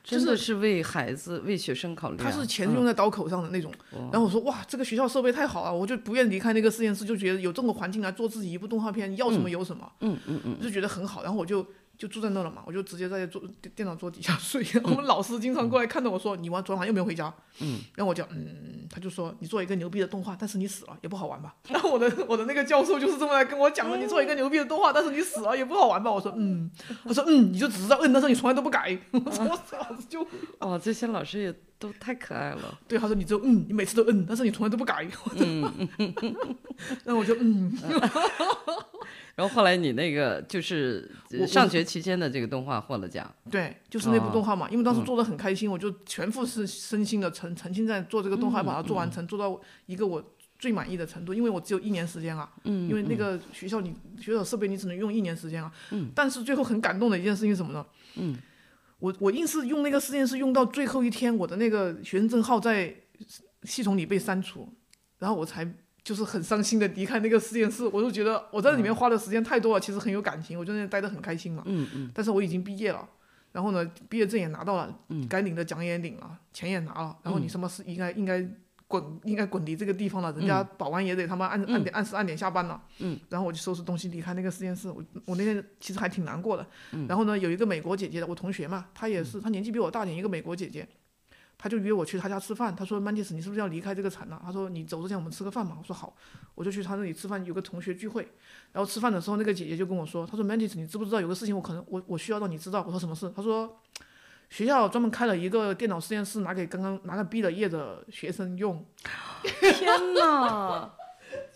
Speaker 2: 就
Speaker 1: 真的是为孩子、为学生考虑啊。嗯
Speaker 2: 它是钱用在刀口上的那种。然后我说哇，这个学校设备太好啊了，我就不愿离开那个实验室，就觉得有这种环境来做自己一部动画片，要什么有什么，
Speaker 1: 嗯嗯嗯，
Speaker 2: 就觉得很好。然后我就就住在那了嘛，我就直接在桌电电脑桌底下 睡。
Speaker 1: 嗯
Speaker 2: 我们老师经常过来看到我说你玩昨晚又没有回家，嗯，然后我就嗯，他就说你做一个牛逼的动画，但是你死了也不好玩吧。然后我的我的那个教授就是这么来跟我讲的，你做一个牛逼的动画，但是你死了也不好玩吧。我说嗯，他说嗯，你就只知道嗯，但是你从来都不改。 我说我操，就
Speaker 1: 哇，哦这些老师也都太可爱了。
Speaker 2: 对，他说你就嗯，你每次都嗯，但是你从来都不改。 然后我就嗯，
Speaker 1: 然后后来你那个就是呃
Speaker 2: 我我
Speaker 1: 上学期间的这个动画获了奖，
Speaker 2: 对，就是那部
Speaker 1: 哦
Speaker 2: 动画嘛，因为当时做的很开心，我就全副身身心的沉沉浸在做这个动画，把它做完成，做到一个我最满意的程度。因为我只有一年时间啊，嗯，因为那个学校你学校设备你只能用一年时间啊，嗯，但是最后很感动的一件事情是什么呢？嗯，我我硬是用那个实验室用到最后一天，我的那个学生证号在系统里被删除，然后我才。就是很伤心的离开那个实验室，我就觉得我在里面花的时间太多了，其实很有感情，我就在那待得很开心嘛。
Speaker 1: 嗯嗯，
Speaker 2: 但是我已经毕业了，然后呢，毕业证也拿到了，该领的奖也领了，钱也拿了，然后你什么是应该应该滚应该滚离这个地方了，人家保安也得他妈按、按点按时按点下班了，
Speaker 1: 嗯，
Speaker 2: 然后我就收拾东西离开那个实验室，我我那天其实还挺难过的，然后呢，有一个美国姐姐的我同学嘛，她也是，她年纪比我大点，一个美国姐姐。她就约我去她家吃饭，她说曼蒂斯，你是不是要离开这个城了？她说你走之前我们吃个饭嘛。我说好，我就去她那里吃饭，有个同学聚会，然后吃饭的时候，那个姐姐就跟我说，她说 Mantis，你知不知道有个事情我可能我我需要让你知道。我说什么事？她说学校专门开了一个电脑实验室，拿给刚刚拿个毕了业的学生用。
Speaker 1: 天哪！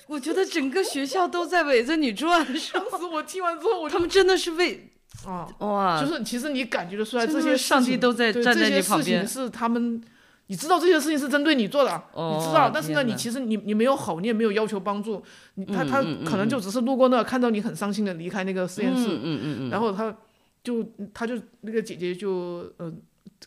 Speaker 1: 我觉得整个学校都在围着你 转，是
Speaker 2: 当时我听完之后，我就
Speaker 1: 他们真的是为
Speaker 2: 啊，
Speaker 1: 哇，
Speaker 2: 就是其实你感觉得出来，
Speaker 1: 真
Speaker 2: 这
Speaker 1: 的
Speaker 2: 些
Speaker 1: 是
Speaker 2: 事情
Speaker 1: 上帝都在
Speaker 2: 对
Speaker 1: 站在
Speaker 2: 这
Speaker 1: 你
Speaker 2: 些
Speaker 1: 旁
Speaker 2: 事情
Speaker 1: 边
Speaker 2: 是他们，你知道这些事情是针对你做的，
Speaker 1: 哦
Speaker 2: 你知道，但是呢，
Speaker 1: 天哪
Speaker 2: 你其实你你没有吼，你也没有要求帮助，你他
Speaker 1: 嗯
Speaker 2: 他
Speaker 1: 嗯嗯
Speaker 2: 可能就只是路过那儿，看到你很伤心的离开那个实验室，
Speaker 1: 嗯嗯 嗯嗯，
Speaker 2: 然后他就他就那个姐姐就呃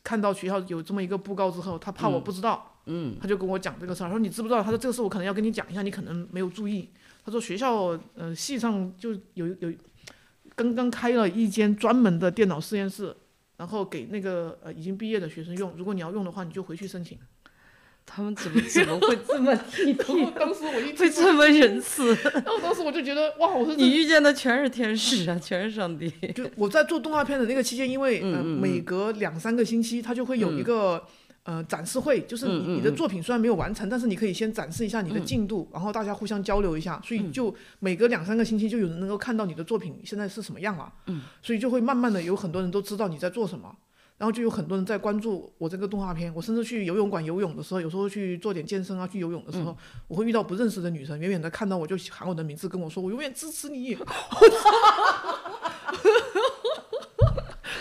Speaker 2: 看到学校有这么一个布告之后，她怕我不知道，嗯，她就跟我讲这个事儿，她说你知不知道？她说这个事我可能要跟你讲一下，你可能没有注意。他说学校呃系上就有有刚刚开了一间专门的电脑实验室，然后给那个呃已经毕业的学生用，如果你要用的话，你就回去申 请。
Speaker 1: 他们怎么怎么会这 么 体
Speaker 2: 然后哦当时我一
Speaker 1: 会
Speaker 2: 听，
Speaker 1: 这么仁慈？
Speaker 2: 然后当时我就觉得哇，我 说
Speaker 1: 你遇见的全是天使啊， 全是上帝。
Speaker 2: 就我在做动画片的那个期间，因为、呃、每隔两三个星期，它就会有一个、呃展示会，就是你、你的作品虽然没有完成，但是你可以先展示一下你的进度，然后大家互相交流一下，所以就每隔两三个星期就有人能够看到你的作品现在是什么样了，嗯，所以就会慢慢的有很多人都知道你在做什么。然后就有很多人在关注我这个动画片，我甚至去游泳馆游泳的时候，有时候去做点健身啊，去游泳的时
Speaker 1: 嗯
Speaker 2: 候，我会遇到不认识的女生，远远的看到我就喊我的名字，跟我说我永远支持你。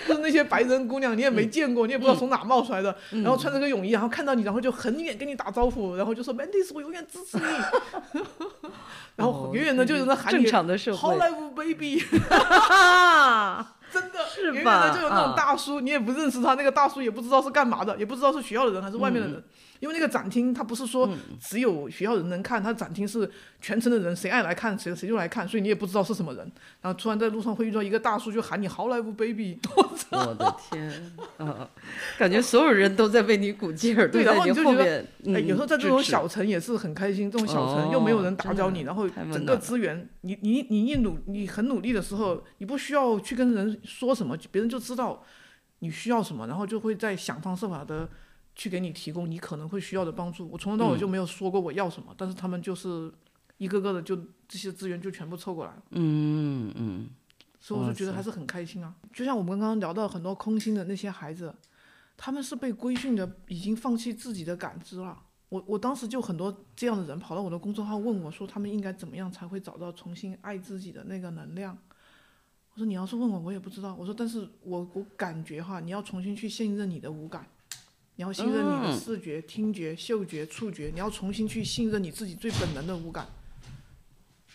Speaker 2: 就是那些白人姑娘，你也
Speaker 1: 嗯
Speaker 2: 没见过，你也不知道从哪冒出来的，然后穿着个泳衣，然后看到你，然后就很远跟你打招呼，然后就说 Mandis，我永远支持你。 然后远远的就有人喊
Speaker 1: 哦正
Speaker 2: 你
Speaker 1: 常的社
Speaker 2: 好
Speaker 1: 会，
Speaker 2: 莱坞 baby，真的，
Speaker 1: 是吧
Speaker 2: 远远的就有那
Speaker 1: 啊
Speaker 2: 种大叔，你也不认识他，那个大叔也不知道是干嘛的，也不知道是学校的人还是外面
Speaker 1: 嗯
Speaker 2: 的人，因为那个展厅它不是说只有学校人能看，它展厅是全城的人，谁爱来看谁谁就来看，所以你也不知道是什么人。然后突然在路上会遇到一个大叔，就喊你好莱坞 baby，
Speaker 1: 嗯我的天啊！感觉所有人都在为你鼓劲儿，
Speaker 2: 对
Speaker 1: 都
Speaker 2: 然
Speaker 1: 在
Speaker 2: 后
Speaker 1: 你
Speaker 2: 你就
Speaker 1: 后
Speaker 2: 觉得
Speaker 1: 面。
Speaker 2: 哎，
Speaker 1: 嗯
Speaker 2: 有时候在这
Speaker 1: 支
Speaker 2: 种
Speaker 1: 持
Speaker 2: 小城也是很开心，这种小城
Speaker 1: 哦
Speaker 2: 又没有人打扰你，
Speaker 1: 真的
Speaker 2: 然后
Speaker 1: 太温
Speaker 2: 整
Speaker 1: 暖
Speaker 2: 个
Speaker 1: 了
Speaker 2: 资源，你你你一努，你很努力的时候，你不需要去跟人说什么，别人就知道你需要什么，然后就会在想方设法的去给你提供你可能会需要的帮助。我从头到
Speaker 1: 嗯
Speaker 2: 尾就没有说过我要什么，但是他们就是一个个的就这些资源就全部凑过来了。
Speaker 1: 嗯嗯，
Speaker 2: 所以我
Speaker 1: 哇
Speaker 2: 就觉得还是很开心啊。就像我们刚刚聊到很多空心的那些孩子，他们是被规训的，已经放弃自己的感知了。我我当时就很多这样的人跑到我的公众号问我说，他们应该怎么样才会找到重新爱自己的那个能量？我说你要是问我，我也不知道。我说但是我我感觉哈，你要重新去信任你的五感，你要信任你的视觉、听觉、嗅觉、触觉，你要重新去信任你自己最本能的五感。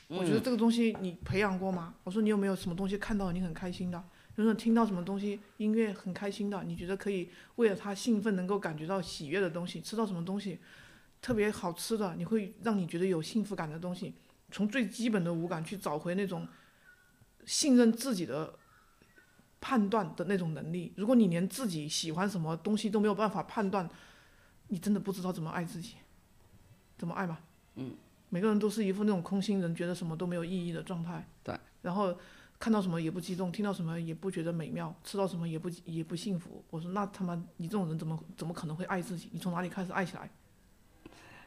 Speaker 2: 我觉得这个东西你培养过吗？我说你有没有什么东西看到你很开心的？就是听到什么东西音乐很开心的，你觉得可以为了它兴奋，能够感觉到喜悦的东西，吃到什么东西特别好吃的，你会让你觉得有幸福感的东西，从最基本的五感去找回那种信任自己的判断的那种能力。如果你连自己喜欢什么东西都没有办法判断，你真的不知道怎么爱自己，怎么爱吧？嗯，每个人都是一副那种空心人，觉得什么都没有意义的状态。
Speaker 1: 对，
Speaker 2: 然后看到什么也不激动，听到什么也不觉得美妙，吃到什么也不也不幸福。我说那他妈你这种人怎么怎么可能会爱自己？你从哪里开始爱起来？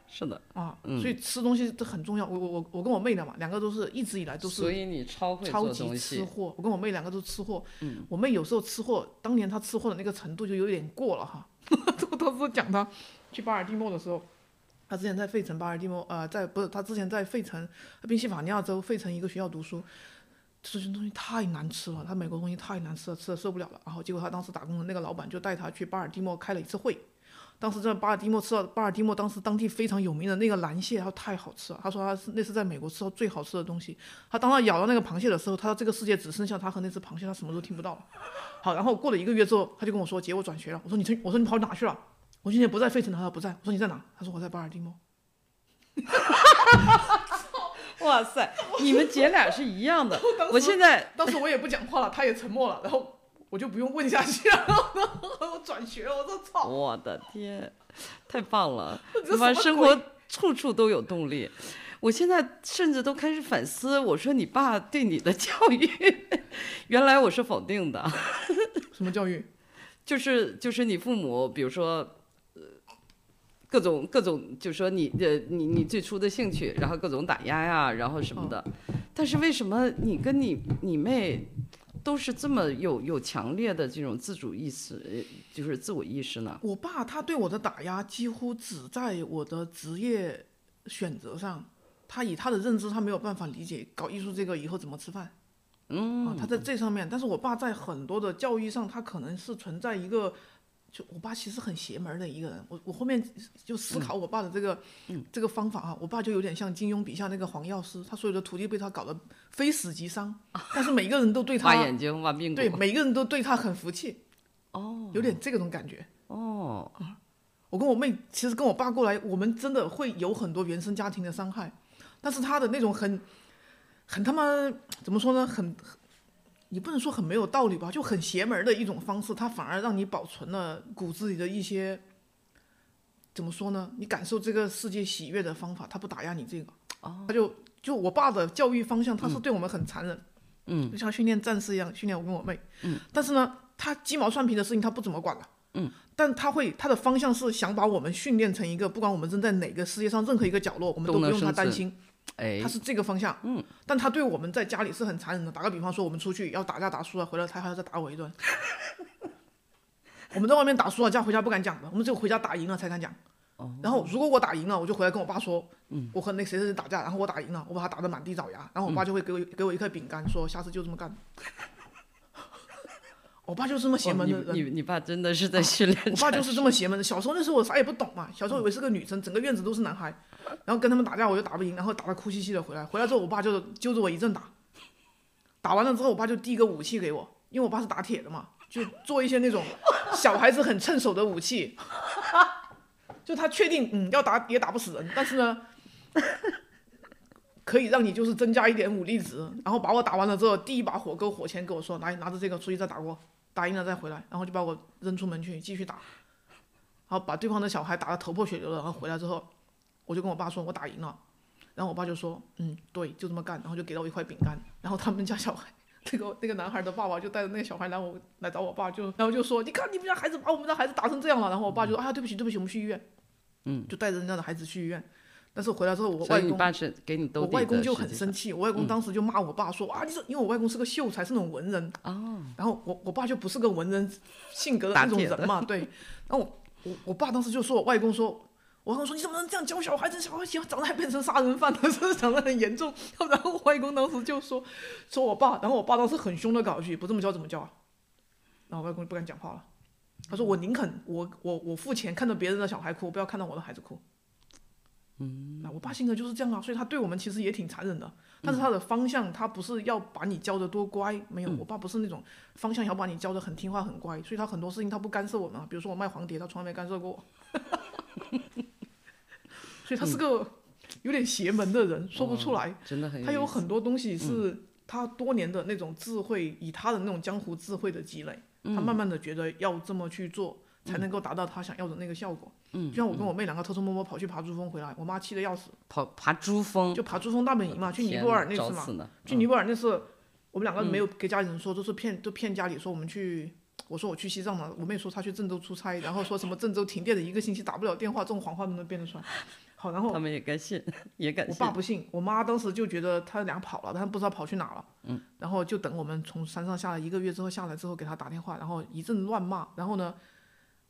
Speaker 1: 是的，
Speaker 2: 啊，所以吃东西这很重要。我我我我跟我妹俩嘛，两个都是一直以哎来都是
Speaker 1: 所以你超会
Speaker 2: 超
Speaker 1: 做
Speaker 2: 级
Speaker 1: 东
Speaker 2: 吃
Speaker 1: 西，嗯
Speaker 2: 货，我跟我妹两个都吃货。我妹有时候吃货，当年她吃货的那个程度就有点过了哈。 我当时讲她去巴尔的摩的时候，她之前在费城巴尔的摩呃，在不是她之前在费城宾夕法尼亚州费城一个学校读书，这些东西太难吃了，她美国东西太难吃了，吃的受不了了。然后结果她当时打工的那个老板就带她去巴尔的摩开了一次会。当时在巴尔的摩吃到巴尔的摩当时当地非常有名的那个蓝蟹，它太好吃了。他说他是那是在美国吃到最好吃的东西。他当他咬到那个螃蟹的时候，他这个世界只剩下他和那只螃蟹，他什么都听不到了。好，然后过了一个月之后，他就跟我说：“姐，我转学了。”我说：“你去，我说你跑哪去了？”我今天不在费城，他说不在。我说你在哪？他说我在巴尔的摩。
Speaker 1: 哇塞，你们姐俩是一样 的。我现在
Speaker 2: 当时我也不讲话了，他也沉默了，然后我就不用问下去了。 然后我转学了，我说操，
Speaker 1: 我的天，太棒了！他
Speaker 2: 这
Speaker 1: 妈
Speaker 2: 什么
Speaker 1: 生
Speaker 2: 鬼
Speaker 1: 活处处都有动力。我现在甚至都开始反思，我说你爸对你的教育， 原来我是否定的，
Speaker 2: 什么教育？
Speaker 1: 就是就是你父母，比如说，呃，各种各种，就说你呃你你最初的兴趣，然后各种打压呀、然后什么的。
Speaker 2: 哦
Speaker 1: 但是为什么你跟你你妹都是这么有有强烈的这种自主意识，呃就是自我意识呢？
Speaker 2: 我爸他对我的打压几乎只在我的职业选择上，他以他的认知，他没有办法理解搞艺术这个以后怎么吃饭。嗯、他在这上面，但是我爸在很多的教育上，他可能是存在一个，就我爸其实很邪门儿的一个人。我我后面就思考我爸的这个、这个方法啊，我爸就有点像金庸笔下那个黄药师，他所有的徒弟被他搞得非死即伤，但是每个人都 对
Speaker 1: 挖
Speaker 2: 他，
Speaker 1: 眼睛挖髌骨。
Speaker 2: 对每个人都对他很服气，
Speaker 1: 哦
Speaker 2: 有点这种感觉。
Speaker 1: 哦，
Speaker 2: 我跟我妹其实跟我爸过来，我们真的会有很多原生家庭的伤害。但是他的那种很很他妈怎么说呢，很很也不能说很没有道理吧，就很邪门儿的一种方式，它反而让你保存了骨子里的一些怎么说呢，你感受这个世界喜悦的方法，他不打压你这个，他就就我爸的教育方向，他是对我们很残忍，嗯，就像训练战士一样训练我跟我妹，嗯，但是呢，他鸡毛蒜皮的事情他不怎么管了。但他会，他的方向是想把我们训练成一个，不管我们扔在哪个世界上任何一个角落，我们
Speaker 1: 都
Speaker 2: 都不
Speaker 1: 能
Speaker 2: 用他
Speaker 1: 生
Speaker 2: 担
Speaker 1: 存
Speaker 2: 心。
Speaker 1: 哎
Speaker 2: 他，是这个方向，嗯，但他对我们在家里是很残忍的。打个比方说，我们出去要打架打输了，回来他还要再打我一顿。 我们在外面打输了架回家不敢讲的，我们只有回家打赢了才敢讲。然后如果我打赢了，我就回来跟我爸说，我和那谁谁谁打架，然后我打赢了，我把他打得满地找牙，然后我爸就会给我、给我一颗饼干，说下次就这么干。 我爸就是这么邪
Speaker 1: 哇哦
Speaker 2: 门
Speaker 1: 你
Speaker 2: 的人。啊
Speaker 1: 你你爸真的是在训练
Speaker 2: 我
Speaker 1: 战
Speaker 2: 爸就是这么邪门的。小时候那时候我啥也不懂嘛，小时候以为是个女生，整个院子都是男孩，然后跟他们打架我就打不赢，然后打得哭兮兮的回来。回来之后，我爸就揪着我一阵打，打完了之后，我爸就递一个武器给我，因为我爸是打铁的嘛，就做一些那种小孩子很趁手的武器，就他确定嗯要打也打不死人，但是呢。可以让你就是增加一点武力值，然后把我打完了之后，第一把火给我火钳给我说，来拿着这个出去再打我，打赢了再回来，然后就把我扔出门去继续打。然后把对方的小孩打得头破血流了，然后回来之后，我就跟我爸说，我打赢了，然后我爸就说，嗯，对，就这么干，然后就给了我一块饼干，然后他们家小孩。那个那个男孩的爸爸就带着那个小孩来我来找我爸，就然后就说你看你们家孩子把我们家孩子打成这样了，然后我爸就说哎呀对不起对不起我们去医院，嗯，就带着人家的孩子去医院，但是回来之后我
Speaker 1: 所
Speaker 2: 外
Speaker 1: 以你
Speaker 2: 公
Speaker 1: 爸是给你兜
Speaker 2: 我
Speaker 1: 底的，
Speaker 2: 外公就
Speaker 1: 实
Speaker 2: 很
Speaker 1: 际嗯
Speaker 2: 生气，我外公当时就骂我爸说、啊，你这因为我外公是个秀才，是那种文人
Speaker 1: 哦
Speaker 2: 然后我我爸就不是个文人性格的那种人嘛，对。然后我我我爸当时就说我外公说，我外公说你怎么能这样教小孩子？小孩子长大还变成杀人犯了， 是不是长得很严重？ 然后我外公当时就说说我爸，然后我爸当时很凶的搞一句，不这么教怎么教啊？然后我外公就不敢讲话了。他说：“我宁肯我我我付钱看到别人的小孩哭，不要看到我的孩子哭。”那我爸性格就是这样啊，所以他对我们其实也挺残忍的，但是他的方向，他不是要把你教得多乖，没有，我爸不是那种方向要把你教得很听话很乖，所以他很多事情他不干涉我们啊，比如说我卖黄碟，他从来没干涉过我， 所以他是个有点邪门的人，说不出来，
Speaker 1: 哦真的很
Speaker 2: 他有
Speaker 1: 意思嗯
Speaker 2: 很多东西是他多年的那种智慧，以他的那种江湖智慧的积累，他
Speaker 1: 嗯
Speaker 2: 慢慢的觉得要这么去做，才能够达到他想要的那个效果。嗯，就像我跟我妹两个偷偷摸摸跑去爬珠峰回来，我妈气得要死，
Speaker 1: 跑爬珠峰，
Speaker 2: 就爬珠峰大本营嘛，去
Speaker 1: 嗯
Speaker 2: 尼
Speaker 1: 呃天
Speaker 2: 泊尔那
Speaker 1: 找
Speaker 2: 次嘛，
Speaker 1: 死嗯呢
Speaker 2: 去尼泊尔那次，我们两个没有给家里人说，都是骗，都骗家里说我们去。我说我去西藏了，我妹说她去郑州出差，然后说什么郑州停电的一个星期打不了电话，这种谎话都能编得出来。好，然后
Speaker 1: 他们也该信， 也敢
Speaker 2: 哦我
Speaker 1: 信
Speaker 2: 爸。不信，我妈当时就觉得他俩跑了，但不知道跑去哪了。嗯，然后就等我们从山上下来一个月之后下来之后给他打电话，然后一阵乱骂。然后呢，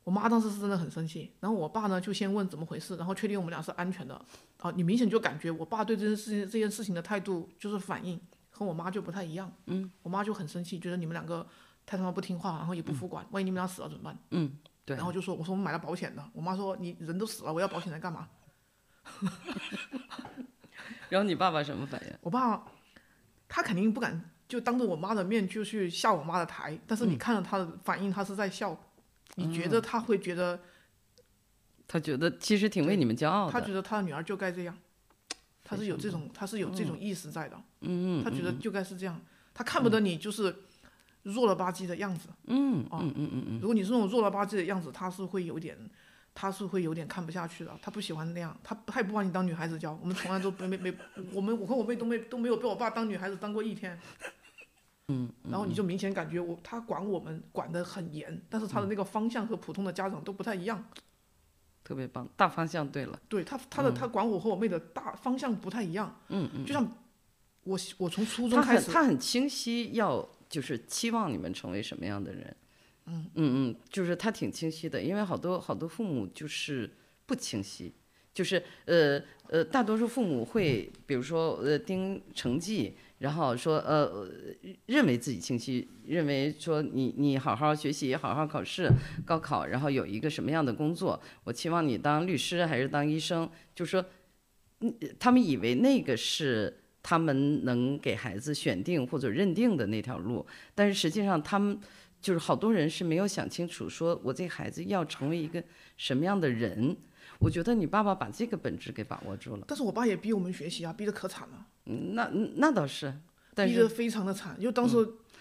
Speaker 2: 我妈当时是真的很生气，然后我爸呢就先问怎么回事，然后确定我们俩是安全的。啊，你明显就感觉我爸对这件事情这件事情的态度就是反应和我妈就不太一样。嗯，我妈就很生气，觉得你们两个太他妈不听话，然后也不服管，万一你们俩死了怎么办？
Speaker 1: 嗯，对
Speaker 2: 然后就说我说我们买了保险的，我妈说你人都死了，我要保险来干嘛？
Speaker 1: 然后你爸爸什么反应？
Speaker 2: 我爸他肯定不敢就当着我妈的面就去下我妈的台，但是你看了他的反应，他是在笑，你觉得他会觉得
Speaker 1: 他觉得其实挺为你们骄傲
Speaker 2: 他
Speaker 1: 的，
Speaker 2: 觉得他的女儿就该这样，他是有这种他是有这种意识在的，嗯他觉得就该是这样，他看不得你就是弱了吧唧的样子，嗯，嗯嗯嗯嗯，如果你是那种弱了吧唧的样子，他是会有点。他是会有点看不下去的，他不喜欢那样，他他也不把你当女孩子教。我们从来都没没没，我们我和我妹都没都没有被我爸当女孩子当过一天。嗯， 然后你就明显感觉我他管我们管得很严，但是他的那个方向和普通的家长都不太一样。
Speaker 1: 特别棒，大方向对了。
Speaker 2: 对他他的、
Speaker 1: 嗯
Speaker 2: 他管我和我妹的大方向不太一样。嗯嗯，就像我我从初中
Speaker 1: 他
Speaker 2: 开
Speaker 1: 很
Speaker 2: 始，
Speaker 1: 他很清晰要就是期望你们成为什么样的人。嗯嗯嗯，就是他挺清晰的，因为好多好多父母就是不清晰，就是呃呃，大多数父母会比如说呃盯成绩，然后说呃呃认为自己清晰，认为说你你好好学习，好好考试，高考，然后有一个什么样的工作，我期望你当律师还是当医生，就说。嗯他们以为那个是他们能给孩子选定或者认定的那条路，但是实际上他们就是好多人是没有想清楚，说我这个孩子要成为一个什么样的人。我觉得你爸爸把这个本质给把握住了，
Speaker 2: 但是我爸也逼我们学习啊，逼得可惨了，
Speaker 1: 嗯那那倒是，但
Speaker 2: 逼
Speaker 1: 是嗯
Speaker 2: 得非常的惨。就当时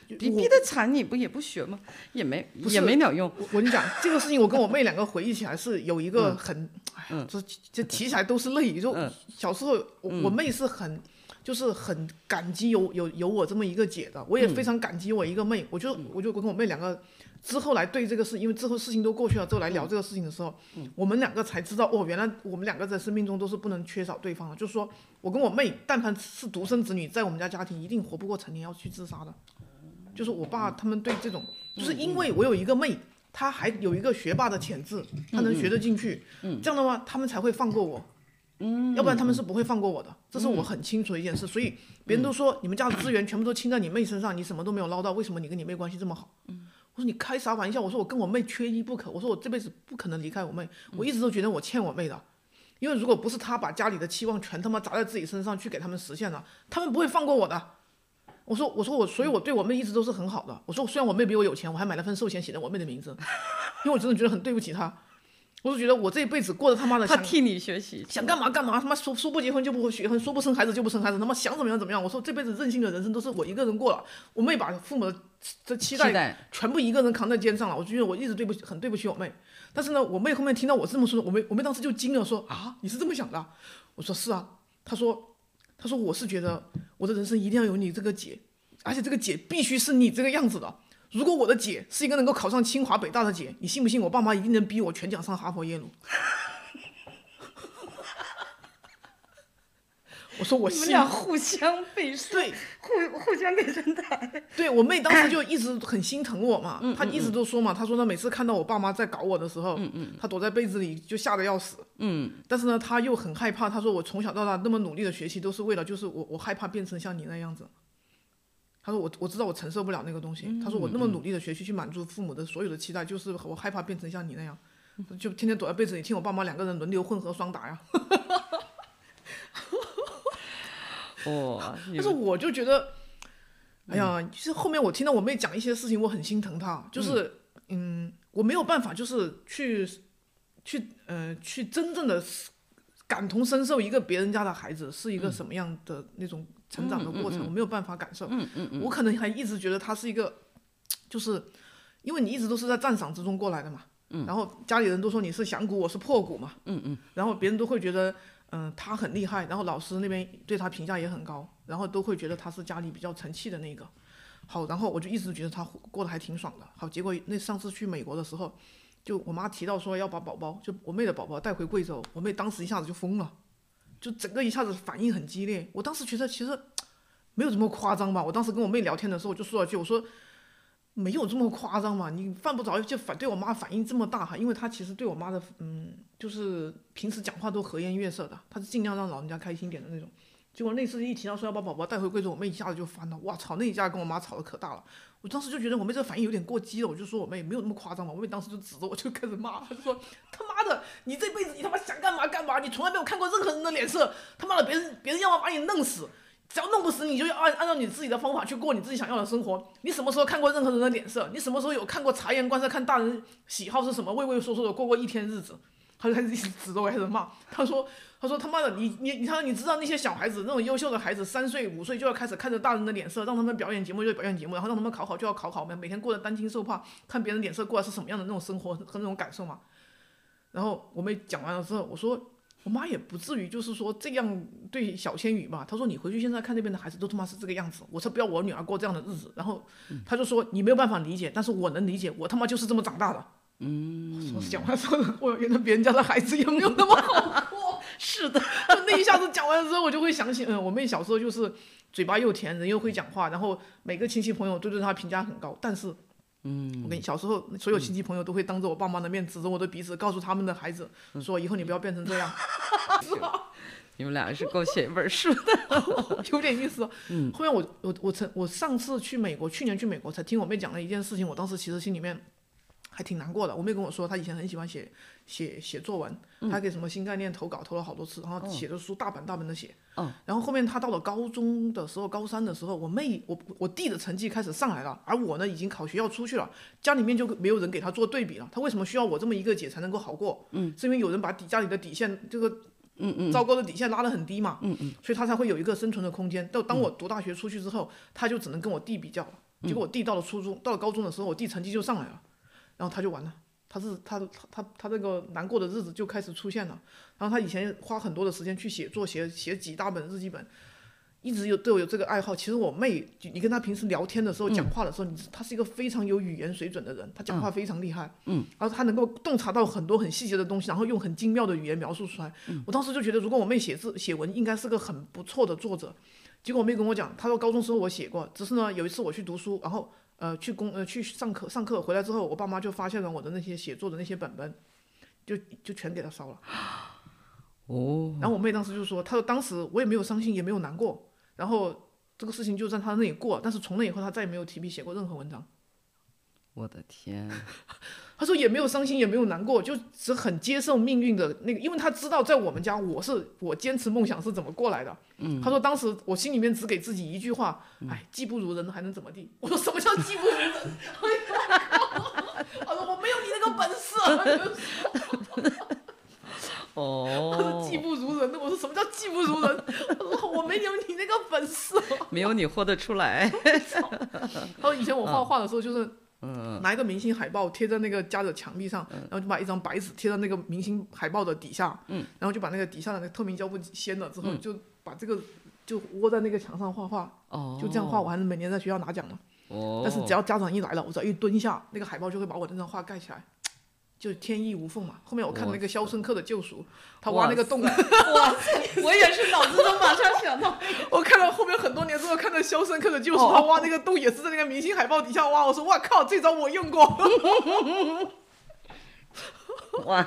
Speaker 2: 就
Speaker 1: 逼
Speaker 2: 我
Speaker 1: 逼得惨，你不也不学吗？也没
Speaker 2: 不
Speaker 1: 也
Speaker 2: 是
Speaker 1: 没鸟用。
Speaker 2: 我我跟你讲，这个事情我跟我妹两个回忆起来是有一个很，哎、呀，这这提起来都是泪。就小时候，我我妹是很，就是很感激有有有我这么一个姐的，我也非常感激我一个妹。我就我就跟我妹两个之后来对这个事，因为之后事情都过去了之后来聊这个事情的时候，我们两个才知道哦，原来我们两个在生命中都是不能缺少对方的。就是说我跟我妹，但凡是独生子女，在我们家家庭一定活不过成年，要去自杀的。就是我爸他们对这种，就是因为我有一个妹，她还有一个学霸的潜质，她能学得进去，这样的话他们才会放过我，嗯，要不然他们是不会放过我的，这是我很清楚的一件事。所以别人都说你们家的资源全部都倾在你妹身上，你什么都没有捞到，为什么你跟你妹关系这么好？我说你开啥玩笑？我说我跟我妹缺一不可，我说我这辈子不可能离开我妹，我一直都觉得我欠我妹的。因为如果不是她把家里的期望全他妈砸在自己身上去给他们实现了，他们不会放过我的。我说我说我，所以我对我妹一直都是很好的。我说虽然我妹比我有钱，我还买了份寿险写着我妹的名字，因为我真的觉得很对不起她。我就觉得我这一辈子过得他妈的
Speaker 1: 他
Speaker 2: 想
Speaker 1: 替你学习，
Speaker 2: 想干嘛干嘛，他妈说说不结婚就不结婚，说不生孩子就不生孩子，他妈想怎么样怎么样。我说这辈子任性的人生都是我一个人过了，我妹把父母的这期
Speaker 1: 期
Speaker 2: 待
Speaker 1: 待
Speaker 2: 全部一个人扛在肩上了，我就觉得我一直对不起，很对不起我妹。但是呢，我妹后面听到我这么说，我妹我妹当时就惊了，说啊，你是这么想的啊？我说是啊。她说，她说我是觉得我的人生一定要有你这个姐，而且这个姐必须是你这个样子的。如果我的姐是一个能够考上清华北大的姐，你信不信我爸妈一定能逼我全奖上哈佛耶鲁？ 我说我
Speaker 1: 你们
Speaker 2: 信。
Speaker 1: 俩互相背书，
Speaker 2: 对，
Speaker 1: 互互相给针打。
Speaker 2: 对我妹当时就一直很心疼我嘛，她一直都说嘛，她说她每次看到我爸妈在搞我的时候，她躲在被子里就吓得要死，
Speaker 1: 嗯，
Speaker 2: 但是呢，她又很害怕，她说我从小到大那么努力的学习，都是为了就是我我害怕变成像你那样子。她说我我知道我承受不了那个东西，她说我那么努力的学习去满足父母的所有的期待，就是我害怕变成像你那样，就天天躲在被子里听我爸妈两个人轮流混合双打呀。
Speaker 1: 哦，你
Speaker 2: 但是我就觉得，哎呀，就是后面我听到我妹讲一些事情，我很心疼她，就是嗯我没有办法，就是去去呃去真正的感同身受一个别人家的孩子是一个什么样的那种成长的过程，我没有办法感受，嗯嗯我可能还一直觉得他是一个，就是因为你一直都是在赞赏之中过来的嘛。然后家里人都说你是响鼓，我是破鼓嘛，嗯嗯，然后别人都会觉得，嗯、他很厉害，然后老师那边对他评价也很高，然后都会觉得他是家里比较成器的那个。好，然后我就一直觉得他过得还挺爽的。好，结果那上次去美国的时候，就我妈提到说要把宝宝，就我妹的宝宝带回贵州，我妹当时一下子就疯了，就整个一下子反应很激烈。我当时觉得其实没有这么夸张吧。我当时跟我妹聊天的时候，我就说了一句，我说没有这么夸张嘛，你犯不着就反对我妈反应这么大哈，因为她其实对我妈的嗯，就是平时讲话都和颜悦色的，她是尽量让老人家开心点的那种。结果那次一提到说要把宝宝带回贵州，我妹一下子就翻了，哇操！那一下跟我妈吵得可大了。我当时就觉得我妹这个反应有点过激了，我就说我妹没有那么夸张嘛。我妹当时就指着我就开始骂，她说：“他妈的，你这辈子你他妈想干嘛干嘛，你从来没有看过任何人的脸色，他妈的别人别人要么把你弄死，只要弄不死你就要按按照你自己的方法去过你自己想要的生活。你什么时候看过任何人的脸色？你什么时候有看过察言观色，看大人喜好是什么，畏畏缩缩的过过一天日子？他就开始一直指着我开始骂，他说：“他说他妈的，你你你他你知道那些小孩子那种优秀的孩子，三岁五岁就要开始看着大人的脸色，让他们表演节目就表演节目，然后让他们考好就要考好，每每天过得担惊受怕，看别人脸色过来是什么样的那种生活和那种感受嘛。”然后我妹讲完了之后，我说我妈也不至于就是说这样对小千羽吧。她说你回去现在看那边的孩子都他妈是这个样子，我才不要我女儿过这样的日子。然后她就说你没有办法理解，但是我能理解，我他妈就是这么长大的。嗯，我讲完之后，我原来别人家的孩子也没有那么好过。 是的，就那一下子讲完之后，我就会想起，嗯，我妹小时候就是嘴巴又甜，人又会讲话，然后每个亲戚朋友都对她评价很高，但是。嗯，我跟你小时候，所有亲戚朋友都会当着我爸妈的面指着我的鼻子，告诉他们的孩子说：“以后你不要变成这样。”
Speaker 1: 你们俩是够写一本书 的。
Speaker 2: 有点意思。嗯，后面我我我曾我上次去美国，去年去美国才听我妹讲了一件事情，我当时其实心里面还挺难过的。我妹跟我说，她以前很喜欢写写写作文，她给什么新概念投稿投了好多次，然后写的书大本大本的写。然后后面她到了高中的时候，高三的时候，我妹我我弟的成绩开始上来了，而我呢已经考学校出去了，家里面就没有人给她做对比了。她为什么需要我这么一个姐才能够好过？嗯，是因为有人把底家里的底线这个糟糕的底线拉得很低嘛，所以他才会有一个生存的空间。到当我读大学出去之后，他就只能跟我弟比较了。结果我弟到了初中，到了高中的时候，我弟成绩就上来了，然后他就完了，他是他他他他这个难过的日子就开始出现了。然后他以前花很多的时间去写作，写写几大本日记本，一直有对我有这个爱好。其实我妹，你跟她平时聊天的时候、讲话的时候，你她是一个非常有语言水准的人，她讲话非常厉害，嗯，然后她能够洞察到很多很细节的东西，然后用很精妙的语言描述出来。我当时就觉得，如果我妹写字写文，应该是个很不错的作者。结果我妹跟我讲，她说高中时候我写过，只是呢有一次我去读书，然后呃去公呃去上课上课回来之后，我爸妈就发现了我的那些写作的那些本本，就就全给她烧了。
Speaker 1: 哦，
Speaker 2: 然后我妹当时就说，她说当时我也没有伤心，也没有难过，然后这个事情就在她那里过，但是从那以后她再也没有提笔写过任何文章。
Speaker 1: 我的 天，
Speaker 2: 她说也没有伤心，也没有难过，就只很接受命运的那个，因为她知道在我们家我是我坚持梦想是怎么过来的。嗯，她说当时我心里面只给自己一句话，哎，技不如人还能怎么地？我说什么叫技不如人？ 我说我没有你那个本事，我说
Speaker 1: 哦，
Speaker 2: 技不如人。那我说什么叫技不如人？我说我没有你那个本事。
Speaker 1: 没有你豁得出来。
Speaker 2: 然后以前我画画的时候，就是
Speaker 1: 嗯
Speaker 2: 拿一个明星海报贴在那个家的墙壁上，然后就把一张白纸贴到那个明星海报的底下，
Speaker 1: 嗯
Speaker 2: 然后就把那个底下的那个透明胶布掀了之后，就把这个就窝在那个墙上画画，
Speaker 1: 哦，
Speaker 2: 就这样画，我还能每年在学校拿奖嘛。
Speaker 1: 哦，
Speaker 2: 但是只要家长一来了，我只要一蹲下，那个海报就会把我那张画盖起来。就天衣无缝嘛。后面我看那个《肖申克的救赎》，他挖那个洞，
Speaker 1: 哇，我也是脑子都马上想到，
Speaker 2: 我看到后面很多年之后看到《肖申克的救赎》，
Speaker 1: 哦
Speaker 2: 他挖那个洞也是在那个明星海报底下挖。我说哇靠，这招我用过。
Speaker 1: 哇，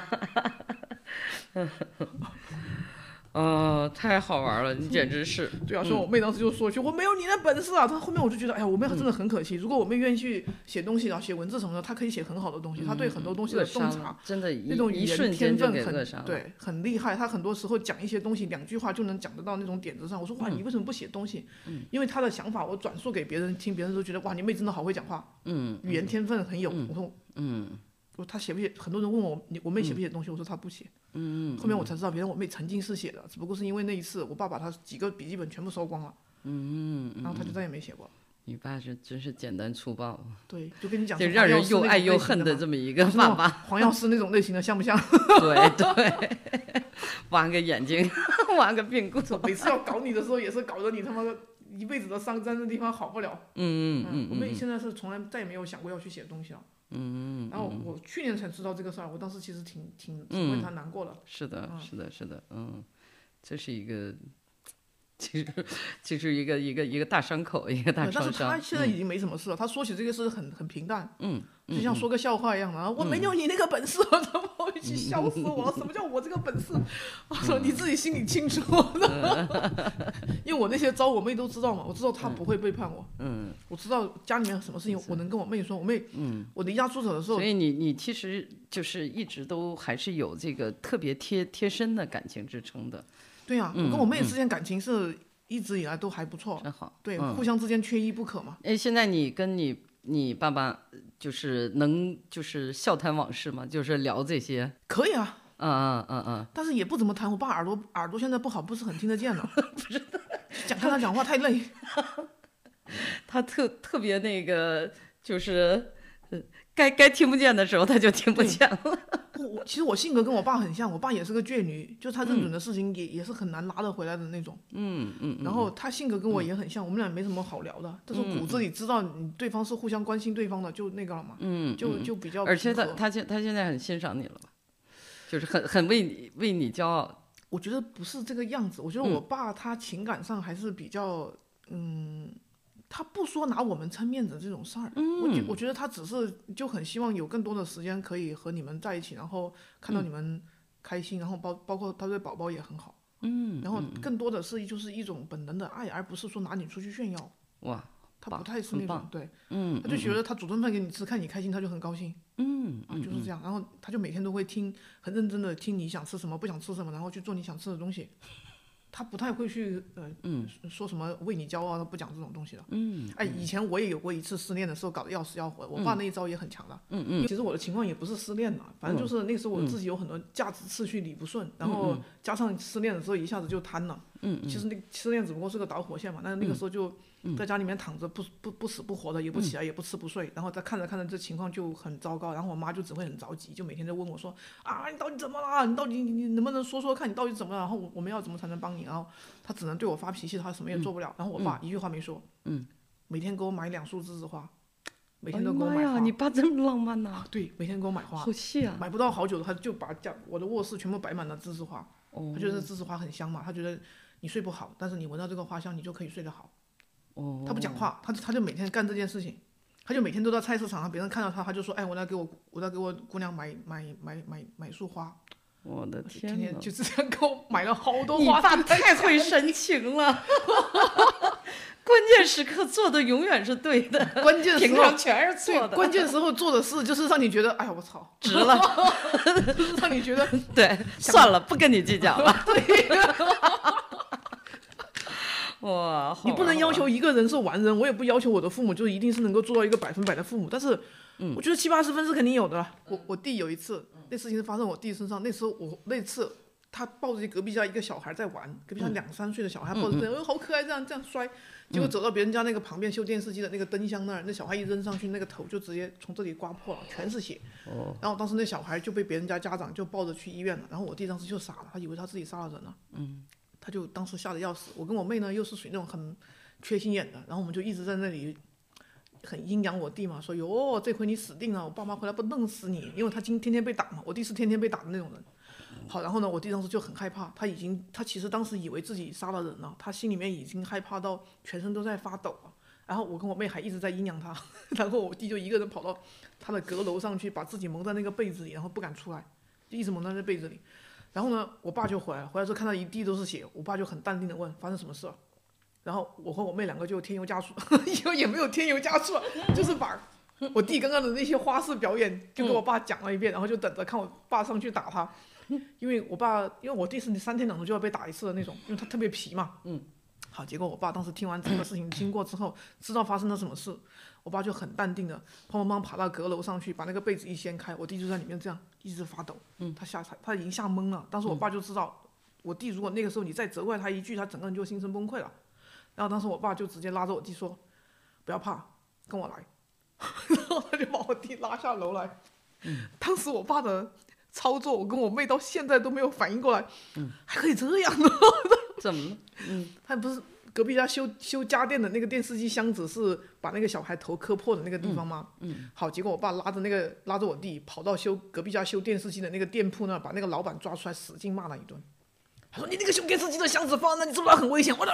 Speaker 1: 哦，太好玩了，你简直是，
Speaker 2: 对啊，所以我妹当时就说一句：“我没有你的本事啊！”她后面我就觉得，哎呀，我妹她真
Speaker 1: 嗯
Speaker 2: 的很可惜。如果我妹愿意去写东西，然后啊写文字什么的，她可以写很好的东西，她对很多嗯东西
Speaker 1: 嗯扼
Speaker 2: 的洞
Speaker 1: 杀
Speaker 2: 察，
Speaker 1: 了，真的一，
Speaker 2: 那种语
Speaker 1: 一
Speaker 2: 言
Speaker 1: 瞬
Speaker 2: 天
Speaker 1: 间就
Speaker 2: 分
Speaker 1: 给扼杀
Speaker 2: 很
Speaker 1: 了。
Speaker 2: 对，很厉害。她很多时候讲一些东西，两句话就能讲得到那种点子上。我说：“
Speaker 1: 嗯
Speaker 2: 哇，你为什么不写东西？”因为她的想法，我转述给别人听，别人都觉得：“哇，你妹真的好会讲话，
Speaker 1: 嗯
Speaker 2: 语言天分很有。”我说
Speaker 1: 嗯，：“
Speaker 2: 我她写不写？”很多人问我：“你我妹写不写东西？”我说：“她不写。”
Speaker 1: 嗯，
Speaker 2: 后面我才知道，原来我妹曾经是写的，只不过是因为那一次，我爸把她几个笔记本全部烧光了。嗯，然后她就再也没写过了。
Speaker 1: 你爸是真是简单粗暴，
Speaker 2: 对，就跟你讲，
Speaker 1: 就让人又爱又恨
Speaker 2: 的
Speaker 1: 的这么一个
Speaker 2: 嘛
Speaker 1: 爸爸，
Speaker 2: 黄药师那种类型的，像不像？
Speaker 1: 对对， 挖个眼睛， 挖个髌骨，
Speaker 2: 每次要搞你的时候，也是搞得你他妈的一辈子的伤，在那地方好不了。
Speaker 1: 嗯嗯嗯
Speaker 2: 我妹现在是从来再也没有想过要去写东西了。嗯，然后我去年才知道这个事儿，我当时其实挺挺
Speaker 1: 嗯
Speaker 2: 挺为她难过的。
Speaker 1: 是的，是的，是的，嗯，这是一个，其实其实一个一个一个大伤口，一个大嗯
Speaker 2: 对但
Speaker 1: 创
Speaker 2: 是她
Speaker 1: 伤。
Speaker 2: 现在已经没什么事了，她说起这个事很很平淡，嗯，就像说个笑话一样的。啊我没
Speaker 1: 嗯
Speaker 2: 有你那个本事，我他妈我去笑死我了！什么叫我这个本事？我
Speaker 1: 嗯
Speaker 2: 说你自己心里清楚。 因为我那些招我妹都知道嘛，我知道她不会背叛我，
Speaker 1: 嗯，
Speaker 2: 我知道家里面什么事情我能跟我妹说，我妹，嗯，我离家出走的时候
Speaker 1: 所，以你你其实就是一直都还是有这个特别贴贴身的感情支撑的，
Speaker 2: 对呀，我跟我妹之间感情是一直以来都还不错，
Speaker 1: 真好。
Speaker 2: 对，
Speaker 1: 嗯嗯
Speaker 2: 互相之间缺一不可嘛。
Speaker 1: 哎，现在你跟你你爸爸就是能就是笑谈往事吗？就是聊这些，
Speaker 2: 可以啊，
Speaker 1: 嗯嗯嗯嗯，
Speaker 2: 但是也不怎么谈。我爸耳朵耳朵现在不好，不是很听得 见了。不是，讲跟他讲话太累。
Speaker 1: 他特特别那个就是。呃该该听不见的时候，他就听不见了。
Speaker 2: 我我其实我性格跟我爸很像，我爸也是个倔女，就他认准的事情也、也是很难拉得回来的那种。
Speaker 1: 嗯嗯，
Speaker 2: 然后他性格跟我也很像，我们俩没什么好聊的，但是骨子里知道你对方是互相关心对方的，就那个了嘛，
Speaker 1: 嗯，
Speaker 2: 就就比较
Speaker 1: 而且他
Speaker 2: 平和
Speaker 1: 他现他现在很欣赏你了吧？就是很很为你为你骄傲。
Speaker 2: 我觉得不是这个样子。我觉得我爸他情感上还是比较，嗯，他不说拿我们撑面子这种事儿。我觉我觉得他只是就很希望有更多的时间可以和你们在一起，然后看到你们开心，然后包包括他对宝宝也很好。嗯，然后更多的是就是一种本能的爱，而不是说拿你出去炫耀。
Speaker 1: 哇，
Speaker 2: 他
Speaker 1: 棒
Speaker 2: 不太是
Speaker 1: 很
Speaker 2: 那种
Speaker 1: 棒
Speaker 2: 对，
Speaker 1: 嗯，
Speaker 2: 他就
Speaker 1: 嗯
Speaker 2: 觉得他煮顿饭给你吃，看你开心，他就很高兴，
Speaker 1: 嗯
Speaker 2: 啊，就是
Speaker 1: 嗯
Speaker 2: 这样。然后他就每天都会听，很认真的听你想吃什么，不想吃什么，然后去做你想吃的东西。他不太会去呃
Speaker 1: 嗯
Speaker 2: 说什么为你骄傲，他不讲这种东西的。
Speaker 1: 嗯
Speaker 2: 哎，以前我也有过一次失恋的时候，搞得要死要活。我爸那一招也很强的。
Speaker 1: 嗯
Speaker 2: 嗯。其实我的情况也不是失恋了，反正就是那时候我自己有很多价值次序理不顺，然后加上失恋的时候一下子就瘫了。
Speaker 1: 嗯
Speaker 2: 其实那个失恋只不过是个导火线嘛，但是那个时候就在家里面躺着不不不死不活的，也不
Speaker 1: 嗯
Speaker 2: 起来，也不吃不睡，然后再看着看着这情况就很糟糕，然后我妈就只会很着急，就每天在问我说啊你到底怎么了？你到底你你能不能说说看你到底怎么了？然后我我们要怎么才能帮你？然后她只能对我发脾气，她什么也做不了。然后我爸一句话没说，
Speaker 1: 嗯，
Speaker 2: 每天给我买两束栀子花，每
Speaker 1: 哎
Speaker 2: 天
Speaker 1: 呀
Speaker 2: 都给我
Speaker 1: 妈
Speaker 2: 买
Speaker 1: 呀，
Speaker 2: 花，
Speaker 1: 你爸这么浪漫呐，
Speaker 2: 啊对，每天给我买花
Speaker 1: 好，细嗯啊！
Speaker 2: 买不到好久的他就把家我的卧室全部摆满了栀子花。
Speaker 1: 哦
Speaker 2: 他觉得栀子花很香嘛，他觉得你睡不好，但是你闻到这个花香，你就可以睡得好。
Speaker 1: 哦，
Speaker 2: 他不讲话，他就他就每天干这件事情，他就每天都到菜市场上，别人看到他，他就说：“哎，我来给我，我来给我姑娘买买买买买束花。
Speaker 1: 我的”
Speaker 2: 天
Speaker 1: 天
Speaker 2: 天
Speaker 1: 哪！
Speaker 2: 就这样给我买了好多
Speaker 1: 你
Speaker 2: 花。
Speaker 1: 爸太会煽情 了，关键时刻做的永远是对的，
Speaker 2: 关键时
Speaker 1: 平
Speaker 2: 候
Speaker 1: 常全 是啊错
Speaker 2: 对，
Speaker 1: 的，
Speaker 2: 关键时候做的事就是让你觉得，哎呀，我操，
Speaker 1: 值了。
Speaker 2: 就是让你觉得
Speaker 1: 对，算了，不跟你计较 了。对，哇，好啊
Speaker 2: 你不
Speaker 1: 玩
Speaker 2: 能要。求一个人是完人，我也不要求我的父母就一定是能够做到一个百分百的父母，但是，
Speaker 1: 嗯
Speaker 2: 我觉得七八十分是肯定有的了。我我弟有一次，那事情是发生我弟身上，那时候我那次他抱着隔壁家一个小孩在玩，
Speaker 1: 嗯
Speaker 2: 隔壁家两三岁的小孩抱着，哎，好可爱，这样这样摔，结果走到别人家那个旁边修电视机的那个灯箱那儿，那小孩一扔上去，那个头就直接从这里刮破了，全是血。
Speaker 1: 哦，
Speaker 2: 然后当时那小孩就被别人家家长就抱着去医院了，然后我弟当时就傻了，他以为他自己杀了人了，嗯，他就当时吓得要死。我跟我妹呢又是属于那种很缺心眼的，然后我们就一直在那里很阴阳我弟嘛，说哟这回你死定了，我爸妈回来不弄死你，因为他今天天被打嘛，我弟是天天被打的那种人。好，然后呢，我弟当时就很害怕，他已经他其实当时以为自己杀了人了，他心里面已经害怕到全身都在发抖了。然后我跟我妹还一直在阴阳他， 然后我弟就一个人跑到。他的阁楼上去，把自己蒙在那个被子里，然后不敢出来，就一直蒙在那被子里。然后呢，我爸就回来了，回来之后看到一地都是血，我爸就很淡定的问发生什么事了。然后我和我妹两个就添油加醋， 也也没有添油加醋啊，就是把我弟刚刚的那些花式表演就跟我爸讲了一遍，然后就等着看我爸上去打他，因为我爸因为我弟是三天两头就要被打一次的那种，因为他特别皮嘛。嗯。好，结果我爸当时听完整个事情经过之后，知道发生了什么事，我爸就很淡定的砰砰砰爬到阁楼上去，把那个被子一掀开，我弟就在里面这样一直发抖。嗯，他吓他已经吓懵了。当时我爸就知道，我弟如果那个时候你再责怪他一句，他整个人就心生崩溃了。然后当时我爸就直接拉着我弟说：“不要怕，跟我来。” 然后他就把我弟拉下楼来。当时我爸的操作，我跟我妹到现在都没有反应过来，还可以这样。
Speaker 1: 怎么了？嗯，
Speaker 2: 他不是隔壁家修修家电的那个电视机箱子是把那个小孩头磕破的那个地方吗？嗯，好，结果我爸拉着那个拉着我弟跑到修隔壁家修电视机的那个店铺那儿，把那个老板抓出来，使劲骂了一顿。他说：“你那个修电视机的箱子放在那，你知不知道很危险？”我的，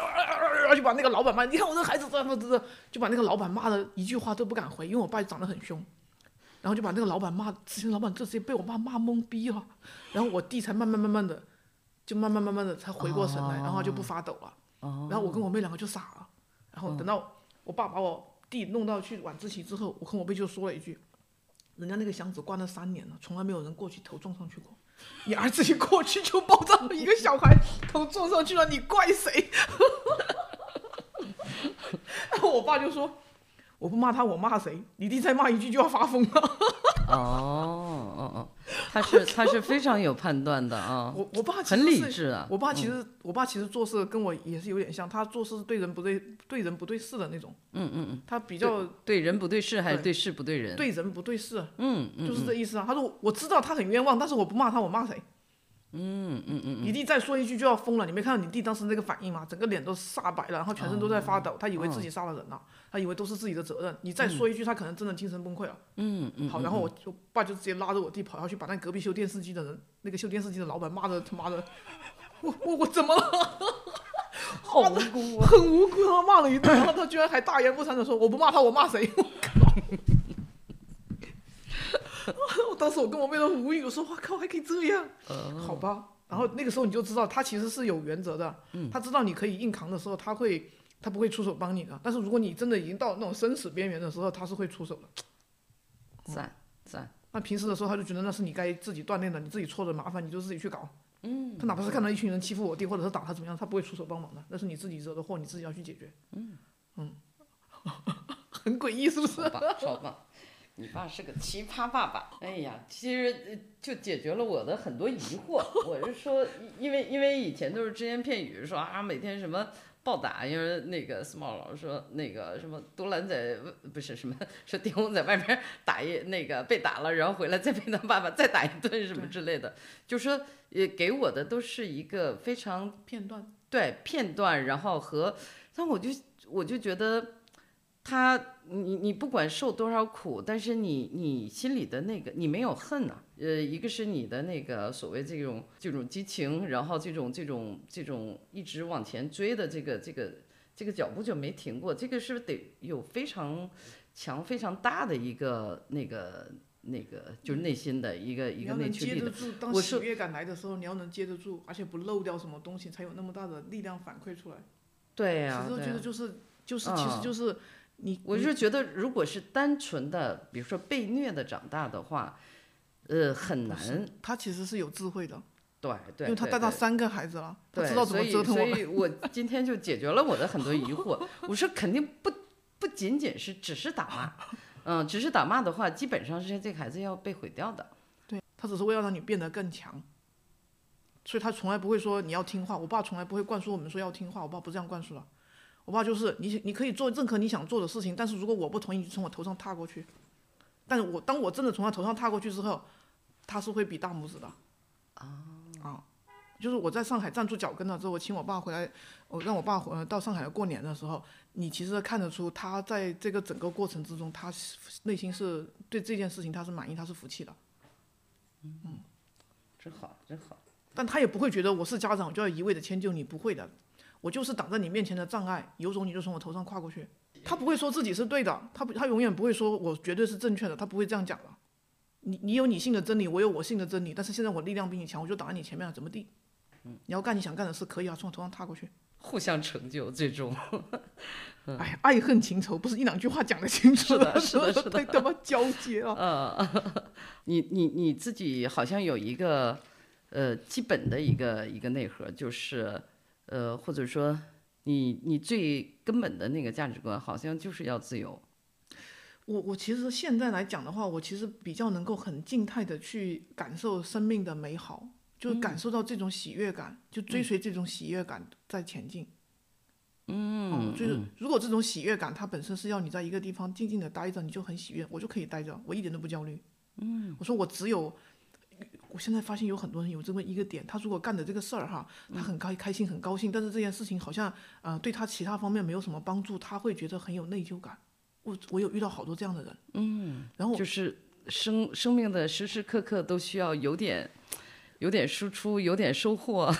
Speaker 2: 就把那个老板骂，你看我这孩子怎么怎么，就把那个老板骂的一句话都不敢回，因为我爸长得很凶，然后就把那个老板骂，之前老板就直接被我爸骂懵逼了，然后我弟才慢慢慢慢的，就慢慢慢慢的才回过神来，然后就不发抖了。
Speaker 1: 哦，
Speaker 2: 然后我跟我妹两个就傻了。然后等到我爸把我弟弄到去晚自习之后，我跟我妹就说了一句：“人家那个箱子关了三年了，从来没有人过去头撞上去过，你儿子一过去就爆炸了，一个小孩头撞上去了，你怪谁？”然后我爸就说：“我不骂他，我骂谁？你弟再骂一句就要发疯了。”
Speaker 1: 哦，哦哦，他是他是非常有判断的啊，
Speaker 2: 我我爸其
Speaker 1: 很
Speaker 2: 实
Speaker 1: 理
Speaker 2: 是
Speaker 1: 智啊。
Speaker 2: 我爸其实，我爸其实做事跟我也是有点像，他做事是对人不对对人不对事的那种。嗯嗯嗯，他比较
Speaker 1: 对人不对事，还是对事不对人？
Speaker 2: 对人不对事，
Speaker 1: 嗯嗯
Speaker 2: 就是这意思啊。他说我知道他很冤枉，但是我不骂他，我骂谁？嗯嗯嗯，你弟再说一句就要疯了。你没看到你弟当时那个反应吗？整个脸都煞白了，然后全身都在发抖。
Speaker 1: 哦
Speaker 2: 他以为
Speaker 1: 嗯
Speaker 2: 自己杀了人了，他以为都是自己的责任。你再说一句，他可能真的精神崩溃了。
Speaker 1: 嗯嗯，
Speaker 2: 好，然后我就爸就直接拉着我弟跑下去，把那隔壁修电视机的人，那个修电视机的老板骂的他妈的， 我我我怎么了？
Speaker 1: 好无辜啊！
Speaker 2: 很无辜，他骂了一顿，然后他居然还大言不惭的说：“我不骂他，我骂谁？” 我靠！我当时我跟我妹都无语，我说：“我靠，还可以这样？好吧。”然后那个时候你就知道他其实是有原则的，他知道你可以硬扛的时候，他会他不会出手帮你的。但是如果你真的已经到那种生死边缘的时候，他是会出手的。
Speaker 1: 赞赞，
Speaker 2: 那平时的时候，他就觉得那是你该自己锻炼的，你自己错的麻烦你就自己去搞。嗯，他哪怕是看到一群人欺负我弟，或者是打他怎么样，他不会出手帮忙的，那是你自己惹的祸，你自己要去解决。嗯 嗯，很诡异是不是？
Speaker 1: 好棒好棒。你爸是个奇葩爸爸，哎呀，其实呃就解决了我的很多疑惑。我是说，因为因为以前都是只言片语，说啊每天什么暴打，因为那个 small 老师说那个什么独蓝在不是什么说丁红在外面打一那个被打了，然后回来再被他爸爸再打一顿什么之类的，就说也给我的都是一个非常
Speaker 2: 片段，
Speaker 1: 对片段，然后和，但我就我就觉得他，你你不管受多少苦，但是你你心里的那个你没有恨呐、呃，一个是你的那个所谓这种这种激情，然后这种这种这种一直往前追的这个这个这个脚步就没停过，这个是得有非常强非常大的一个那个那个就是内心的一个一
Speaker 2: 你
Speaker 1: 个
Speaker 2: 要
Speaker 1: 内
Speaker 2: 能
Speaker 1: 驱
Speaker 2: 接
Speaker 1: 力的
Speaker 2: 得住，当
Speaker 1: 我
Speaker 2: 喜悦感来的时候，你要能接得住，而且不漏掉什么东西，才有那么大的力量反馈出来。
Speaker 1: 对呀、
Speaker 2: 其实我
Speaker 1: 对
Speaker 2: 觉
Speaker 1: 呀
Speaker 2: 得就是就是，其实
Speaker 1: 嗯
Speaker 2: 就是你，
Speaker 1: 我
Speaker 2: 你
Speaker 1: 是觉得，如果是单纯的，比如说被虐的长大的话，呃，很难。
Speaker 2: 他其实是有智慧的，
Speaker 1: 对对，
Speaker 2: 因为他
Speaker 1: 对
Speaker 2: 带大
Speaker 1: 对
Speaker 2: 三个孩子了，他
Speaker 1: 对，
Speaker 2: 知道怎么折腾
Speaker 1: 所
Speaker 2: 我
Speaker 1: 以
Speaker 2: 们。
Speaker 1: 所以我今天就解决了我的很多疑 惑。我说肯定不不仅仅是只是打骂，嗯，只是打骂的话，基本上是这个孩子要被毁掉的。
Speaker 2: 对他只是为了让你变得更强，所以他从来不会说你要听话。我爸从来不会灌输我们说要听话，我爸不这样灌输的。我爸就是你，你可以做任何你想做的事情，但是如果我不同意，你就从我头上踏过去。但是我当我真的从他头上踏过去之后，他是会比大拇指的。啊啊就是我在上海站住脚跟了之后，我请我爸回来，我让我爸回呃到上海来过年的时候，你其实看得出他在这个整个过程之中，他是内心是对这件事情他是满意，他是服气的。
Speaker 1: 真好，真好。
Speaker 2: 但他也不会觉得我是家长，我就要一味的迁就你，不会的，我就是挡在你面前的障碍，有种你就从我头上跨过去。他不会说自己是对的，他不他永远不会说我绝对是正确的，他不会这样讲的。你你有你信的真理，我有我信的真理，但是现在我力量比你强，我就挡在你前面了，怎么地？
Speaker 1: 嗯
Speaker 2: 你要干你想干的事，可以啊，从我头上踏过去。
Speaker 1: 互相成就，最终
Speaker 2: 哎，爱恨情仇不是一两句话讲得清楚
Speaker 1: 是 的是的是的
Speaker 2: 太他妈交接了。
Speaker 1: 你你你自己好像有一个呃基本的一个一个内核，就是呃或者说你你最根本的那个价值观，好像就是要自由。
Speaker 2: 我我其实现在来讲的话，我其实比较能够很静态的去感受生命的美好，就感受到这种喜悦感，就追随这种喜悦感在前进。嗯，就是如果这种喜悦感它本身是要你在一个地方静静的待着，你就很喜悦，我就可以待着，我一点都不焦虑。嗯，我说我只有。我现在发现有很多人有这么一个点，他如果干的这个事儿哈，他很开开心很高兴，但是这件事情好像呃对他其他方面没有什么帮助，他会觉得很有内疚感。我我有遇到好多这样的人，然后
Speaker 1: 就是生生命的时时刻刻都需要有点。有点输出，有点收获，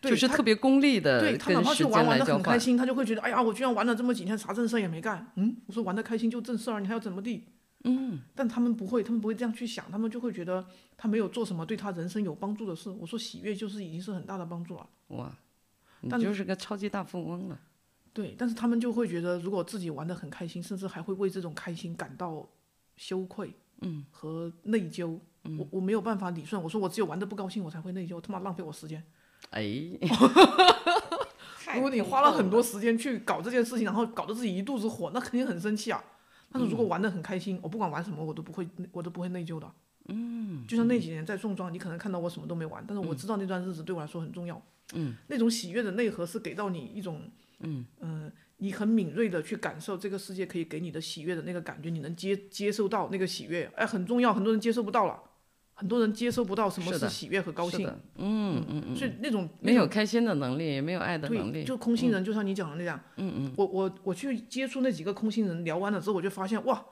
Speaker 2: 对
Speaker 1: 就是
Speaker 2: 他
Speaker 1: 特别功利的
Speaker 2: 对他
Speaker 1: 呃
Speaker 2: 哪
Speaker 1: 跟
Speaker 2: 怕去
Speaker 1: 时
Speaker 2: 玩
Speaker 1: 间来
Speaker 2: 玩的
Speaker 1: 交
Speaker 2: 很开
Speaker 1: 换。
Speaker 2: 心，他就会觉得，哎呀，我居然玩了这么几天，啥正事儿也没干。嗯，我说玩的开心就正事儿，你还要怎么地？嗯，但他们不会，他们不会这样去想，他们就会觉得他没有做什么对他人生有帮助的事。我说喜悦就是已经是很大的帮助了。
Speaker 1: 哇，你
Speaker 2: 但
Speaker 1: 就是个超级大富翁了。
Speaker 2: 对，但是他们就会觉得，如果自己玩的很开心，甚至还会为这种开心感到羞愧，嗯，和内疚。
Speaker 1: 嗯
Speaker 2: 我我没有办法理顺，我说我只有玩的不高兴，我才会内疚，他妈浪费我时间。
Speaker 1: 哎，
Speaker 2: 如果你花了很多时间去搞这件事情，然后搞得自己一肚子火，那肯定很生气啊。但是如果玩的很开心，我不管玩什么，我都不会，我都不会内疚的。嗯，就像那几年在宋庄，你可能看到我什么都没玩，但是我知道那段日子对我来说很重要。嗯，那种喜悦的内核是给到你一种，嗯你很敏锐的去感受这个世界可以给你的喜悦的那个感觉，你能接接受到那个喜悦，哎，很重要，很多人接受不到了，很多人接受不到什么
Speaker 1: 是
Speaker 2: 是
Speaker 1: 的
Speaker 2: 喜悦和高
Speaker 1: 是
Speaker 2: 兴，
Speaker 1: 的，嗯嗯嗯，
Speaker 2: 所以那种
Speaker 1: 没有开心的能力，也没有爱的能
Speaker 2: 对，
Speaker 1: 力。
Speaker 2: 就空心人，就像你讲的那样，嗯嗯，我我我去接触那几个空心人，聊完了之后，我就发现哇，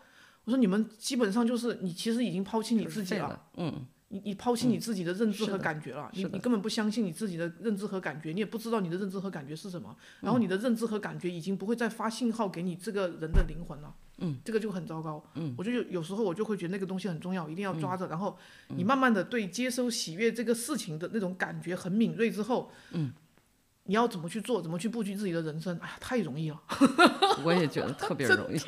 Speaker 2: 我说你们基本上就是你其实已经抛弃你
Speaker 1: 就是
Speaker 2: 自己
Speaker 1: 废
Speaker 2: 了，
Speaker 1: 了，嗯，
Speaker 2: 你你抛弃你自己的认知
Speaker 1: 是的
Speaker 2: 和感觉了，你
Speaker 1: 是的
Speaker 2: 你根本不相信你自己的认知和感觉，你也不知道你的认知和感觉是什么，然后你的
Speaker 1: 嗯
Speaker 2: 认知和感觉已经不会再发信号给你这个人的灵魂了。嗯，这个就很糟糕。嗯，我就有有时候我就会觉得那个东西很重要，一定要抓着。然后
Speaker 1: 嗯
Speaker 2: 你慢慢的对接收喜悦这个事情的那种感觉很敏锐之后，嗯，你要怎么去做，怎么去布局自己的人生，哎呀，太容易了。
Speaker 1: 我也觉得特别容易。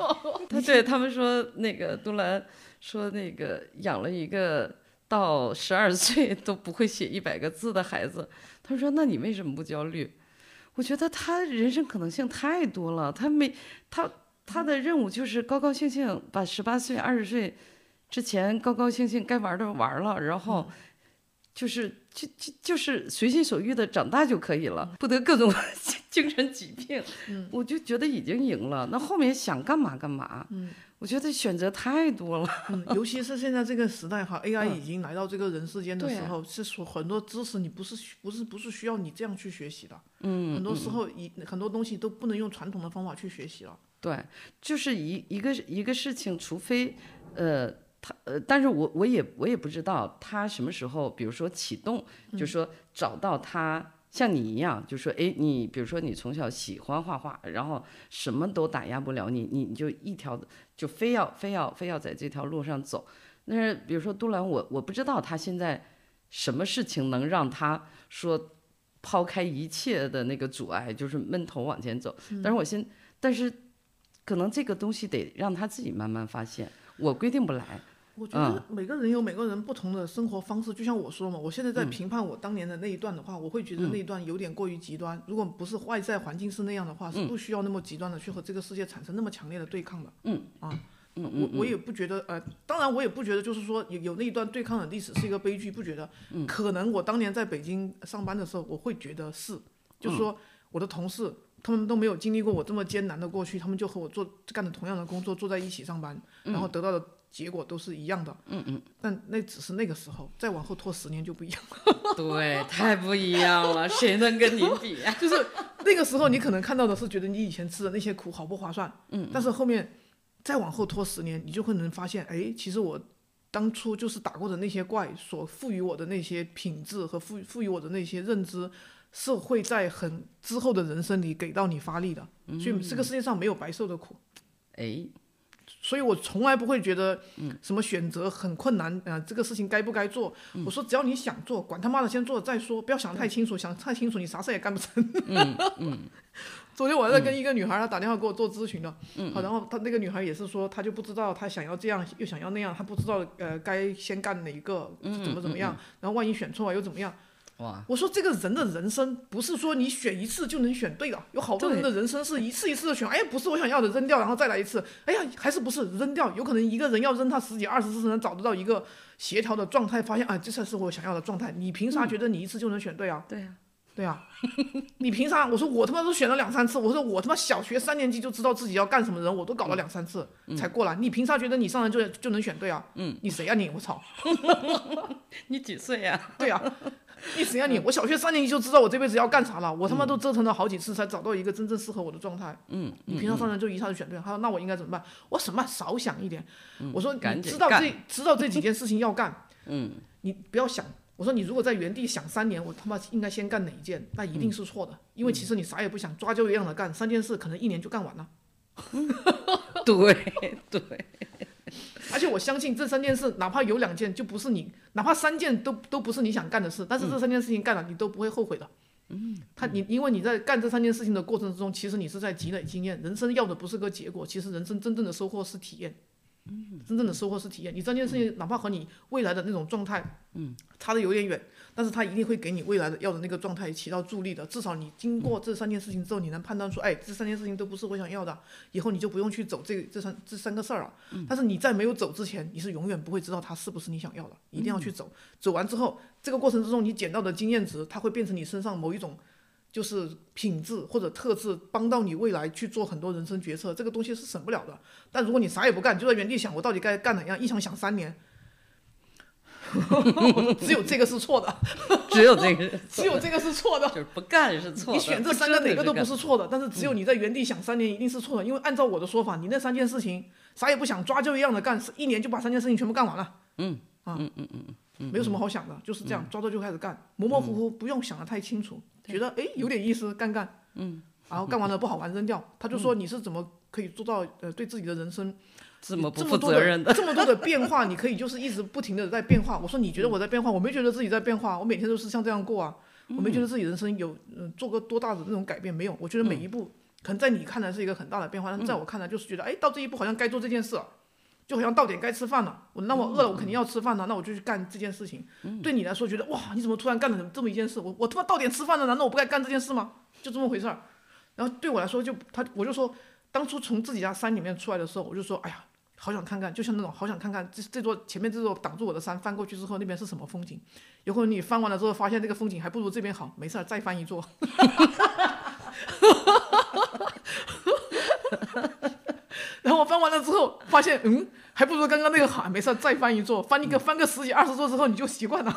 Speaker 1: 他对他们说，那个杜兰说，那个养了一个到十二岁都不会写一百个字的孩子，他说：“那你为什么不焦虑？”我觉得他人生可能性太多了，他没他他的任务就是高高兴兴把十八岁、二十岁之前高高兴兴该玩的玩了，然后就是就就就是随心所欲的长大就可以了，不得各种 精神疾病。我就觉得已经赢了，那后面想干嘛干嘛。我觉得选择太多了。
Speaker 2: 嗯，尤其是现在这个时代哈，AI 已经来到这个人世间的
Speaker 1: 对
Speaker 2: 时
Speaker 1: 啊
Speaker 2: 候，是说很多知识你不是需不是不是需要你这样去学习的，嗯，很多时候以很多东西都不能用传统的方法去学习了，
Speaker 1: 对，就是一一个一个事情，除非呃，他呃，但是我我也我也不知道他什么时候，比如说启动，就说找到他。像你一样，就说，哎，你比如说你从小喜欢画画，然后什么都打压不了你，你你就一条就非要非要非要在这条路上走。但是比如说杜兰，我我不知道他现在什么事情能让他说抛开一切的那个阻碍，就是闷头往前走。但是我现，但是可能这个东西得让他自己慢慢发现，我规定不来。
Speaker 2: 我觉得每个人有每个人不同的生活方式，就像我说嘛，我现在在评判我当年的那一段的话，我会觉得那一段有点过于极端。如果不是外在环境是那样的话，是不需要那么极端的去和这个世界产生那么强烈的对抗的。嗯啊，我我也不觉得呃，当然我也不觉得就是说有有那一段对抗的历史是一个悲剧，不觉得。可能我当年在北京上班的时候，我会觉得是，就是说我的同事。他们都没有经历过我这么艰难的过去，他们就和我做干着同样的工作，坐在一起上班，然后得到的结果都是一样的。嗯嗯。但那只是那个时候，再往后拖十年就不一样。
Speaker 1: 对，太不一样了，谁能跟你比啊呀、
Speaker 2: 就是那个时候，你可能看到的是觉得你以前吃的那些苦好不划算。嗯。但是后面再往后拖十年，你就会能发现，哎，其实我当初就是打过的那些怪所赋予我的那些品质和赋赋予我的那些认知。是会在很之后的人生里给到你发力的，所以这个世界上没有白受的苦。
Speaker 1: 哎，
Speaker 2: 所以我从来不会觉得什么选择很困难，呃，这个事情该不该做？我说只要你想做，管他妈的，先做了再说，不要想太清楚，想太清楚你啥事也干不成。昨天我还在跟一个女孩，她打电话给我做咨询的，好，然后她那个女孩也是说，她就不知道她想要这样又想要那样，她不知道呃该先干哪一个，怎么怎么样，然后万一选错啊了又怎么样？
Speaker 1: 哇，
Speaker 2: 我说这个人的人生不是说你选一次就能选对的，有好多人的人生是一次一次的选，哎，不是我想要的扔掉，然后再来一次，哎呀，还是不是扔掉，有可能一个人要扔他十几二十次才能找得到一个协调的状态，发现啊，这才是我想要的状态。你凭啥觉得你一次就能选对啊？
Speaker 1: 对呀、
Speaker 2: 对啊，你凭啥？我说我他妈都选了两三次，我说我他妈小学三年级就知道自己要干什么人，我都搞了两三次、才过来，你凭啥觉得你上来就就能选对啊？嗯，你谁呀、你？我操！
Speaker 1: 你几岁啊呀、
Speaker 2: 对呀、你谁呀你？我小学三年级就知道我这辈子要干啥了，我他妈都折腾了好几次才找到一个真正适合我的状态。嗯，你平常上来就一下就选对了，他说那我应该怎么办？我什么少想一点，我说
Speaker 1: 赶
Speaker 2: 你
Speaker 1: 紧
Speaker 2: 知道
Speaker 1: 干
Speaker 2: 这知道这几件事情要干，嗯，你不要想。我说你如果在原地想三年，我他妈应该先干哪一件？那一定是错的，因为其实你啥也不想，抓阄一样的干，三件事可能一年就干完了。
Speaker 1: 对对，
Speaker 2: 而且我相信这三件事，哪怕有两件就不是你，哪怕三件都都不是你想干的事，但是这三件事情干了，你都不会后悔的。嗯，他你因为你在干这三件事情的过程之中，其实你是在积累经验。人生要的不是个结果，其实人生真正的收获是体验。嗯，真正的收获是体验。你这件事情哪怕和你未来的那种状态，嗯，差的有点远，但是它一定会给你未来的要的那个状态起到助力的。至少你经过这三件事情之后，你能判断出，哎，这三件事情都不是我想要的，以后你就不用去走这这三这三个事儿了。但是你在没有走之前，你是永远不会知道它是不是你想要的，一定要去走。走完之后，这个过程之中你捡到的经验值，它会变成你身上某一种就是品质或者特质，帮到你未来去做很多人生决策。这个东西是省不了的。但如果你啥也不干，就在原地想我到底该干哪样，一想想三年。 只有这个是错的，
Speaker 1: 只有这 个，
Speaker 2: 只有这个是错的。
Speaker 1: 就是不干是错的。
Speaker 2: 你选这
Speaker 1: 不
Speaker 2: 三个
Speaker 1: 真的
Speaker 2: 哪个嗯都
Speaker 1: 干
Speaker 2: 不是错的，但是只有你在原地想三年一定是错的，因为按照我的说法，你那三件事情啥也不想，抓阄一样的干，是一年就把三件事情全部干完了。嗯啊嗯嗯嗯没有什么好想的，就是这样，抓阄就开始干，模模糊糊，不用想的太清楚，觉得哎有点意思，干干。嗯，然后干完了不好玩扔掉，他就说你是怎么可以做到呃对自己的人生
Speaker 1: 这么不
Speaker 2: 这
Speaker 1: 负
Speaker 2: 么多
Speaker 1: 责
Speaker 2: 的
Speaker 1: 任的，
Speaker 2: 这么多的变化，你可以就是一直不停的在变化。我说你觉得我在变化，我没觉得自己在变化，我每天都是像这样过啊。我没觉得自己人生有、嗯、做过多大的那种改变，没有。我觉得每一步、可能在你看来是一个很大的变化，但在我看来就是觉得，哎，到这一步好像该做这件事了，就好像到点该吃饭了。我那我饿了，我肯定要吃饭了，那我就去干这件事情。对你来说，觉得哇，你怎么突然干了这么一件事？我我突然到点吃饭了，难道我不该干这件事吗？就这么回事儿。然后对我来说就，他我就说，当初从自己家山里面出来的时候，我就说，哎呀。好想看看，就像那种好想看看这这座前面这座挡住我的山，翻过去之后那边是什么风景？有可能你翻完了之后发现这个风景还不如这边好，没事儿再翻一座。 然后我翻完了之后发现，嗯，还不如刚刚那个好，没事儿再翻一座，翻一个翻个十几二十座之后你就习惯了。